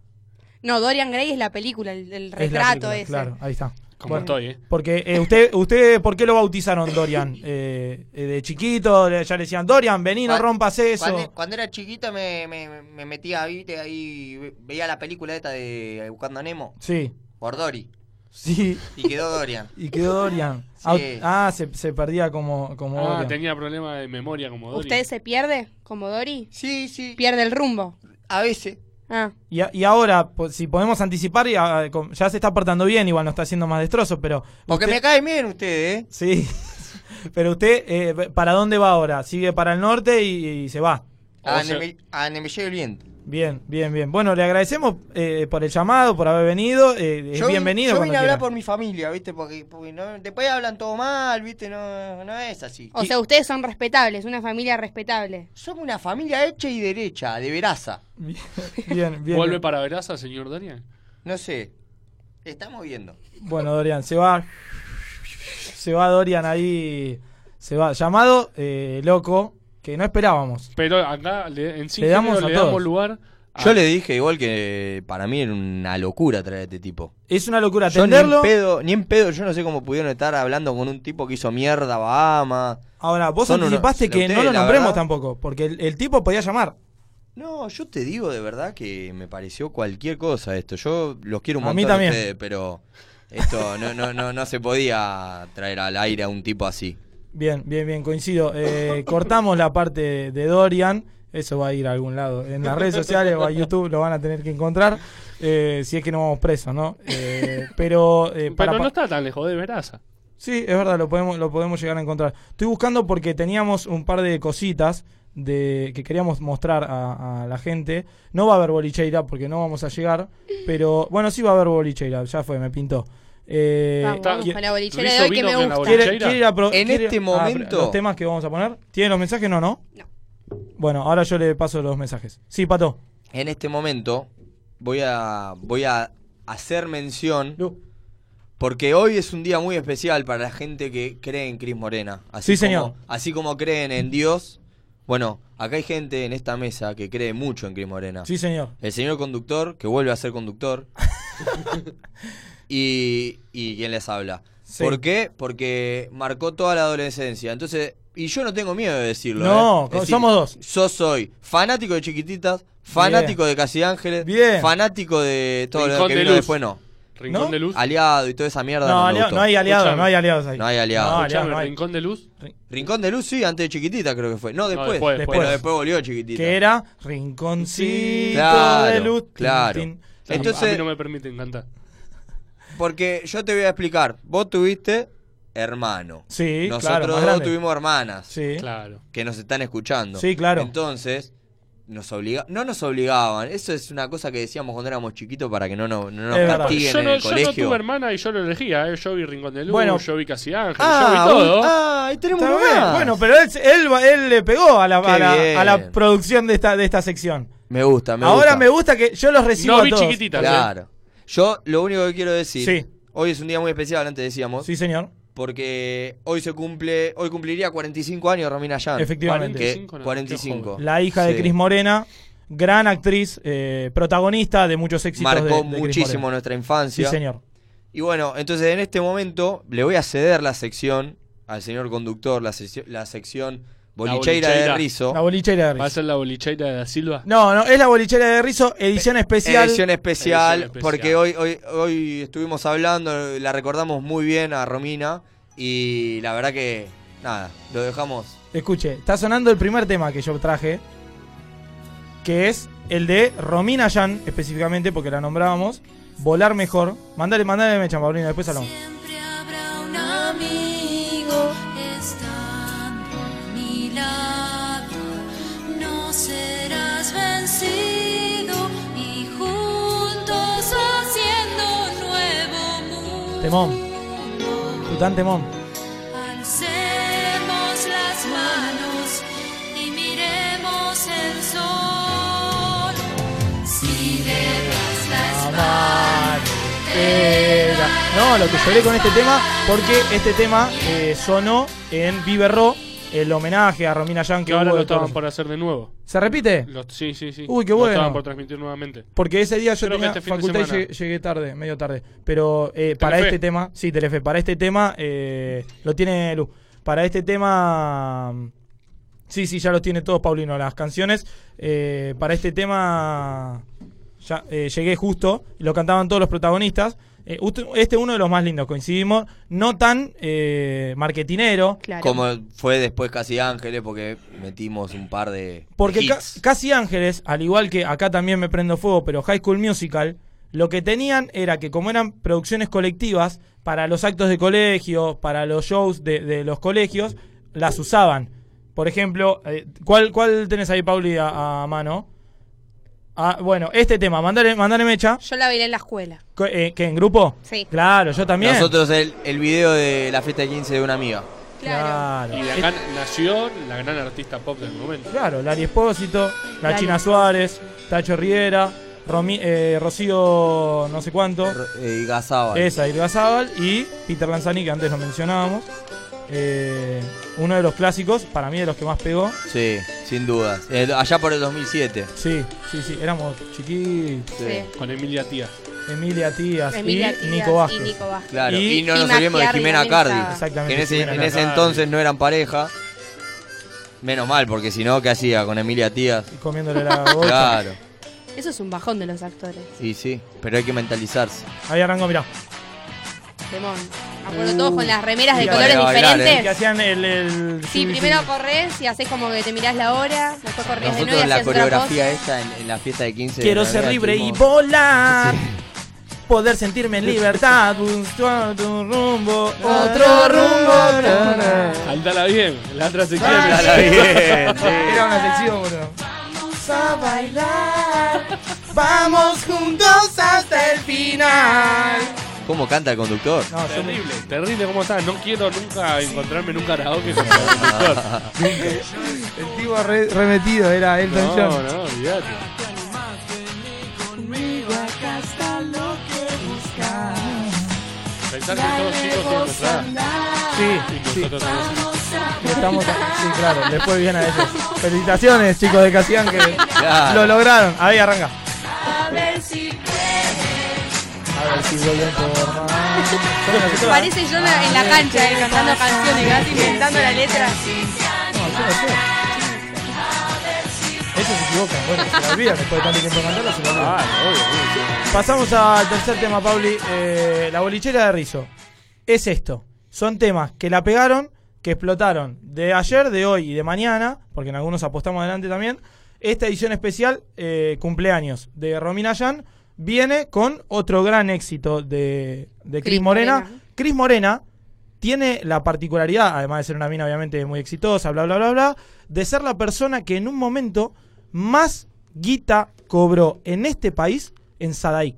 F: No, Dorian Gray es la película, el, el
D: Es la
F: retrato
D: película,
F: ese.
D: Claro, ahí está.
E: Como estoy, ¿eh?
D: Porque eh, usted, usted, ¿por qué lo bautizaron Dorian? Eh, eh, de chiquito le- ya le decían, Dorian, vení, no
H: Cuan-
D: rompas eso.
H: Cuando, cuando era chiquito me, me, me metía, ¿viste? Ahí ve- veía la película esta de Buscando a Nemo
D: Sí,
H: por Dory.
D: sí.
H: Y quedó Dorian.
D: Y quedó Dorian.
H: Sí.
D: Ah, se, se perdía como, como
E: Ah,
D: Dorian.
E: tenía problemas de memoria como Dory.
F: ¿Usted se pierde como Dory?
H: Sí, sí.
F: Pierde el rumbo.
H: A veces.
F: Ah.
D: Y, a- y ahora, po- si podemos anticipar, ya, com- ya se está portando bien, igual no está haciendo más destrozos, pero...
H: Porque me caen bien ustedes, ¿eh?
D: Sí, pero usted, eh, ¿para dónde va ahora? ¿Sigue para el norte y, y se va?
H: A donde me- a donde me lleve el viento.
D: Bien, bien, bien. Bueno, le agradecemos eh, por el llamado, por haber venido. eh, es
H: Yo vin-
D: bienvenido
H: Yo
D: cuando
H: vine a hablar
D: quiera.
H: por mi familia, ¿viste? Porque, porque no- después hablan todo mal, ¿viste? No, no es así.
F: O sea, ustedes son respetables, una familia respetable.
H: Somos una familia hecha y derecha, de veraza.
D: Bien, bien.
E: ¿Vuelve para Veraza, señor Dorian?
H: No sé. Estamos viendo.
D: Bueno, Dorian, se va. Se va Dorian ahí. Se va. Llamado eh, loco, que no esperábamos.
E: Pero acá le- en sí
D: Le damos
E: género
D: a
E: le
D: todos.
E: damos lugar.
H: Yo le dije igual que para mí era una locura traer a este tipo.
D: Es una locura
H: Yo ni en
D: atenderlo.
H: pedo, ni en pedo, yo no sé cómo pudieron estar hablando con un tipo que hizo mierda Bahamas.
D: Ahora, vos
H: Son unos-
D: anticipaste que
H: ustedes,
D: no lo
H: la
D: nombremos
H: verdad-
D: tampoco, porque el, el tipo podía llamar.
H: No, yo te digo de verdad que me pareció cualquier cosa esto. Yo los quiero un
D: A
H: montón
D: mí
H: a
D: también.
H: ustedes, pero esto no, no, no, no se podía traer al aire a un tipo así.
D: Bien, bien, bien, coincido. Eh, cortamos la parte de Dorian. Eso va a ir a algún lado. En las redes sociales o a YouTube lo van a tener que encontrar. eh, si es que no vamos presos, ¿no? Eh, pero eh,
E: Pero
D: para,
E: no está tan lejos de Veraza.
D: Sí, es verdad, lo podemos, lo podemos llegar a encontrar. Estoy buscando porque teníamos un par de cositas de, que queríamos mostrar a, a la gente. No va a haber bolicheira porque no vamos a llegar, pero bueno, sí va a haber bolicheira, ya fue, me pintó. Eh,
F: Vamos, vamos
D: ¿quiere-
F: con la bolichera de hoy que me gusta.
D: ¿Quiere, quiere ir a pro-
H: En
D: quiere-
H: este
D: ah,
H: momento-
D: los temas que vamos a poner. ¿Tienen los mensajes? No, no. Bueno, ahora yo le paso los mensajes. Sí, Pato.
H: En este momento voy a voy a hacer mención porque hoy es un día muy especial para la gente que cree en Cris Morena. Así
D: Sí, señor.
H: Como, así como creen en Dios. Bueno, acá hay gente en esta mesa que cree mucho en Cris Morena.
D: Sí, señor.
H: El señor conductor, que vuelve a ser conductor. y, y quien les habla.
D: Sí.
H: ¿Por qué? Porque marcó toda la adolescencia. Entonces, y yo no tengo miedo de decirlo.
D: No,
H: ¿eh?
D: co- somos dos.
H: Yo soy fanático de Chiquititas, fanático de Casi Ángeles, fanático de todo lo
E: Rincón
H: que
E: de
H: vino
E: Luz.
H: después, no.
E: Rincón de Luz.
H: Aliado y toda esa mierda.
E: No,
H: No, me
E: aliado-
H: gustó.
E: no hay aliados,
D: no hay aliados ahí.
H: No hay aliados.
D: No, aliados, Escuchame, no hay.
E: Rincón de Luz.
H: Rincón de Luz, sí, antes de Chiquitita creo que fue. No, después.
D: después, después.
H: Pero después volvió Chiquitita.
D: Que era Rinconcito
H: Claro,
D: de Luz. tin,
H: claro.
D: tin.
E: A mí
H: Entonces,
E: no me permiten cantar.
H: porque yo te voy a explicar. Vos tuviste hermano.
D: Sí,
H: Nosotros
D: claro, más
H: dos
D: grande.
H: tuvimos hermanas.
D: Sí.
E: Claro.
H: Que nos están escuchando.
D: Sí, claro.
H: Entonces, nos obliga no nos obligaban. Eso es una cosa que decíamos cuando éramos chiquitos para que no, no- no nos
D: Es verdad.
H: castiguen
E: Yo
H: en
E: no,
H: el
E: yo no
H: colegio.
E: tuve hermana y yo lo elegía. ¿eh? Yo vi Rincón de Luz,
D: Bueno.
E: yo vi Casi Ángel,
D: Ah,
E: yo vi todo.
D: un-
H: ah, ahí tenemos
D: Está
H: uno
D: bien.
H: más.
D: Bueno, pero él, él, él le pegó a la,
H: Qué
D: a la, a la
H: bien.
D: producción de esta, de esta sección.
H: Me gusta, me
D: Ahora
H: gusta.
D: me gusta que yo los recibo a todos.
E: ¿eh?
H: Claro. Yo lo único que quiero decir.
D: Sí.
H: Hoy es un día muy especial, antes decíamos.
D: Sí, señor.
H: Porque hoy se cumple. Hoy cumpliría 45 años Romina Yan.
D: Efectivamente.
H: 45. 45.
D: La hija de
H: Sí.
D: Cris Morena, gran actriz, eh, protagonista de muchos éxitos. de-
H: Marcó
D: de Cris
H: muchísimo
D: Morena.
H: nuestra infancia.
D: Sí, señor.
H: Y bueno, entonces en este momento le voy a ceder la sección al señor conductor, la, sec- la sección bolicheira, de Rizo.
D: La bolichera de
E: ¿Va a
D: Rizo.
E: ser la bolicheira de Da Silva?
D: No, no, es la bolichera de Rizo, edición especial.
H: Edición especial,
E: Edición especial.
H: porque hoy, hoy, hoy estuvimos hablando, la recordamos muy bien a Romina y la verdad que, nada, lo dejamos.
D: Escuche, está sonando el primer tema que yo traje, que es el de Romina Yan, específicamente porque la nombrábamos. Volar mejor. Mandale, mandale mecha, Paulina, después hablamos.
L: un amigo estando a mi lado. No serás vencido y juntos haciendo un nuevo mundo.
D: Temón. Tután Temón.
L: Alcemos las manos y miremos el sol. Si debas la espalda.
D: Era- No, lo que lloré con este tema, porque este tema eh, sonó en Viverro, el homenaje a Romina Yan que
E: Que ahora
D: hubo
E: lo
D: de todo
E: estaban
D: eso.
E: por hacer de nuevo.
D: ¿Se repite?
E: Lo- sí, sí, sí.
D: Uy, qué
E: Lo
D: bueno.
E: estaban por transmitir nuevamente.
D: Porque ese día yo
E: Creo que
D: tenía
E: este fin de
D: facultad y
E: semana.
D: llegué, llegué tarde, medio tarde. Pero eh, para
E: Telefe.
D: este tema, sí, Telefe, para este tema, eh, lo tiene Lu. Para este tema, mm, sí, sí, ya los tiene todos, Paulino, las canciones. Eh, para este tema, ya eh, llegué justo, lo cantaban todos los protagonistas. Eh, ut- este uno de los más lindos, coincidimos. No tan eh, marketinero.
H: Como fue después Casi Ángeles, porque metimos un par de.
D: Porque
H: de
D: Ca-
H: hits.
D: Casi Ángeles, al igual que acá también me prendo fuego, pero High School Musical, lo que tenían era que como eran producciones colectivas, para los actos de colegio, para los shows de, de los colegios, las usaban. Por ejemplo, eh, ¿cuál, ¿cuál tenés ahí, Pauli, a, a mano? Ah, bueno, este tema, mandale, mandale mecha.
F: Yo la bailé en la escuela.
D: Co- eh, ¿Que en grupo?
F: Sí.
D: Claro, yo también.
H: Nosotros el, el video de la fiesta de 15 de una amiga.
D: Claro. Eh,
E: Y de acá nació la gran artista pop del momento.
D: Claro, Lali Espósito, la
E: Lali.
D: China Suárez, Tacho Riera, Romi- eh, Rocío no sé cuánto.
H: Eh, y Gazábal.
D: Esa, Irgazábal y Peter Lanzani, que antes lo mencionábamos. Eh, uno de los clásicos, para mí de los que más pegó.
H: Sí, sin dudas. Eh, allá por el 2007.
D: Sí, sí, sí, éramos chiquitos.
H: Sí.
E: Con Emilia Tía.
D: Emilia Tías
F: Emilia
D: y
F: Tías
D: Nico
F: y
D: Vázquez.
F: Nico Vázquez.
H: Claro. Y, no nos
F: Gima
H: olvidemos de
F: Chiarri
H: Jimena
F: también
H: Cardi.
F: estaba.
H: Que en ese,
D: Jimena
H: en ese
D: Cardi.
H: entonces no eran pareja. Menos mal, porque si no, ¿qué hacía con Emilia Tías?
D: comiéndole la boca.
H: Claro.
F: Eso es un bajón de los actores.
H: Y sí, pero hay que mentalizarse.
D: Ahí arrancó, mirá.
F: Temón. Me Acuerdo Ah,
D: Mm.
F: todos con las remeras de
H: Y
F: colores
H: para bailar,
F: diferentes.
D: Que hacían el. el-
F: Sí, primero corres y haces como que te mirás la hora, después corres de nuevo y
H: Nosotros la
F: haces otra
H: coreografía esta en, en la fiesta de 15 de
D: Quiero
H: la
D: ser
H: verdad,
D: libre y
H: hicimos-
D: volar. Poder sentirme en libertad. Buscar otro rumbo. Otro rumbo.
E: Andala bien, la otra sección.
D: Andala bien, sí.
E: Era
D: una sección, boludo. Vamos a bailar. Vamos juntos hasta el final.
H: ¿Cómo canta el conductor?
E: terrible, terrible como está. No quiero nunca encontrarme en un karaoke con el conductor.
D: El tipo re- remetido era Elton
E: No,
D: John.
E: no, olvídate.
O: Conmigo acá está lo que
E: Pensar que todos chicos tienen nuestra edad.
D: Sí,
E: Y nosotros tenemos-
D: Estamos sí, claro, después viene a ellos. Felicitaciones, chicos de Casián, que
E: Claro.
D: lo lograron. Ahí arranca.
L: A ver si
D: A ver si vuelven por más.
F: cosa. Parece yo en la- en la cancha, eh, cantando canciones, casi inventando la letra.
D: Eso veces se equivoca. Bueno, se la olvida después de tanto tiempo de cantarla, se la olvida.
E: Ah,
D: Pasamos al tercer tema, Pauli. Eh, la bolichera de Rizo. Es esto. Son temas que la pegaron, que explotaron de ayer, de hoy y de mañana, porque en algunos apostamos adelante también. Esta edición especial, eh, cumpleaños de Romina Yan, viene con otro gran éxito de, de Cris
G: Cris
D: Morena.
G: Morena.
D: Cris Morena tiene la particularidad, además de ser una mina obviamente muy exitosa, bla, bla, bla, bla, de ser la persona que en un momento más guita cobró en este país en Sadaic.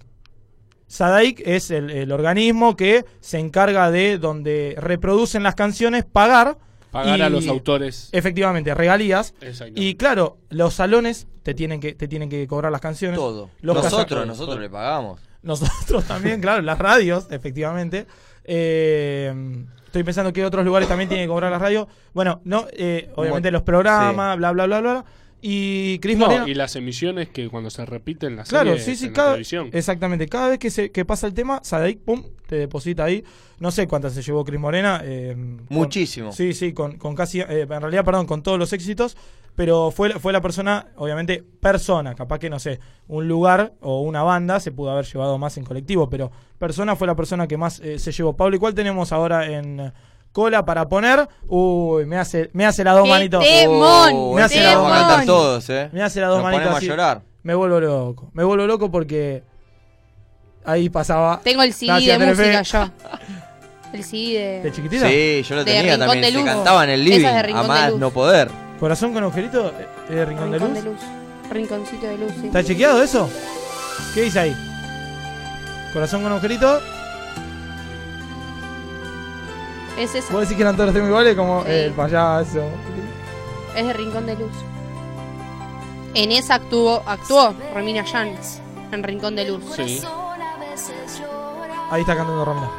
D: Sadaic es el, el organismo que se encarga de donde reproducen las canciones pagar.
E: Pagar
D: y-
E: a los autores.
D: Efectivamente, regalías.
E: Exacto.
D: Y claro, los salones te tienen que, te tienen que cobrar las canciones.
H: Todo.
D: Los
H: nosotros,
D: casa-
H: nosotros le pagamos.
D: nosotros también, claro, las radios, efectivamente. Eh, estoy pensando que otros lugares también tienen que cobrar las radios. Bueno, no, eh, obviamente
E: Bueno,
D: los programas, bla, bla, bla, bla. Y Cris
E: No,
D: Morena-
E: y las emisiones que cuando se repiten las
D: Claro,
E: series
D: sí, sí,
E: en la
D: cada,
E: televisión.
D: exactamente. Cada vez que, se, que pasa el tema, Sadaic, pum, te deposita ahí. No sé cuántas se llevó Cris Morena. eh, con-
H: Muchísimo.
D: sí, sí, con, con casi, eh, en realidad, perdón, con todos los éxitos, pero fue, la- fue la persona, obviamente, persona, capaz que, no sé, un lugar o una banda se pudo haber llevado más en colectivo, pero persona fue la persona que más eh, se llevó. Pablo, ¿y cuál tenemos ahora en cola para poner? Uy, me hace, me hace la dos
H: ¡Qué
D: manitos. Uh,
H: temón!
D: me hace la dos
H: Vamos a cantar
D: manitos.
H: todos, eh.
D: Me hace la dos
H: Nos
D: manitos.
H: ponemos a
D: así.
H: llorar.
D: Me vuelvo loco. Me vuelvo loco porque ahí pasaba.
F: Tengo el CD
D: Gracias,
F: de
D: Telefe.
F: música yo. El CD de.
D: ¿De chiquitita?
H: Sí, yo lo
F: De
H: tenía
F: Rincón
H: también.
F: del
H: Se
F: Humo.
H: cantaba en el
F: Esa es
H: living.
F: de
H: A
F: Rincón del
H: más
F: Humo.
H: no poder.
D: Corazón con agujerito eh, de Rincón,
F: Rincón
D: de Luz.
F: Rinconcito de luz. sí.
D: ¿Está chequeado eh? eso? ¿Qué dice ahí? Corazón con agujerito.
F: Es esa.
D: ¿Vos decís que eran todos los temas iguales? Como
F: Sí.
D: eh, el payaso.
F: Es de Rincón de Luz. En esa actuó, actuó Romina Jans en Rincón de Luz.
D: Sí. Ahí está cantando Romina.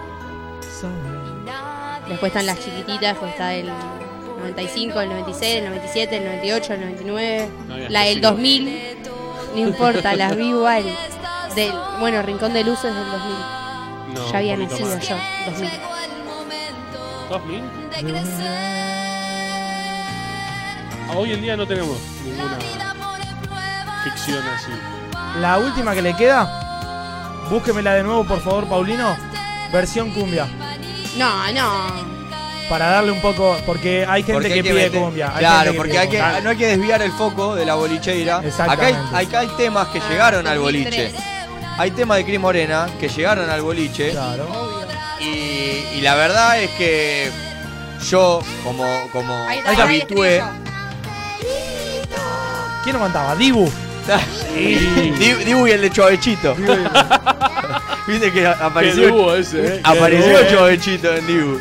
F: Después están las chiquititas, después está el 95, el 96, el 97, el 98, el 99,
M: No había
F: la del
M: nacido.
F: 2000. No importa, las vi igual. Del, bueno, Rincón de Luz es del 2000.
E: No,
F: ya había
E: un poquito
F: nacido yo,
E: más.
F: 2000.
E: ¿2000? Ah, Hoy en día no tenemos ninguna ficción así.
D: La última que le queda. Búsquemela de nuevo, por favor, Paulino. Versión cumbia.
F: No, no.
D: Para darle un poco. Porque hay gente
H: Porque
D: que,
H: hay que
D: pide
H: meter-
D: cumbia. hay
H: Claro,
D: gente que
H: porque
D: pide
H: hay que,
D: cumbia.
H: no hay que desviar el foco de la bolicheira. Acá hay,
D: Exactamente.
H: acá hay temas que llegaron al boliche.
D: 2003.
H: Hay temas de Cris Morena que llegaron al boliche. Y, y la verdad es que yo, como, como
D: Ahí está, ahí está.
H: habitué.
D: ¿Quién lo cantaba? Dibu.
H: Di- Dibu y el de Chovechito. Viste que apareció.
E: Qué dúo ese, eh.
H: Apareció
E: Qué dúo.
H: Chovechito en Dibu.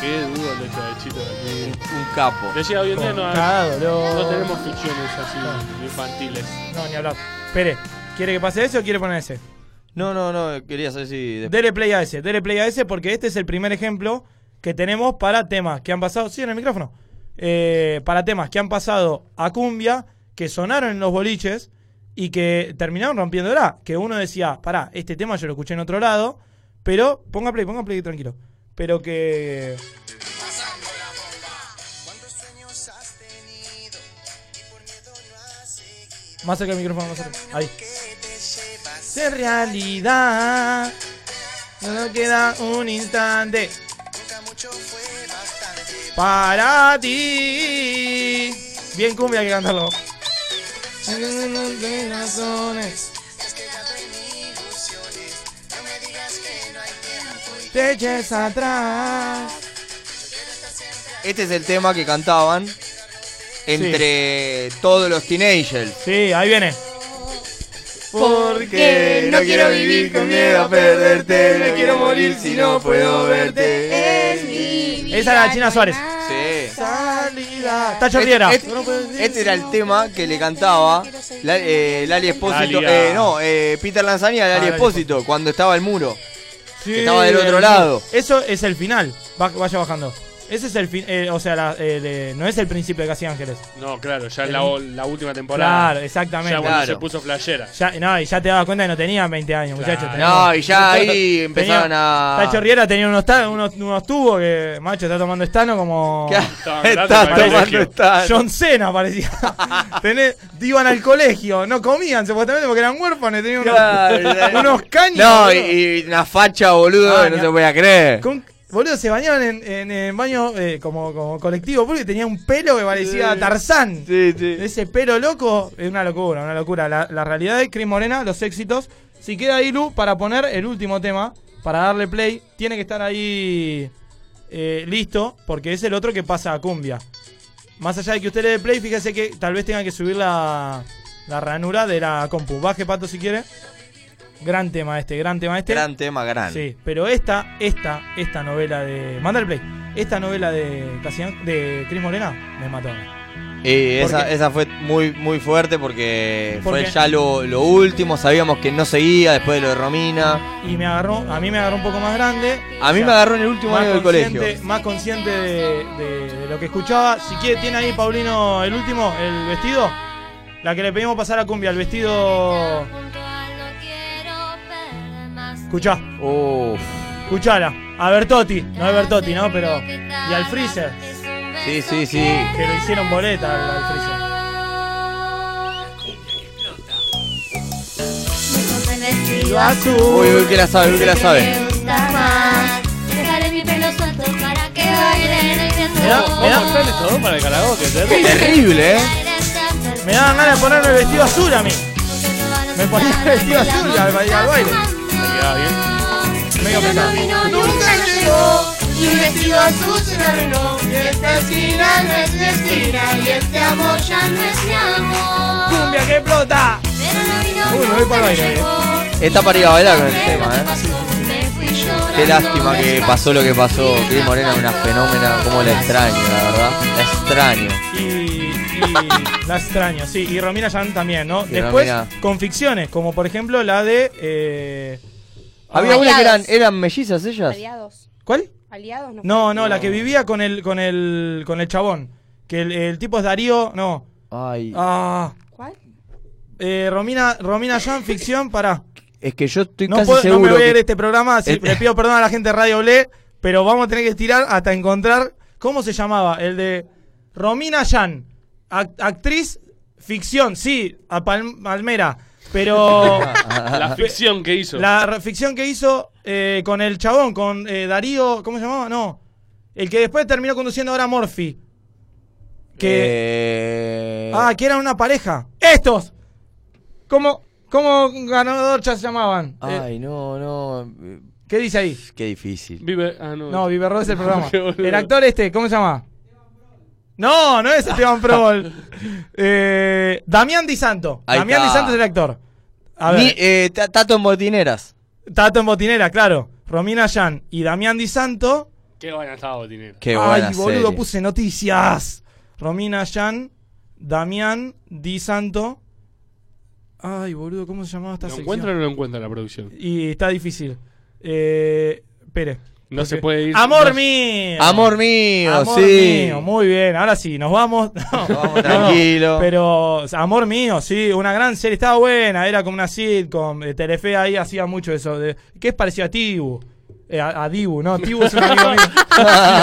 E: Qué duro el hecho de Chito de aquí.
H: Un capo.
E: Decía, hoy en día no, hay-
D: Cagado, lo-
E: no tenemos ficciones así infantiles.
D: No, ni hablar. Espere, ¿quiere que pase ese o quiere poner ese?
H: No, no, no, quería saber si. después-
D: Dele play a ese, dele play a ese porque este es el primer ejemplo que tenemos para temas que han pasado. Sí, en el micrófono. Eh, para temas que han pasado a cumbia, que sonaron en los boliches y que terminaron rompiéndola. Que uno decía, pará, este tema yo lo escuché en otro lado, pero ponga play, ponga play tranquilo. Pero que. Más cerca del micrófono, más cerca. Ahí. Ser realidad. No nos queda un instante. Para ti. Bien cumbia hay que cantarlo. Te eches atrás.
H: Este es el tema que cantaban entre todos los teenagers.
D: Sí, ahí viene.
H: Porque no quiero vivir con miedo a perderte, me quiero morir si no puedo verte. Es mi
D: Esa era la China Suárez.
H: Sí.
D: Salida.
H: Este-
D: Tacho Riera.
H: Este,
D: pues,
H: este era el tema que le cantaba la, eh, Lali Espósito.
D: Dalia.
H: eh, no, eh, Peter Lanzani a
D: Ah,
H: Lali
D: Lali
H: Espósito cuando estaba el muro.
D: Sí,
H: que estaba del otro
D: el-
H: lado.
D: Eso es el final. Va- vaya bajando. Ese es el fin. eh, o sea, la- el, eh, no es el príncipe de Casi Ángeles.
E: No, claro, ya es la, ol- la última temporada.
D: Claro, exactamente.
E: Ya cuando
D: Claro.
E: se puso flashera.
D: Ya, no, y ya te dabas cuenta que no tenían 20 años, muchachos.
E: Claro.
D: tenían-
E: No, y ya ahí
D: Tenía-
E: empezaban a-
D: Tacho Riera tenía unos, ta- unos, unos tubos que, macho, está tomando estano como.
E: Estaban gratis para el colegio.
D: John Cena parecía. Tenés- iban al colegio, no comían supuestamente porque eran huérfanos, tenían unos,
H: Claro.
D: unos caños.
H: No,
D: boludo.
H: y, y una facha, boludo,
D: Ah,
H: que no
D: ni
H: se
D: a-
H: podía creer.
D: Con- boludo, se bañaban en, en, en baño eh, como, como colectivo porque tenía un pelo que parecía
H: Sí.
D: Tarzán. Ese pelo loco es una locura, una locura. La, la realidad es Cris Morena, los éxitos. Si queda ahí, Lu, para poner el último tema, para darle play, tiene que estar ahí eh, listo porque es el otro que pasa a Cumbia. Más allá de que usted le dé play, fíjese que tal vez tenga que subir la, la ranura de la compu. Baje, Pato, si quiere. Gran tema este, gran tema este.
H: Gran tema, gran.
D: Sí, pero esta, esta, esta novela de. Manda el play. Esta novela de Casian, de Cris Morena me mató.
H: Y esa,
D: Porque-
H: esa fue muy muy fuerte porque,
D: Porque-
H: fue ya lo, lo último, sabíamos que no seguía después de lo de Romina.
D: Y me agarró, a mí me agarró un poco más grande.
H: A mí me agarró en el último
D: más
H: año del
D: consciente-
H: colegio.
D: Más consciente de, de- de lo que escuchaba. Si quiere, tiene ahí, Paulino, el último, el vestido. La que le pedimos pasar a Cumbia, el vestido. Escuchá. Escuchala. A Bertotti, no es Bertotti, ¿no? Pero. Y al Freezer.
H: Sí, sí, sí.
D: Que lo hicieron boleta al, al Freezer.
H: Uy, uy, que la sabe, uy, que la sabe.
L: Dejaré mi pelo suelto para que bailen el viento.
E: Me da- me da- Dale todo para el karaoke, ¿eh?
H: Terrible, eh.
D: Me daban ganas de ponerme el vestido azul a mí. Me ponía el vestido azul al, ba- al baile. Mega pesado.
L: Nunca llegó y un vestido azul se me arruinó. Y esta esquina no es mi esquina y este amor ya no es mi amor.
D: ¡Cumbia que explota!
L: Uy, me voy para el baile.
H: Está para ir eh. a bailar con el tema, eh. Qué lástima que pasó lo que pasó. Cris Morena es una fenómena. Como la extraño, la verdad. La extraño.
D: Y la extraño, sí. Y Romina Yan también, ¿no?
H: Y
D: Después,
H: Romina.
D: con ficciones, como por ejemplo la de. eh,
H: Había
D: ah,
H: una que eran, eran mellizas ellas.
P: Aliados.
D: ¿Cuál?
P: Aliados, no.
D: No, no, la que vivía con el, con el, con el chabón. Que el, el tipo es Darío. No.
H: Ay.
D: Ah.
P: ¿Cuál?
D: Eh, Romina, Romina Yan, ficción, pará.
H: Es que yo estoy
D: No,
H: casi
D: puedo, no
H: seguro.
D: me voy a
H: que-
D: ir este programa, así
H: Eh,
D: le pido perdón a la gente de Radio Ble, pero vamos a tener que estirar hasta encontrar. ¿Cómo se llamaba? El de Romina Yan, act- actriz ficción, sí, a Pal- Palmera, pero.
E: La ficción que hizo.
D: La re- ficción que hizo eh, con el chabón, con eh, Darío, ¿cómo se llamaba? No. El que después terminó conduciendo ahora Morphy. Que,
H: eh,
D: Ah, que eran una pareja. ¡Estos! ¿Cómo, cómo ganador ya se llamaban? Eh,
H: Ay, no, no.
D: ¿Qué dice ahí?
H: Qué difícil.
E: Vive. Ah, no.
D: No, Viverro es el programa.
E: Qué boludo.
D: el actor este, ¿cómo se llama? No, no es Esteban Prol. eh, Damián Di Santo.
H: Ahí
D: Damián Di
H: está.
D: Santo es el actor. A ver.
H: Ni- eh, ta- tato en botineras.
D: Tato en Botinera, claro. Romina Yan y Damián Di Santo.
E: Qué buena estaba Botinera.
H: Qué
D: Ay,
H: buena
D: boludo,
H: serie.
D: puse noticias. Romina Yan, Damián Di Santo. Ay, boludo, ¿cómo se llamaba esta
E: ¿Lo
D: sección?
E: encuentra o no lo encuentra la producción?
D: Y está difícil. Eh, espere.
E: No se
D: Porque-
E: puede ir-
D: Amor
E: no-
D: mío.
H: Amor mío,
D: Amor
H: sí.
D: mío, muy bien. Ahora sí, nos vamos. No, no,
H: tranquilo.
D: pero, amor mío, sí, una gran serie. Estaba buena, era como una sitcom. eh, Telefe ahí hacía mucho eso. De, ¿Qué es parecido a Tibu? Eh, a, a Dibu, no, Tibu es un amigo mío.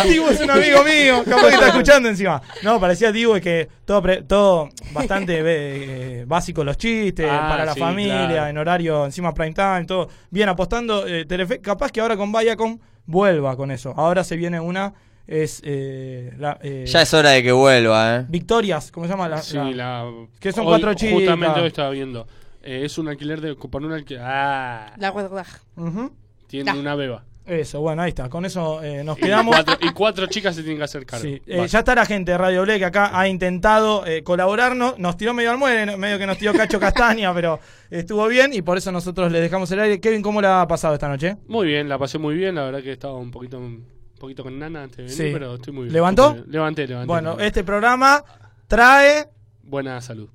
D: Tibu es un amigo mío, capaz que está escuchando encima. No, parecía Tibu, es que todo, pre- todo bastante eh, básico los chistes,
E: Ah,
D: para la
E: sí,
D: familia,
E: claro.
D: en horario encima prime time, todo. Bien, apostando eh, Telefe. Capaz que ahora con Viacom vuelva con eso. Ahora se viene una, es eh, la, eh,
H: Ya es hora de que vuelva, eh.
D: Victorias, ¿cómo se llama? La,
E: Sí,
D: la-
E: la.
D: Que son
E: hoy-
D: cuatro chicas.
E: Justamente hoy estaba viendo. Eh, es un alquiler de. Para un alquiler. Ah.
P: La guarda.
D: Ujú.
E: Tiene una beba.
D: Eso, bueno, ahí está. Con eso eh, nos
E: Y
D: quedamos.
E: cuatro, y cuatro chicas se tienen que hacer cargo.
D: Sí, eh,
E: Basta.
D: ya está la gente de Radio Ble que acá ha intentado eh, colaborarnos. Nos tiró medio al muere, no- medio que nos tiró Cacho Castaña, pero estuvo bien y por eso nosotros les dejamos el aire. Kevin, ¿cómo la ha pasado esta noche?
E: Muy bien, la pasé muy bien. La verdad que estaba un poquito, un poquito con nana antes de venir,
D: Sí.
E: pero estoy muy bien.
D: ¿Levantó?
E: Estoy muy bien. Levanté, levanté.
D: Bueno,
E: levanté.
D: este programa trae
E: Buena salud.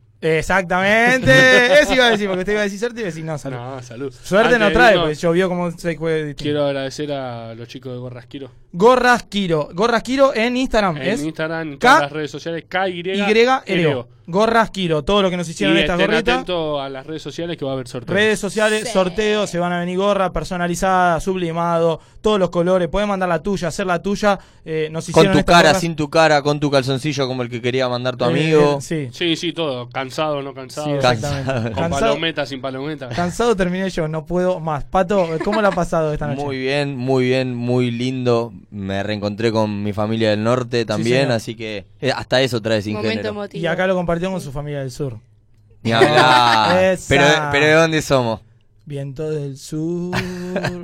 D: Exactamente. Eso iba a decir, porque usted iba a decir suerte y iba a decir no, salud.
E: No, salud.
D: Suerte
E: Antes
D: no
E: de
D: trae,
E: irnos,
D: pues llovió como seis jueves distintos.
E: Quiero agradecer a los chicos de Gorrasquiro.
D: Gorras Quiro. Gorras Quiro en Instagram.
E: En
D: es
E: Instagram, en
D: K-
E: todas las redes sociales, KYREO.
D: Y-L-O. Gorras Quiro. Todo lo que nos
E: Y
D: hicieron estas
E: estén
D: gorritas.
E: atentos a las redes sociales que va a haber sorteos.
D: Redes sociales, sorteos, se van a venir gorra personalizada, sublimado, todos los colores. Puedes mandar la tuya, hacer la tuya. eh, nos
H: Con
D: hicieron
H: tu
D: estas
H: cara,
D: gorras.
H: sin tu cara, con tu calzoncillo como el que quería mandar tu
D: Eh,
H: amigo.
D: sí.
E: Sí, sí, todo. Cansado, no cansado.
D: Sí, exactamente.
E: Con
D: Cansado.
E: palometa, sin palometa.
D: Cansado terminé yo, no puedo más. Pato, ¿cómo la ha pasado esta noche?
H: Muy bien, muy bien, muy lindo. Me reencontré con mi familia del norte también,
D: señor.
H: así que eh, hasta eso trae sin género.
D: Y acá lo compartió con su familia del sur.
H: Ni hablar.
D: Esa.
H: pero, pero ¿de dónde somos?
D: Viento del sur.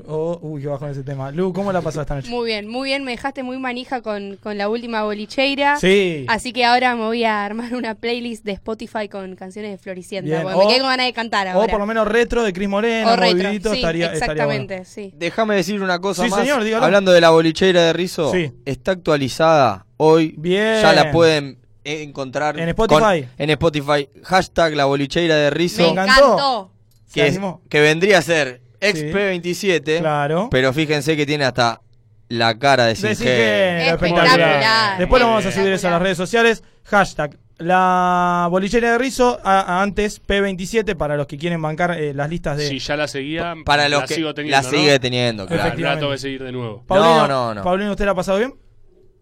D: Oh, uy, qué bajo ese tema. Lu, ¿cómo la pasó esta noche?
F: Muy bien, muy bien. Me dejaste muy manija con, con la última bolicheira.
D: Sí.
F: Así que ahora me voy a armar una playlist de Spotify con canciones de Floricienta.
D: Bien.
F: porque
D: O-
F: me quedé con ganas de cantar ahora.
D: O por lo menos retro de Cris Moreno,
F: O retro,
D: movidito,
F: sí,
D: estaría, estaría bueno.
F: exactamente, sí.
H: Déjame decir una cosa
D: Sí,
H: más.
D: señor, dígalo.
H: Hablando de la bolichera de Rizo,
D: Sí.
H: está actualizada hoy.
D: Bien.
H: Ya la pueden encontrar
D: En Spotify.
H: con- en Spotify. Hashtag la bolichera de Rizo.
D: Se
H: que, es-
D: animó.
H: que vendría a ser XP27.
D: Claro.
H: Pero fíjense que tiene hasta la cara de
D: Decir
H: Singe.
D: que Después lo vamos a subir eso a las redes sociales. Hashtag la bolillera de rizo a- a antes P27 para los que quieren bancar eh, las listas de.
E: Si ya la seguía,
H: Para los
E: la
H: que-
E: sigo teniendo.
H: la sigue
E: ¿no?
H: teniendo, claro.
E: Al rato voy a seguir de nuevo.
D: Paulino,
H: no, no.
D: Paulino, ¿usted la ha pasado bien?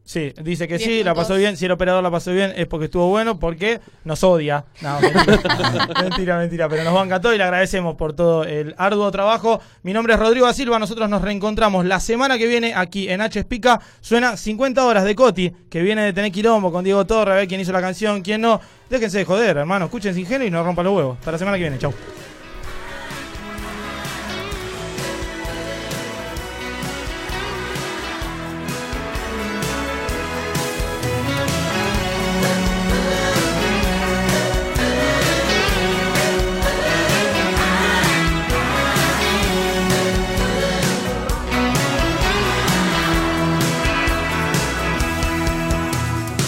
D: Sí, dice que
E: Diez
D: sí, la
E: puntos.
D: pasó bien. Si el operador la pasó bien es porque estuvo bueno, porque nos odia. No, mentira, mentira, mentira, pero nos banca todo y le agradecemos por todo el arduo trabajo. Mi nombre es Rodrigo da Silva, nosotros nos reencontramos la semana que viene aquí en H Pica. Suena 50 horas de Coti, que viene de tener quilombo con Diego Torre, a ver quién hizo la canción, quién no. Déjense de joder, hermano, escuchen sin género y no rompan los huevos. Hasta la semana que viene, chau.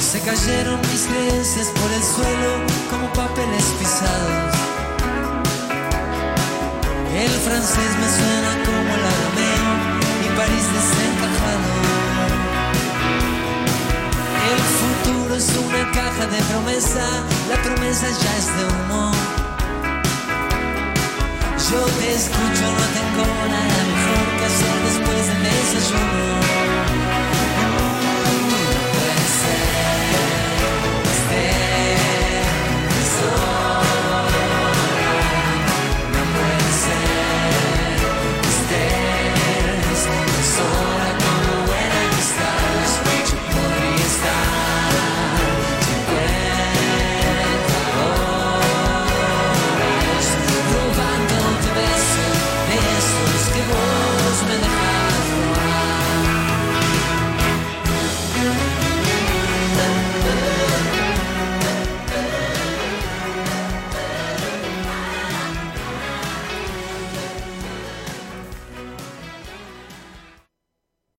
L: Se cayeron mis creencias por el suelo como papeles pisados. El francés me suena como el arameo y París desencajado. El futuro es una caja de promesa, la promesa ya es de humo. Yo te escucho, no tengo nada mejor que hacer después del desayuno.